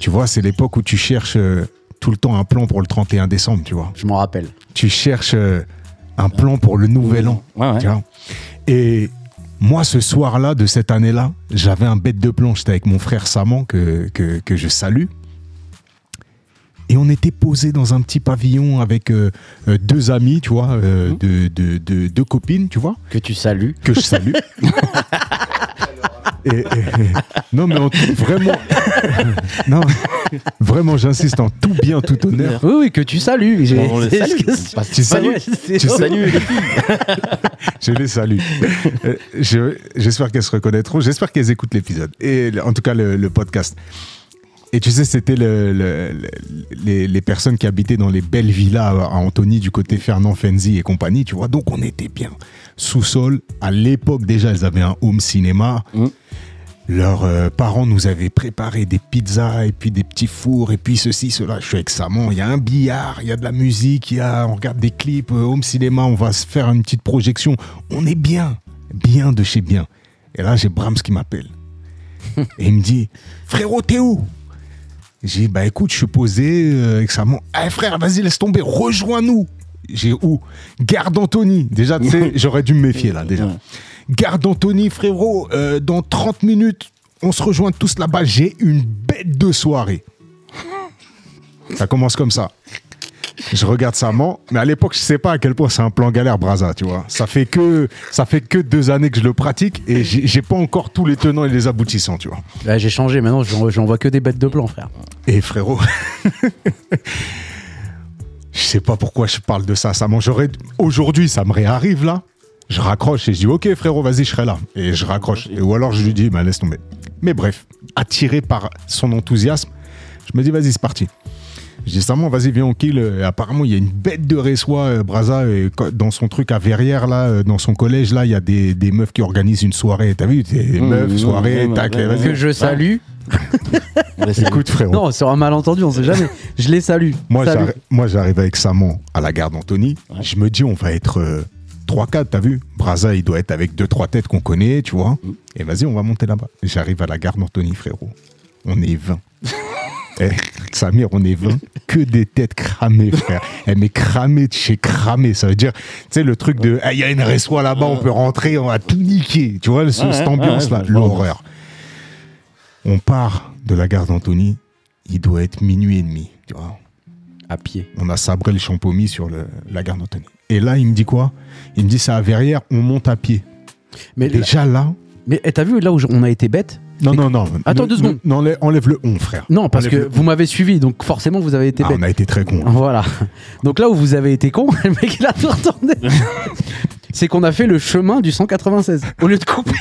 S2: tu vois, c'est l'époque où tu cherches euh, tout le temps un plan pour le 31 décembre, tu vois.
S3: Je m'en rappelle.
S2: Tu cherches euh, un plan pour le nouvel an.
S4: Ouais, ouais.
S2: Tu vois. Et moi, ce soir-là, de cette année-là, j'avais un bête de plan. J'étais avec mon frère Saman, que, que, que je salue. Et on était posé dans un petit pavillon avec euh, euh, deux amis, tu vois, euh,
S4: Mhm.
S2: deux, deux- deux- deux copines, tu vois,
S3: Que tu salues.
S2: que je salue. Et- et- non, mais en tout- vraiment, non, vraiment, j'insiste en tout bien, tout honneur.
S3: Oui, oui, que tu salues. J'ai-
S4: On le
S3: c'est-
S4: salue.
S3: c'est-
S4: Pas-
S2: Tu salues.
S3: Ouais, c'est-
S2: Tu
S3: c'est-
S2: salues. Je les salue. Euh, je- J'espère qu'elles se reconnaîtront. J'espère qu'elles écoutent l'épisode. Et le- en tout cas, le, le podcast. Et tu sais, c'était le- le- le- les, les personnes qui habitaient dans les belles villas à Antony, du côté Fernand Fenzi et compagnie, tu vois. Donc, on était bien. Sous-sol, à l'époque déjà, elles avaient un home cinéma.
S4: Mm.
S2: Leurs euh, parents nous avaient préparé des pizzas et puis des petits fours et puis ceci, cela. Je suis avec Saman, il y a un billard, il y a de la musique, il y a, on regarde des clips, euh, home cinéma, on va se faire une petite projection. On est bien, bien de chez bien. Et là, j'ai Brahms qui m'appelle. et il me dit Frérot, t'es où J'ai dit Bah écoute, je suis posé euh, avec Saman. Eh frère, vas-y, laisse tomber, rejoins-nous. J'ai où Garde Anthony. Déjà, tu sais, j'aurais dû me méfier là, déjà.
S4: Ouais.
S2: Garde Anthony, frérot, euh, dans 30 minutes, on se rejoint tous là-bas. J'ai une bête de soirée. Ça commence comme ça. Je regarde Saman, mais à l'époque, je sais pas à quel point c'est un plan galère, Braza, tu vois. Ça fait que, ça fait que deux années que je le pratique et j'ai j'ai pas encore tous les tenants et les aboutissants, tu vois.
S3: Ouais, J'ai changé. Maintenant, j'en j'en vois que des bêtes de plan, frère.
S2: Et Eh, frérot, je sais pas pourquoi je parle de ça. Ça mangerait. Aujourd'hui, ça me réarrive là. Je raccroche et je dis Ok, frérot, vas-y, je serai là. Et je raccroche. Et- ou alors je lui dis bah, Laisse tomber. Mais bref, attiré par son enthousiasme, je me dis Vas-y, c'est parti. J'ai dit, Saman, vas-y, viens, on kill. Et apparemment, il y a une bête de Ressois, euh, Braza, et co- dans son truc à Verrières, là, euh, dans son collège, là, il y a des, des meufs qui organisent une soirée. T'as vu Des
S4: Mmh,
S2: meufs,
S4: mmh,
S2: soirée,
S4: mmh,
S2: tac,
S4: mmh,
S2: vas-y.
S3: Que je salue.
S4: On va essayer.
S2: Écoute, frérot,
S3: Non, sur un malentendu, on sait jamais. Je les salue.
S2: moi,
S3: Salut.
S2: j'arri- moi, j'arrive avec Saman à la gare d'Anthony.
S4: Ouais.
S2: Je me dis, on va être 3-4, t'as vu Braza, il doit être avec 2-3 têtes qu'on connaît, tu
S4: Mm.
S2: vois. Et vas-y, on va monter là-bas. J'arrive à la gare d'Anthony, frérot. On est 20. Eh, Samir, on est 20. Que des têtes cramées, frère. Eh, mais cramées de chez cramées. Ça veut dire, tu sais, le truc de, ah, il y a une resto là-bas, on peut rentrer, on va tout niquer. Tu vois, ce-
S4: Ouais,
S2: cette
S4: ouais,
S2: ambiance-là,
S4: ouais, je vois.
S2: l'horreur. On part de la gare d'Anthony. Il doit être minuit et demi. Tu vois,
S3: À pied.
S2: on a sabré le champomis sur le- la gare d'Anthony. Et là, il me dit quoi Il me dit, c'est à Verrières, on monte à pied.
S3: Mais, là-
S2: Déjà là,
S3: mais eh, t'as vu là où je- on a été bête
S2: non, non, non.
S3: Attends
S2: Ne-
S3: deux
S2: ne-
S3: secondes.
S2: non, enlève, enlève le on, frère.
S3: Non, parce
S2: Enlève
S3: que
S2: le
S3: vous m'avez suivi, donc forcément vous avez été
S2: Ah,
S3: bête.
S2: on a été très con.
S3: Voilà. Donc là où vous avez été con, le mec il a tout retourné. C'est qu'on a fait le chemin du 196. Au lieu de couper,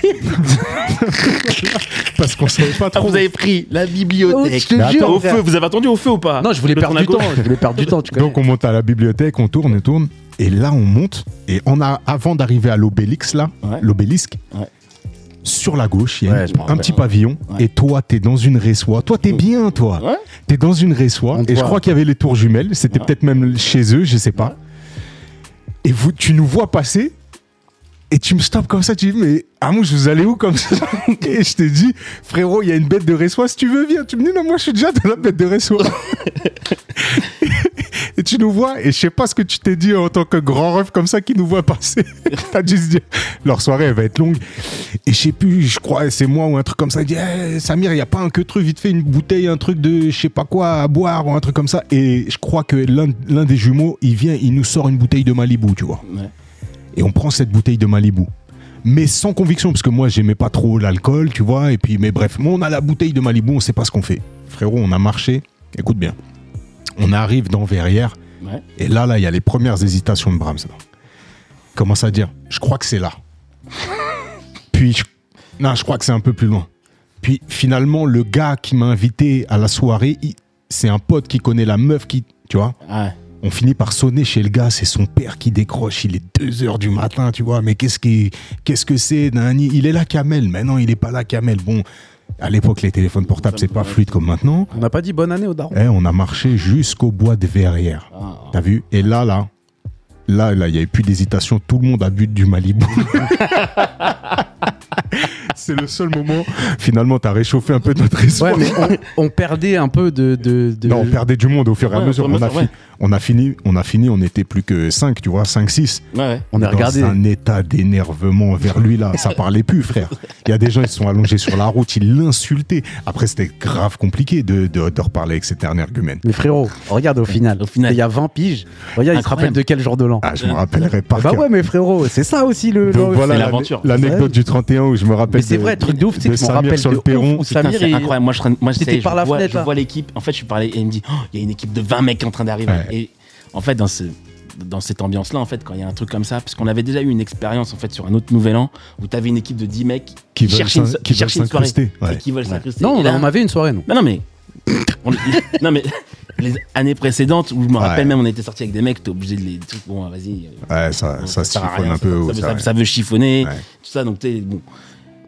S2: Parce qu'on savait pas
S4: Ah,
S2: trop.
S4: vous avez pris la
S3: Oh,
S4: bibliothèque.
S3: je te
S4: Mais attends,
S3: jure,
S4: au
S3: frère.
S4: feu, vous avez attendu au feu ou pas
S3: non, je voulais
S4: Ah, Le
S3: perdre du
S4: tourne à
S3: temps.
S4: gauche.
S3: Je voulais perdre du temps, tu connais.
S2: Donc on monte à la bibliothèque, on tourne, on tourne. Et là, on monte. Et on a, avant d'arriver à l'obélix, là,
S4: Ouais.
S2: l'obélisque,
S4: Ouais.
S2: sur la gauche, il y a
S3: Ouais,
S2: une-
S3: je me rappelle.
S2: un petit pavillon.
S4: Ouais.
S2: Et toi, t'es dans une ressoie. Toi, t'es bien, toi.
S4: Ouais.
S2: T'es dans une ressoie.
S3: On te
S2: Et je
S3: voit.
S2: crois qu'il y avait les tours jumelles. C'était
S4: Ouais.
S2: peut-être même chez eux, je sais pas. Et vous, tu nous vois passer. Et tu me stops comme ça, tu dis, mais Amouche, vous allez où comme ça Et je t'ai dit, frérot, il y a une bête de ressoie, si tu veux, viens. Tu me dis, non, moi, je suis déjà dans la bête de ressoie. et tu nous vois, et je sais pas ce que tu t'es dit en tant que grand ref comme ça qui nous voit passer. T'as dû se dire, leur soirée, elle va être longue. Et je sais plus, je crois, c'est moi ou un truc comme ça. Il dit, Eh, Samir, il n'y a pas un que truc, vite fait, une bouteille, un truc de je sais pas quoi à boire ou un truc comme ça. Et je crois que l'un l'un des jumeaux, il vient, il nous sort une bouteille de Malibu, tu vois.
S4: Ouais.
S2: Et on prend cette bouteille de Malibu. Mais sans conviction, parce que moi, j'aimais pas trop l'alcool, tu vois. Et puis, mais bref, moi, on a la bouteille de Malibu, on sait pas ce qu'on fait. Frérot, on a marché. Écoute bien. On arrive dans Verrières.
S4: Ouais.
S2: Et là, là, il y a les premières hésitations de Brahms. là. Il Commence à dire, je crois que c'est là. Puis, je... non, je crois que c'est un peu plus loin. Puis, finalement, le gars qui m'a invité à la soirée, il- c'est un pote qui connaît la meuf qui, tu vois.
S4: Ah,
S2: On finit par sonner chez le gars, c'est son père qui décroche, il est 2h du matin, tu vois, mais qu'est-ce qui- qu'est-ce que c'est nanani Il est là, Kamel, maintenant il est pas là, Kamel. Bon, à l'époque, les téléphones portables, c'est pas fluide comme maintenant.
S3: On n'a pas dit bonne année au daron.
S2: Eh, on a marché jusqu'au bois de Verrières.
S4: ah.
S2: T'as vu Et là, là, là, là, il n'y avait plus d'hésitation. Tout le monde a bu du Malibu. C'est le seul moment. Finalement, t'as réchauffé un peu notre espoir.
S3: Ouais, mais on, on perdait un peu de. de, de-
S2: Non, on perdait du monde au fur et
S4: Ouais,
S2: à mesure.
S4: au fur et à
S2: On a,
S4: mesure,
S2: fi-
S4: ouais.
S2: on a fini, on a fini, on était plus que 5, tu vois, 5, 6.
S4: Ouais, ouais.
S3: on a regardé.
S2: Dans un état d'énervement vers lui, là. Ça parlait plus, frère. Il y a des gens, ils se sont allongés sur la route, ils l'insultaient. Après, c'était grave compliqué de, de, de reparler avec cet argument.
S3: Mais frérot, regarde au final.
S4: Au final.
S3: Il y a 20 piges. Regarde, il se
S4: Incroyable.
S3: rappelle de quel jour de l'an
S2: Ah, je me rappellerai pas.
S3: Bah ouais, mais frérot, c'est ça aussi le.
S2: Donc
S3: le-
S2: voilà
S4: c'est
S2: l'ane-
S4: l'aventure.
S3: Ouais.
S2: l'anecdote du 31 où je me rappelle.
S3: Mais c'est
S2: de-
S3: vrai, truc de ouf, tu sais,
S2: de
S3: que je m'en
S2: Samir
S3: rappelle
S2: sur
S3: de
S2: le
S3: ouf,
S2: perron.
S3: où
S4: Putain,
S3: Samir,
S4: c'est
S3: il-
S4: incroyable. Moi, je, traîne- moi,
S3: Il
S4: je,
S3: était
S4: sais, je
S3: par la
S4: vois,
S3: fenêtre,
S4: je
S3: là.
S4: vois l'équipe. En fait, je suis parlé et il me dit Oh, il y a une équipe de 20 mecs qui est en train d'arriver.
S2: Ouais.
S4: Et en fait, dans, ce, dans cette ambiance-là, en fait, quand il y a un truc comme ça, parce qu'on avait déjà eu une expérience en fait sur un autre Nouvel An où t'avais une équipe de 10 mecs
S2: Qui veulent
S4: cherchaient une,
S2: s'in-
S4: so-
S2: qui veulent
S4: cherchaient une soirée
S2: s'incruster, ouais.
S4: et qui veulent s'incruster.
S3: Non,
S4: Et
S3: on,
S4: là-
S3: on avait une soirée, non
S4: Non, non, mais. on- non, mais. Les années précédentes, où je me rappelle
S2: Ouais.
S4: même, on était sorti avec des mecs, t'es obligé de les. Bon, vas-y. euh,
S2: Ouais, Ah, ça,
S4: Bon,
S2: ça,
S4: sert à
S2: siphonne
S4: rien,
S2: un peu. ouais,
S4: Ça,
S2: c'est
S4: ça-
S2: vrai.
S4: ça veut chiffonner,
S2: Ouais.
S4: tout ça. Donc, t'es bon.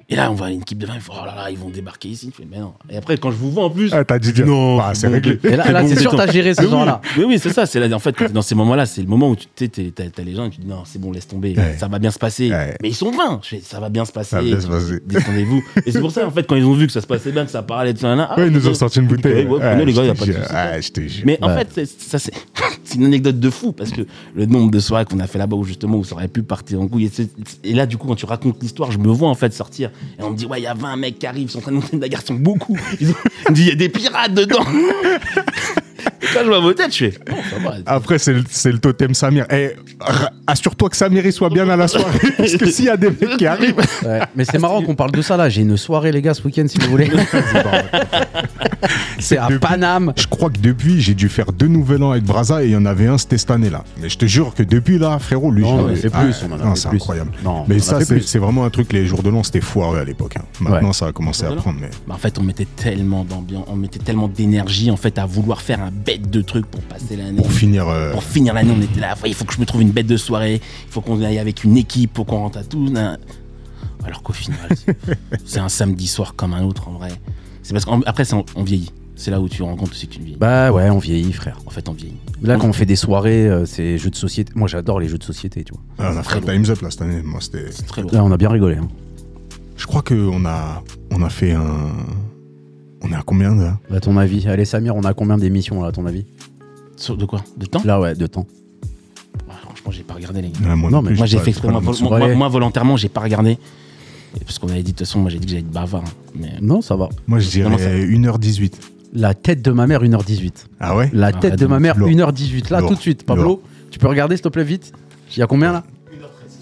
S4: Et là, on voit une équipe de 20, il faut, oh là là, ils vont débarquer ici. Je fais, mais non. Et après, quand je vous vois en plus.
S2: Ah, t'as dit
S4: Non,
S2: Bah, c'est
S4: bon,
S2: réglé.
S3: Et là,
S4: C'est
S3: là,
S4: bon,
S3: c'est sûr,
S4: béton.
S3: t'as géré ce
S4: Mais oui,
S3: genre-là.
S4: Mais oui, c'est ça. C'est là, en fait, quand t'es dans ces moments-là, c'est le moment où tu t'es- t'es- t'as t'as les gens et tu dis non, c'est bon, laisse tomber,
S2: Ouais.
S4: ça va bien se passer.
S2: Ouais.
S4: Mais ils sont 20. Je fais, ça va bien se passer.
S2: Ça va bien se passer.
S4: Détendez-vous. et c'est pour ça, en fait, quand ils ont vu que ça se passait bien, que ça parlait de ça, là. ah,
S2: Ouais, ils nous ont
S4: ok.
S2: sorti une bouteille.
S4: Ouais, ouais, prenez,
S2: Ouais,
S4: les gars,
S2: je
S4: y a
S2: te
S4: pas de
S2: jure.
S4: souci.
S2: Ouais, je te jure.
S4: Mais en
S3: Ouais.
S4: fait, c'est- ça c'est c'est une anecdote de fou parce que le nombre de soirées qu'on a fait là-bas où justement où ça aurait pu partir en couille. Et, c'est- et là, du coup, quand tu racontes l'histoire, je me vois en fait sortir et on me dit ouais, il y a 20 mecs qui arrivent, ils sont en train de monter de la gare, ils sont beaucoup. Ils ont- on me dit il y a des pirates dedans. et quand je vois vos têtes, je fais bon, ça va.
S2: Après, c'est le, c'est le totem Samir. Eh, r- assure-toi que Samir, il soit bien à la soirée. parce que s'il y a des mecs qui arrivent.
S3: Ouais, mais c'est marrant qu'on parle de ça là. J'ai une soirée, les gars, ce week-end, si vous voulez. C'est à
S2: Depuis-
S3: Paname.
S2: Je crois que depuis, j'ai dû faire deux nouvel an avec Braza et il y en avait un, c'était cette année-là. Mais je te jure que depuis là, frérot, lui,
S3: Non,
S2: j'en
S3: on en
S2: ai-
S3: fait
S2: Ah,
S3: plus, on en a
S2: non,
S3: fait
S2: c'est
S3: plus.
S2: incroyable.
S3: Non, on en
S2: mais
S3: a
S2: ça,
S3: fait
S2: c'est
S3: plus.
S2: c'est vraiment un truc, les jours de l'an, c'était foireux à l'époque. hein. Maintenant, ça a commencé à
S4: Jours de l'an.
S2: prendre. Mais...
S4: Bah, en fait, on mettait tellement d'ambiance, on mettait tellement d'énergie en fait à vouloir faire un bête de truc pour passer l'année.
S2: Pour finir, euh,
S4: Pour finir l'année, on était là. Ouais, Il faut que je me trouve une bête de soirée. Il faut qu'on aille avec une équipe pour qu'on rentre à tout. nan. Alors qu'au final, c'est- c'est un samedi soir comme un autre en vrai. C'est parce qu'après, on, on vieillit. C'est là où tu te rends compte aussi que tu vieillis.
S3: Bah ouais, on vieillit, frère.
S4: en fait, on vieillit.
S3: Là, quand on fait des soirées, euh, c'est jeux de société. Moi, j'adore les jeux de société, tu vois.
S2: ah, on a fait
S4: très
S2: Time's Up là cette année. Moi, c'était.
S4: C'est très lourd.
S3: Là, on a bien rigolé. hein.
S2: Je crois qu'on a, on a fait un. On est à combien là
S3: À ton avis. Allez, Samir, on a combien d'émissions, là, à ton avis
S4: Sur- De quoi De temps
S3: Là, ouais, de temps.
S4: Ouais, Franchement, j'ai pas regardé les gars.
S2: Ah,
S3: Non, mais
S2: plus,
S4: Moi, j'ai
S2: pas-
S4: fait exprès.
S2: pas
S4: Moi,
S2: la
S4: vol-
S2: notion.
S4: moi-
S3: Ouais.
S4: moi, volontairement, j'ai pas regardé. Et Parce qu'on avait dit, de toute façon, moi, j'ai dit que j'allais être bavard. hein. Mais
S3: Non, ça va.
S2: Moi, je
S4: Non, ça-
S2: dirais 1h18.
S3: La tête de ma mère, 1h18.
S2: Ah ouais
S3: La
S4: Arrête
S3: tête de
S4: de
S3: ma
S4: me-
S3: mère,
S2: Lourd.
S3: 1h18. Là,
S2: Lourd.
S3: tout de suite. Pablo,
S2: Lourd.
S3: tu peux regarder, s'il te plaît, vite Il y a combien, là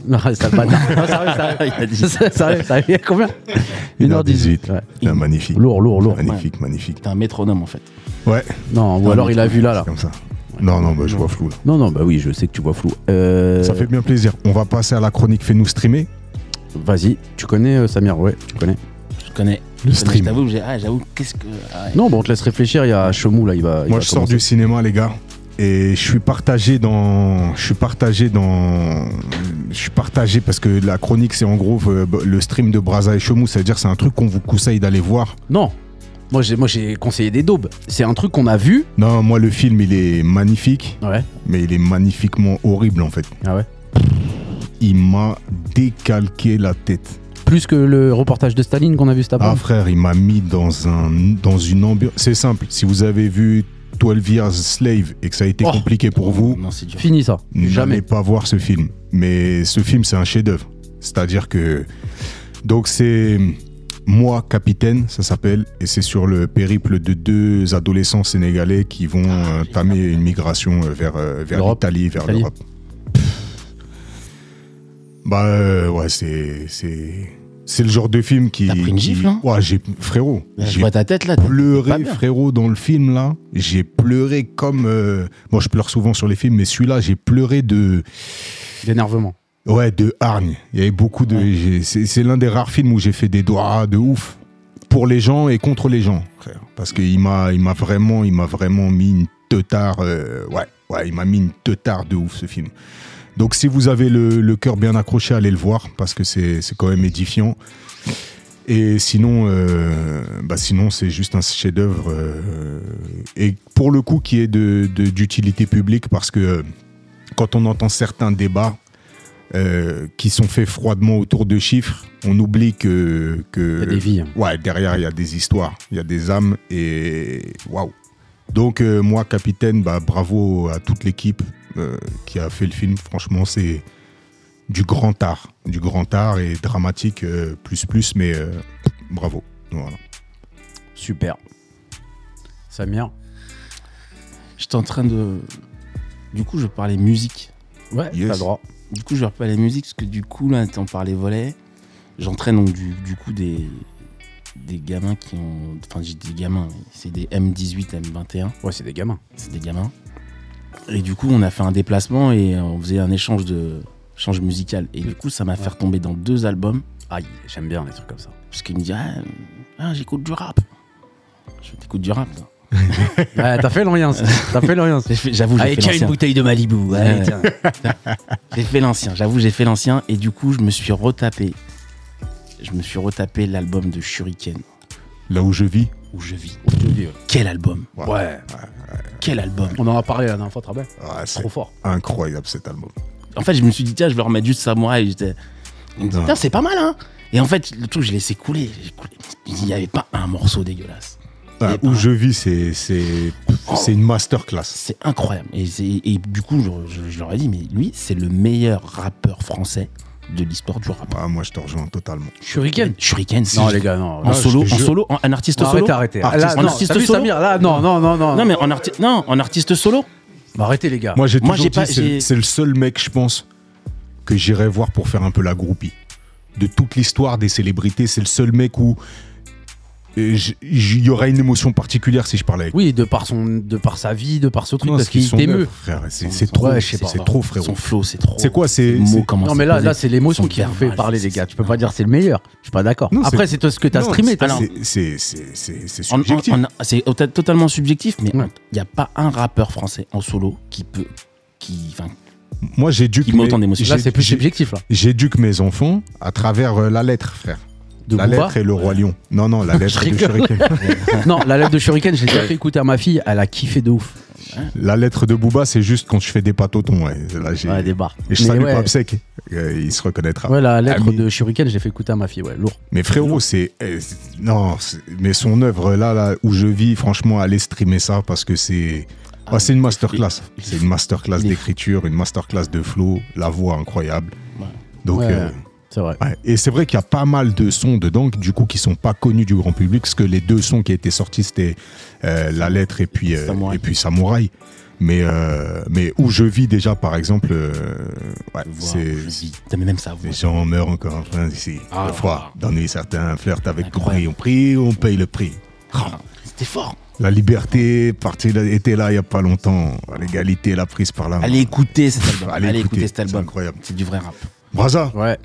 S3: 1h13. ça va. Non, sérieux, sérieux.
S4: Il a dit-
S3: Sérieux, sérieux, sérieux. Il y a combien
S2: 1h18.
S3: Ouais.
S2: Ah, magnifique.
S3: Lourd, lourd, lourd.
S2: Magnifique, magnifique.
S4: t'es un métronome, en fait.
S2: Ouais.
S3: Non, ou
S4: Non,
S3: alors
S4: mais
S3: il a vu là, là.
S2: Comme ça. Non, non, bah, je vois flou là.
S3: Non, non, bah oui, je sais que tu vois flou. Euh,
S2: Ça fait bien plaisir. On va passer à la chronique Fais-nous streamer.
S3: Vas-y, tu connais euh, Samir, ouais, tu connais.
S4: Je connais.
S2: Le
S4: Je connais,
S2: stream.
S4: J'avoue, j'ai- ah, j'avoue, qu'est-ce que. ah ouais.
S3: Non, bon, on te laisse réfléchir, il y a Chemou là, il va. il
S2: Moi,
S3: va
S2: je sors
S3: commencer.
S2: du cinéma, les gars, et je suis partagé dans. Je suis partagé dans. Je suis partagé parce que la chronique, c'est en gros euh, b- le stream de Braza et Chemou. C'est-à-dire, c'est un truc qu'on vous conseille d'aller voir.
S3: Non, moi j'ai, moi j'ai conseillé des daubes. C'est un truc qu'on a vu.
S2: Non, moi, le film, il est magnifique,
S3: Ouais.
S2: mais il est magnifiquement horrible, en fait.
S3: Ah ouais.
S2: Il m'a décalqué la tête.
S3: Plus que le reportage de Staline qu'on a vu cet
S2: Ah,
S3: après.
S2: frère, il m'a mis dans, un, dans une ambiance. C'est simple. Si vous avez vu 12 Years Slave et que ça a été
S3: Oh.
S2: compliqué pour vous,
S4: Non, c'est dur.
S3: Fini ça.
S2: n'allez
S3: Jamais.
S2: pas voir ce film. Mais ce film, c'est un chef-d'œuvre. C'est-à-dire que. Donc, c'est mm, Moi, Capitaine, ça s'appelle, et c'est sur le périple de deux adolescents sénégalais qui vont
S4: Ah,
S2: euh, tamer une migration euh, vers, euh, vers
S3: L'Europe.
S2: l'Italie, vers
S3: Italie.
S2: l'Europe. Pff. Bah, euh, ouais, c'est. c'est... C'est le genre de film qui.
S4: T'as pris une
S2: qui-
S4: gifle, hein
S2: Ouais, j'ai. Frérot,
S4: Là, je
S2: j'ai
S4: vois ta tête là. t'es- pas
S2: pleuré,
S4: bien.
S2: frérot, dans le film, là. J'ai pleuré comme. euh, Bon, je pleure souvent sur les films, mais celui-là, j'ai pleuré de.
S3: D'énervement.
S2: Ouais, de hargne. Il y avait beaucoup de.
S4: Ouais.
S2: j'ai- C'est c'est l'un des rares films où j'ai fait des doigts de ouf. Pour les gens et contre les gens, frère. Parce qu'il m'a il m'a vraiment, il m'a vraiment mis une teutard. euh, ouais, ouais, il m'a mis une teutard de ouf, ce film. Donc, si vous avez le, le cœur bien accroché, allez le voir, parce que c'est c'est quand même édifiant. Et sinon, euh, bah sinon c'est juste un chef-d'œuvre. euh, et pour le coup, qui est de- de- d'utilité publique, parce que euh, quand on entend certains débats euh, qui sont faits froidement autour de chiffres, on oublie que. que
S3: Il y a des vies. hein.
S2: Ouais, derrière, il y a des histoires, il y a des âmes et waouh. Donc, euh, moi, capitaine, bah, bravo à toute l'équipe euh, qui a fait le film. Franchement, c'est du grand art, du grand art et dramatique, euh, plus, plus, mais euh, bravo. Voilà.
S3: Super. Samir.
S4: J'étais en train de. Du coup, je parlais musique.
S3: Ouais,
S2: Yes.
S3: t'as le droit.
S4: Du coup, je vais reparler musique parce que du coup, là, t'en parlais volet. J'entraîne donc du, du coup des. Des gamins qui ont. Enfin, j'ai des gamins, mais c'est des M18, M21.
S3: Ouais, c'est des gamins.
S4: c'est des gamins. Et du coup, on a fait un déplacement et on faisait un échange de échange musical. Et du coup, ça m'a fait tomber dans deux albums
S3: Aïe, j'aime bien les trucs comme ça.
S4: parce qu'il me dit ah, ah, j'écoute du rap. Je t'écoute du rap. toi.
S3: Ouais, t'as fait l'orient. T'as fait l'orient.
S4: J'ai fait- J'avoue, j'ai fait l'ancien.
S3: bouteille de Malibu.
S4: Ouais. J'ai fait l'ancien. J'avoue, j'ai fait l'ancien. Et du coup, je me suis retapé. Je me suis retapé l'album de Shuriken
S2: Là où je vis,
S4: où je vis.
S3: ouais.
S4: Quel album
S2: Ouais.
S3: Ouais.
S4: Quel album
S3: On en a parlé la dernière fois, tu te rappelles
S2: ah, c'est
S3: Trop fort.
S2: incroyable cet album.
S4: En fait, je me suis dit tiens, je vais remettre juste Samouraï. J'étais Il me dit,
S2: Ouais.
S4: Putain, c'est pas mal, hein Et en fait, le truc, je l'ai laissé couler. J'ai coulé. Il n'y avait pas un morceau dégueulasse.
S2: Ah,
S4: Et
S2: où
S4: ben-
S2: je vis, c'est c'est c'est une masterclass.
S4: C'est incroyable. Et, c'est- et du coup, je, je- je leur ai dit, mais lui, c'est le meilleur rappeur français de l'histoire du rap.
S2: Ah, moi, je te rejoins totalement.
S3: Shuriken.
S4: Shuriken,
S3: Non,
S4: c'est-
S3: les gars, non.
S4: en, solo,
S2: je te
S4: en
S2: jure.
S4: solo, en un artiste
S3: Non,
S4: solo.
S3: Arrêtez, arrêtez.
S2: Artiste-
S3: là,
S4: en
S3: non,
S4: artiste
S3: t'as vu
S4: solo
S3: Samir là, non, non, non, non. Bah,
S4: Non, mais en, arti- non, en artiste solo.
S3: Arrêtez les gars.
S2: Moi, j'ai
S4: Moi,
S2: toujours
S4: j'ai
S2: dit,
S4: pas-
S2: c'est
S4: j'ai-
S2: c'est le seul mec, je pense, que j'irai voir pour faire un peu la groupie. De toute l'histoire des célébrités, c'est le seul mec où euh, j- j- il y aura une émotion particulière si je parlais avec
S3: Oui, de par, son, de par sa vie, de par ce truc,
S2: Non,
S3: parce
S2: c'est qu'ils
S3: qu'il
S2: sont
S3: t'émeut.
S2: neufs, frère. C'est
S4: Son-
S2: c'est
S4: son-
S2: trop,
S3: ouais, je sais
S2: c'est
S3: pas.
S2: c'est trop,
S4: Son
S2: frérot.
S4: flow, c'est trop.
S2: C'est quoi, c'est-
S4: Les mots,
S2: c'est-
S4: comment
S3: Non,
S4: c'est
S3: mais là,
S4: posé.
S3: là c'est l'émotion
S4: Son
S3: qui fait
S4: verbal,
S3: parler, les
S4: c'est-
S3: gars. Tu
S4: c'est-
S3: peux pas dire c'est le meilleur. Je suis pas d'accord.
S2: Non,
S3: Après, c'est toi ce que t'as
S2: Non,
S3: streamé.
S2: c'est-
S3: t'as-
S4: alors-
S2: c'est- C'est c'est- c'est- c'est
S4: On- on-
S2: subjectif.
S4: on a- C'est tota- totalement subjectif, mais il
S3: Ouais.
S4: n'y a pas un rappeur français en solo qui peut. Qui, enfin,
S2: Moi, j'éduque
S4: Qui m'entend
S2: mes-
S4: d'émotion.
S3: Là, c'est plus
S2: j'ai-
S3: subjectif, là.
S2: j'éduque mes enfants à travers euh, la lettre, frère.
S3: De
S2: la
S3: Booba.
S2: lettre et le roi lion. Non, non, la lettre de
S3: rigole.
S2: Shuriken.
S3: Non, la lettre de Shuriken, j'ai déjà fait écouter à ma fille. Elle a kiffé de ouf.
S2: La lettre de Booba, c'est juste quand je fais des patotons. Ouais. Là, j'ai-
S3: Ouais, des barres.
S2: Et je
S3: Mais
S2: salue
S3: ouais.
S2: Pape Sec. Euh, il se reconnaîtra.
S3: Ouais, la lettre
S2: mais-
S3: de Shuriken, j'ai fait écouter à ma fille, ouais, lourd.
S2: Mais frérot, c'est. euh, c'est- non, c'est- mais son œuvre, là, là, où je vis, franchement, allez streamer ça parce que c'est. Ah, c'est une masterclass.
S4: il-
S2: C'est une masterclass
S4: il est-
S2: d'écriture, une masterclass de flow, la voix incroyable.
S4: Ouais.
S2: Donc.
S3: Ouais,
S2: euh,
S3: C'est vrai.
S2: ouais. Et c'est vrai qu'il y a pas mal de sons dedans, du coup, qui sont pas connus du grand public, parce que les deux sons qui étaient sortis, c'était euh, La Lettre et puis, euh,
S4: Samouraï.
S2: et puis Samouraï. Mais, euh, mais où je vis déjà, par exemple, euh, ouais, c'est.
S4: T'as même sa voix.
S2: Les gens meurent encore en France ici.
S4: Ah.
S2: le froid, d'ennui certains, flirtent avec le prix.
S4: Incroyable.
S2: On prie, on paye le prix.
S4: Ah, C'était fort.
S2: La liberté partie, était là il n'y a pas longtemps. L'égalité, la prise par la main.
S4: Ah. Allez écouter cet album.
S2: Allez
S4: Allez,
S2: écouter,
S4: écouter cet
S2: c'est
S4: album.
S2: incroyable.
S4: C'est du vrai rap.
S2: Braza
S3: Ouais.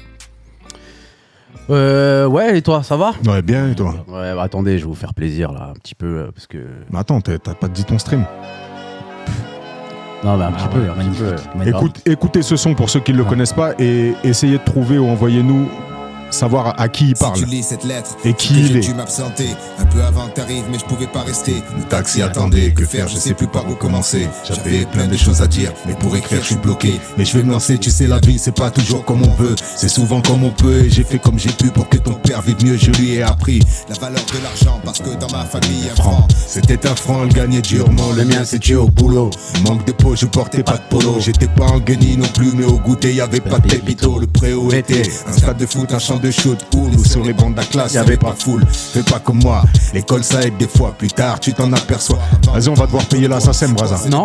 S3: Euh, ouais, et toi, ça va
S2: Ouais, bien, et toi
S3: Ouais, bah, attendez, je vais vous faire plaisir, là, un petit peu, euh, parce que.
S2: Mais attends, t'as t'as pas dit ton stream.
S3: Non, mais un
S4: Ah
S3: petit
S4: ouais,
S3: peu, un petit
S4: magnifique.
S3: peu.
S4: Magnifique.
S2: Écoute, écoutez ce son pour ceux qui ne le
S4: Ouais.
S2: connaissent pas et essayez de trouver ou envoyez-nous savoir à qui il parle.
S1: Si tu lis cette lettre,
S2: Et qui il est.
S1: Tu m'absentais un peu avant que t'arrives, mais je pouvais pas rester. Le
S2: taxi attendait, que faire, je sais plus par où commencer. J'avais plein de choses à dire, mais pour écrire, je suis bloqué. Mais je vais me lancer, tu sais, la vie, c'est pas toujours comme on veut, c'est souvent comme on peut. Et j'ai fait comme j'ai pu pour que ton père vive mieux, je lui ai appris.
S1: La valeur de l'argent, parce que dans ma famille, un franc.
S2: C'était un franc, le gagner durement, le mien c'est tué au boulot. Manque de peau, je portais pas de polo. J'étais pas en guenille non plus, mais au goûter, y avait pas de pépito. Le préau était un stade de foot, un champ de shoot, cool. Ou sur les bancs de la classe, y avait pas foule. Fais pas comme moi, l'école ça aide des fois, plus tard tu t'en aperçois. Vas-y, on va devoir payer l'assassin, Braza.
S3: Non,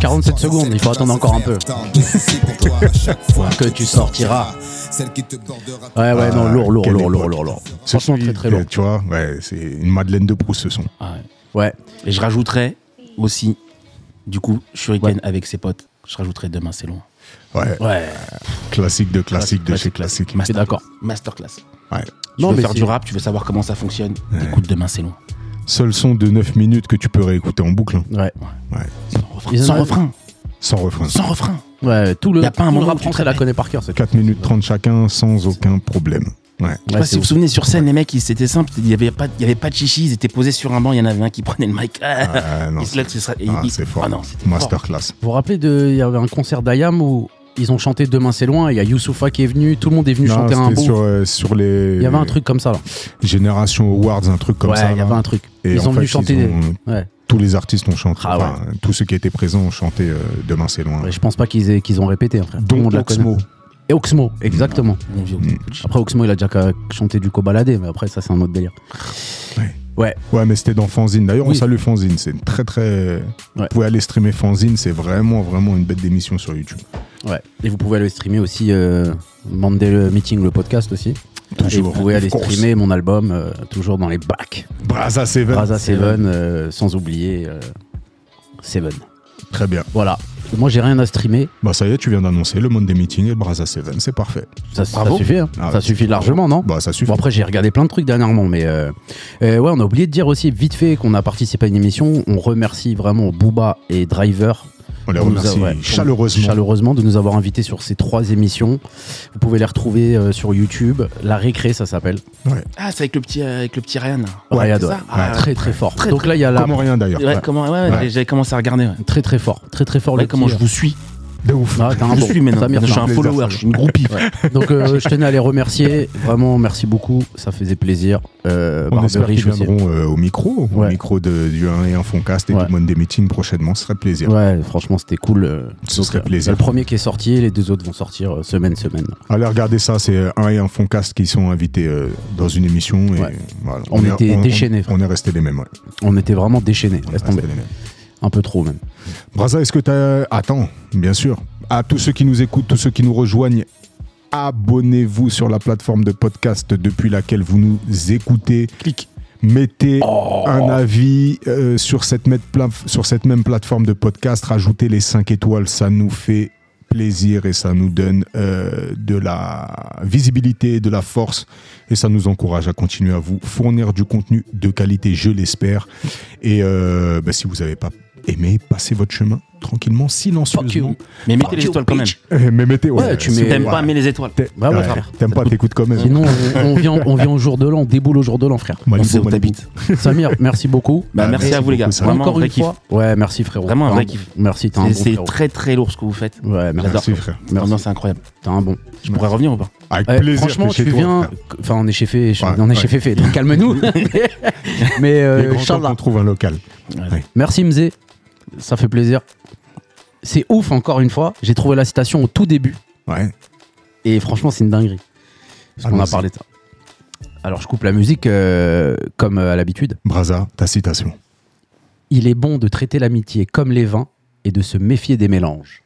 S3: 47 secondes, il faut attendre encore un peu.
S1: Que
S3: Que tu sortiras.
S1: Celle qui te bordera.
S3: Ouais, ouais, non, lourd, lourd,
S2: Ah, quelle
S3: lourd, lourd,
S2: époque.
S3: lourd, lourd.
S2: Ce
S3: Franchement,
S2: son,
S3: très,
S2: il-
S3: très lourd.
S2: Tu vois, ouais, c'est une Madeleine de Proust ce son.
S4: Ah ouais.
S3: Ouais.
S4: Et je rajouterai aussi, du coup, Shuriken avec ses potes. Je rajouterai demain, c'est loin.
S2: Ouais,
S3: Ouais.
S2: classique de classique de chez classique.
S3: Je suis d'accord.
S4: Masterclass.
S2: Ouais.
S4: Tu
S3: Non,
S4: veux
S3: mais
S4: faire
S3: c'est-
S4: du rap, tu veux savoir comment ça fonctionne. Écoute demain, c'est loin.
S2: Seul son de 9 minutes que tu peux réécouter en boucle. hein.
S3: Ouais.
S2: Ouais,
S4: Sans refrain.
S3: Ils en
S4: Sans
S3: ont-
S4: refrain.
S2: sans refrain.
S4: Sans refrain.
S3: Ouais, tout le.
S4: Y a pas un
S3: tout le
S4: moment
S3: rap
S4: où tu te
S3: français la
S4: répètes.
S3: connaît par cœur, cette
S2: 4 minutes 30 chacun sans aucun problème. Ouais.
S4: Je sais
S3: Ouais,
S4: pas si
S3: c'est
S4: vous vous
S3: ouf.
S4: souvenez sur scène, les mecs, ils- c'était simple. Il n'y avait, pas- il y avait pas de chichi, ils étaient posés sur un banc, il y en avait un qui prenait le mic.
S2: Ah, non,
S4: Il se lève, ce sera- il-
S2: ah,
S4: il-
S2: c'est fort.
S4: Ah non, c'était fort.
S2: Masterclass.
S3: Vous vous rappelez de, il y avait un concert d'Ayam où ils ont chanté Demain c'est loin, il y a Youssoufa qui est venu, tout le monde est venu
S2: Non,
S3: chanter un
S2: c'était sur,
S3: bout.
S2: euh, sur les
S3: Il y avait un truc comme ça là.
S2: Génération Awards, un truc comme
S3: ouais,
S2: ça.
S3: il y
S2: là.
S3: avait un truc.
S2: Et
S3: ils
S2: en
S3: ont venu
S2: fait,
S3: chanter.
S2: ils ont-
S3: Ouais.
S2: Tous les artistes ont chanté.
S3: Ah
S2: enfin, tous ceux qui étaient présents ont chanté euh, Demain c'est loin.
S3: Ouais, Je pense pas qu'ils aient- qu'ils ont répété, hein, frère. tout le
S2: Dont
S3: monde la connaît.
S2: Oxmo.
S3: Et Oxmo, exactement.
S4: Mon vieux.
S3: Après, Oxmo, il a déjà qu'à chanter du cobaladé, mais après, ça, c'est un autre délire.
S2: Ouais.
S3: Ouais,
S2: Ouais, mais c'était dans Fanzine. D'ailleurs, on
S3: Oui.
S2: salue Fanzine. C'est une très, très. Vous
S3: Ouais.
S2: pouvez aller streamer Fanzine. C'est vraiment, vraiment une bête d'émission sur YouTube.
S3: ouais. Et vous pouvez aller streamer aussi euh, Mandel Meeting, le podcast aussi. Et vous
S2: Toujours.
S3: pouvez aller
S2: Of course.
S3: streamer mon album, euh, toujours dans les bacs.
S2: Braza Seven.
S3: Raza Seven, euh, sans oublier euh, Seven.
S2: Très bien.
S3: Voilà. Moi, j'ai rien à streamer.
S2: Bah, ça y est, tu viens d'annoncer le monde des meetings et le Braza Seven. C'est parfait.
S3: Ça, ça
S4: Bravo.
S3: suffit, hein.
S2: Ah,
S3: ça suffit largement, non
S2: Bah, ça suffit.
S3: Bon après j'ai regardé plein de trucs dernièrement mais euh, euh, ouais on a oublié de dire aussi vite fait qu'on a participé à une émission on remercie vraiment Booba et Driver
S2: Ben on les
S3: pour nous
S2: remercie
S3: avoir- ouais, pour-
S2: chaleureusement.
S3: chaleureusement de nous avoir invités sur ces trois émissions vous pouvez les retrouver euh, sur YouTube la récré ça s'appelle
S4: Ah, c'est avec le petit, euh, avec le petit Ryan.
S2: Ouais,
S3: Rayad,
S4: c'est ça Ah,
S3: très très fort
S4: Très,
S3: donc là il y a la
S2: Comment rien d'ailleurs.
S4: Ouais,
S2: Ouais.
S4: comment, ouais, ouais,
S2: Ouais.
S4: j'ai- j'avais commencé à regarder. ouais.
S3: très très fort très très fort
S4: Ouais,
S3: le
S4: comment
S3: petit-
S4: je vous suis.
S2: De ouf.
S3: Ah, t'as un
S4: je
S3: bon.
S4: suis maintenant.
S3: Ça mérite
S4: je suis un
S2: un plaisir, ça.
S4: follower, je suis une groupie.
S3: donc euh, je tenais à les remercier vraiment merci beaucoup ça faisait plaisir euh,
S2: On espère
S3: Barbery,
S2: qu'ils
S3: je vous ai-
S2: viendront euh, au micro, au
S3: Ouais.
S2: micro de, du 1 et 1 Foncast et
S3: Ouais.
S2: du monde des meetings prochainement. Ce serait plaisir.
S3: Ouais, franchement, c'était cool. euh,
S2: Ce
S3: donc,
S2: serait
S3: euh,
S2: plaisir.
S3: Le premier qui est sorti, les deux autres vont sortir euh, semaine, semaine.
S2: Allez regarder ça, c'est 1 et 1 Foncast qui sont invités euh, dans une émission. Et
S3: Ouais.
S2: voilà.
S3: On
S2: est-
S3: était déchaînés,
S2: On, est restés les mêmes. ouais.
S3: On était vraiment
S2: On
S3: déchaînés,
S2: est
S3: laisse
S2: restés
S3: tomber.
S2: les mêmes.
S3: Un peu trop même.
S2: Braza, est-ce que tu as. Attends, bien sûr. À tous ceux qui nous écoutent, tous ceux qui nous rejoignent, abonnez-vous sur la plateforme de podcast depuis laquelle vous nous écoutez.
S4: Clique.
S2: mettez
S3: Oh.
S2: un avis euh, sur, cette même plaf- sur cette même plateforme de podcast, rajoutez les 5 étoiles, ça nous fait plaisir et ça nous donne euh, de la visibilité, de la force et ça nous encourage à continuer à vous fournir du contenu de qualité, je l'espère. Et euh, bah, si vous n'avez pas aimé, passez votre chemin tranquillement,
S3: Fuck you.
S2: silencieusement.
S4: Mais mettez les
S3: Fuck you,
S4: étoiles quand même.
S3: bitch.
S2: Euh, Mais mettez, ouais,
S3: Ouais, tu
S2: euh,
S3: mets-
S2: c'est-
S4: T'aimes
S2: ouais.
S4: pas, mets les étoiles.
S2: T'es-
S3: Bravo,
S2: ouais,
S3: Ah Bah frère.
S2: T'aimes pas, t'écoutes quand même.
S3: Sinon, on, on vient, on vient au jour de l'an, on déboule au jour de l'an, frère.
S4: On
S2: Malibu,
S4: sait où
S2: Malibu.
S4: t'habites.
S3: Samir, merci beaucoup.
S4: Bah,
S2: Ah,
S4: merci
S2: merci
S4: à vous, les gars.
S2: beaucoup, ça.
S4: Vraiment,
S3: Encore
S4: vrai
S3: une
S4: kiff.
S3: fois. Ouais, merci frérot.
S4: Vraiment un
S3: T'es
S4: vrai
S3: bon-
S4: kiff.
S3: Merci, t'es un
S4: C'est
S3: bon
S4: c'est
S3: frérot.
S4: très très lourd ce que vous faites.
S3: Ouais, merci.
S4: J'adore.
S2: Merci frère.
S3: Merci.
S4: Vraiment, c'est incroyable.
S3: T'es un bon.
S4: Je pourrais revenir ou pas
S2: Avec
S3: Ouais,
S2: plaisir.
S3: franchement,
S2: t'es
S3: tu
S2: chez toi,
S3: viens.
S2: frère.
S3: Enfin, on est chez Fé, je-
S2: Ouais,
S3: on est
S2: ouais.
S3: chez Féfé, donc calme-nous. Mais
S2: Il est
S3: euh,
S2: grand temps
S3: Inch'Allah.
S2: qu'on trouve un local.
S3: Merci Mzé, ça fait plaisir. C'est ouf encore une fois. J'ai trouvé la citation au tout début
S2: Ouais.
S3: et franchement c'est une dinguerie. Parce qu'on a
S2: Allons-y.
S3: parlé de ça. Ah, Alors je coupe la musique euh, comme euh, à l'habitude.
S2: Braza, ta citation.
S3: Il est bon de traiter l'amitié comme les vins et de se méfier des mélanges.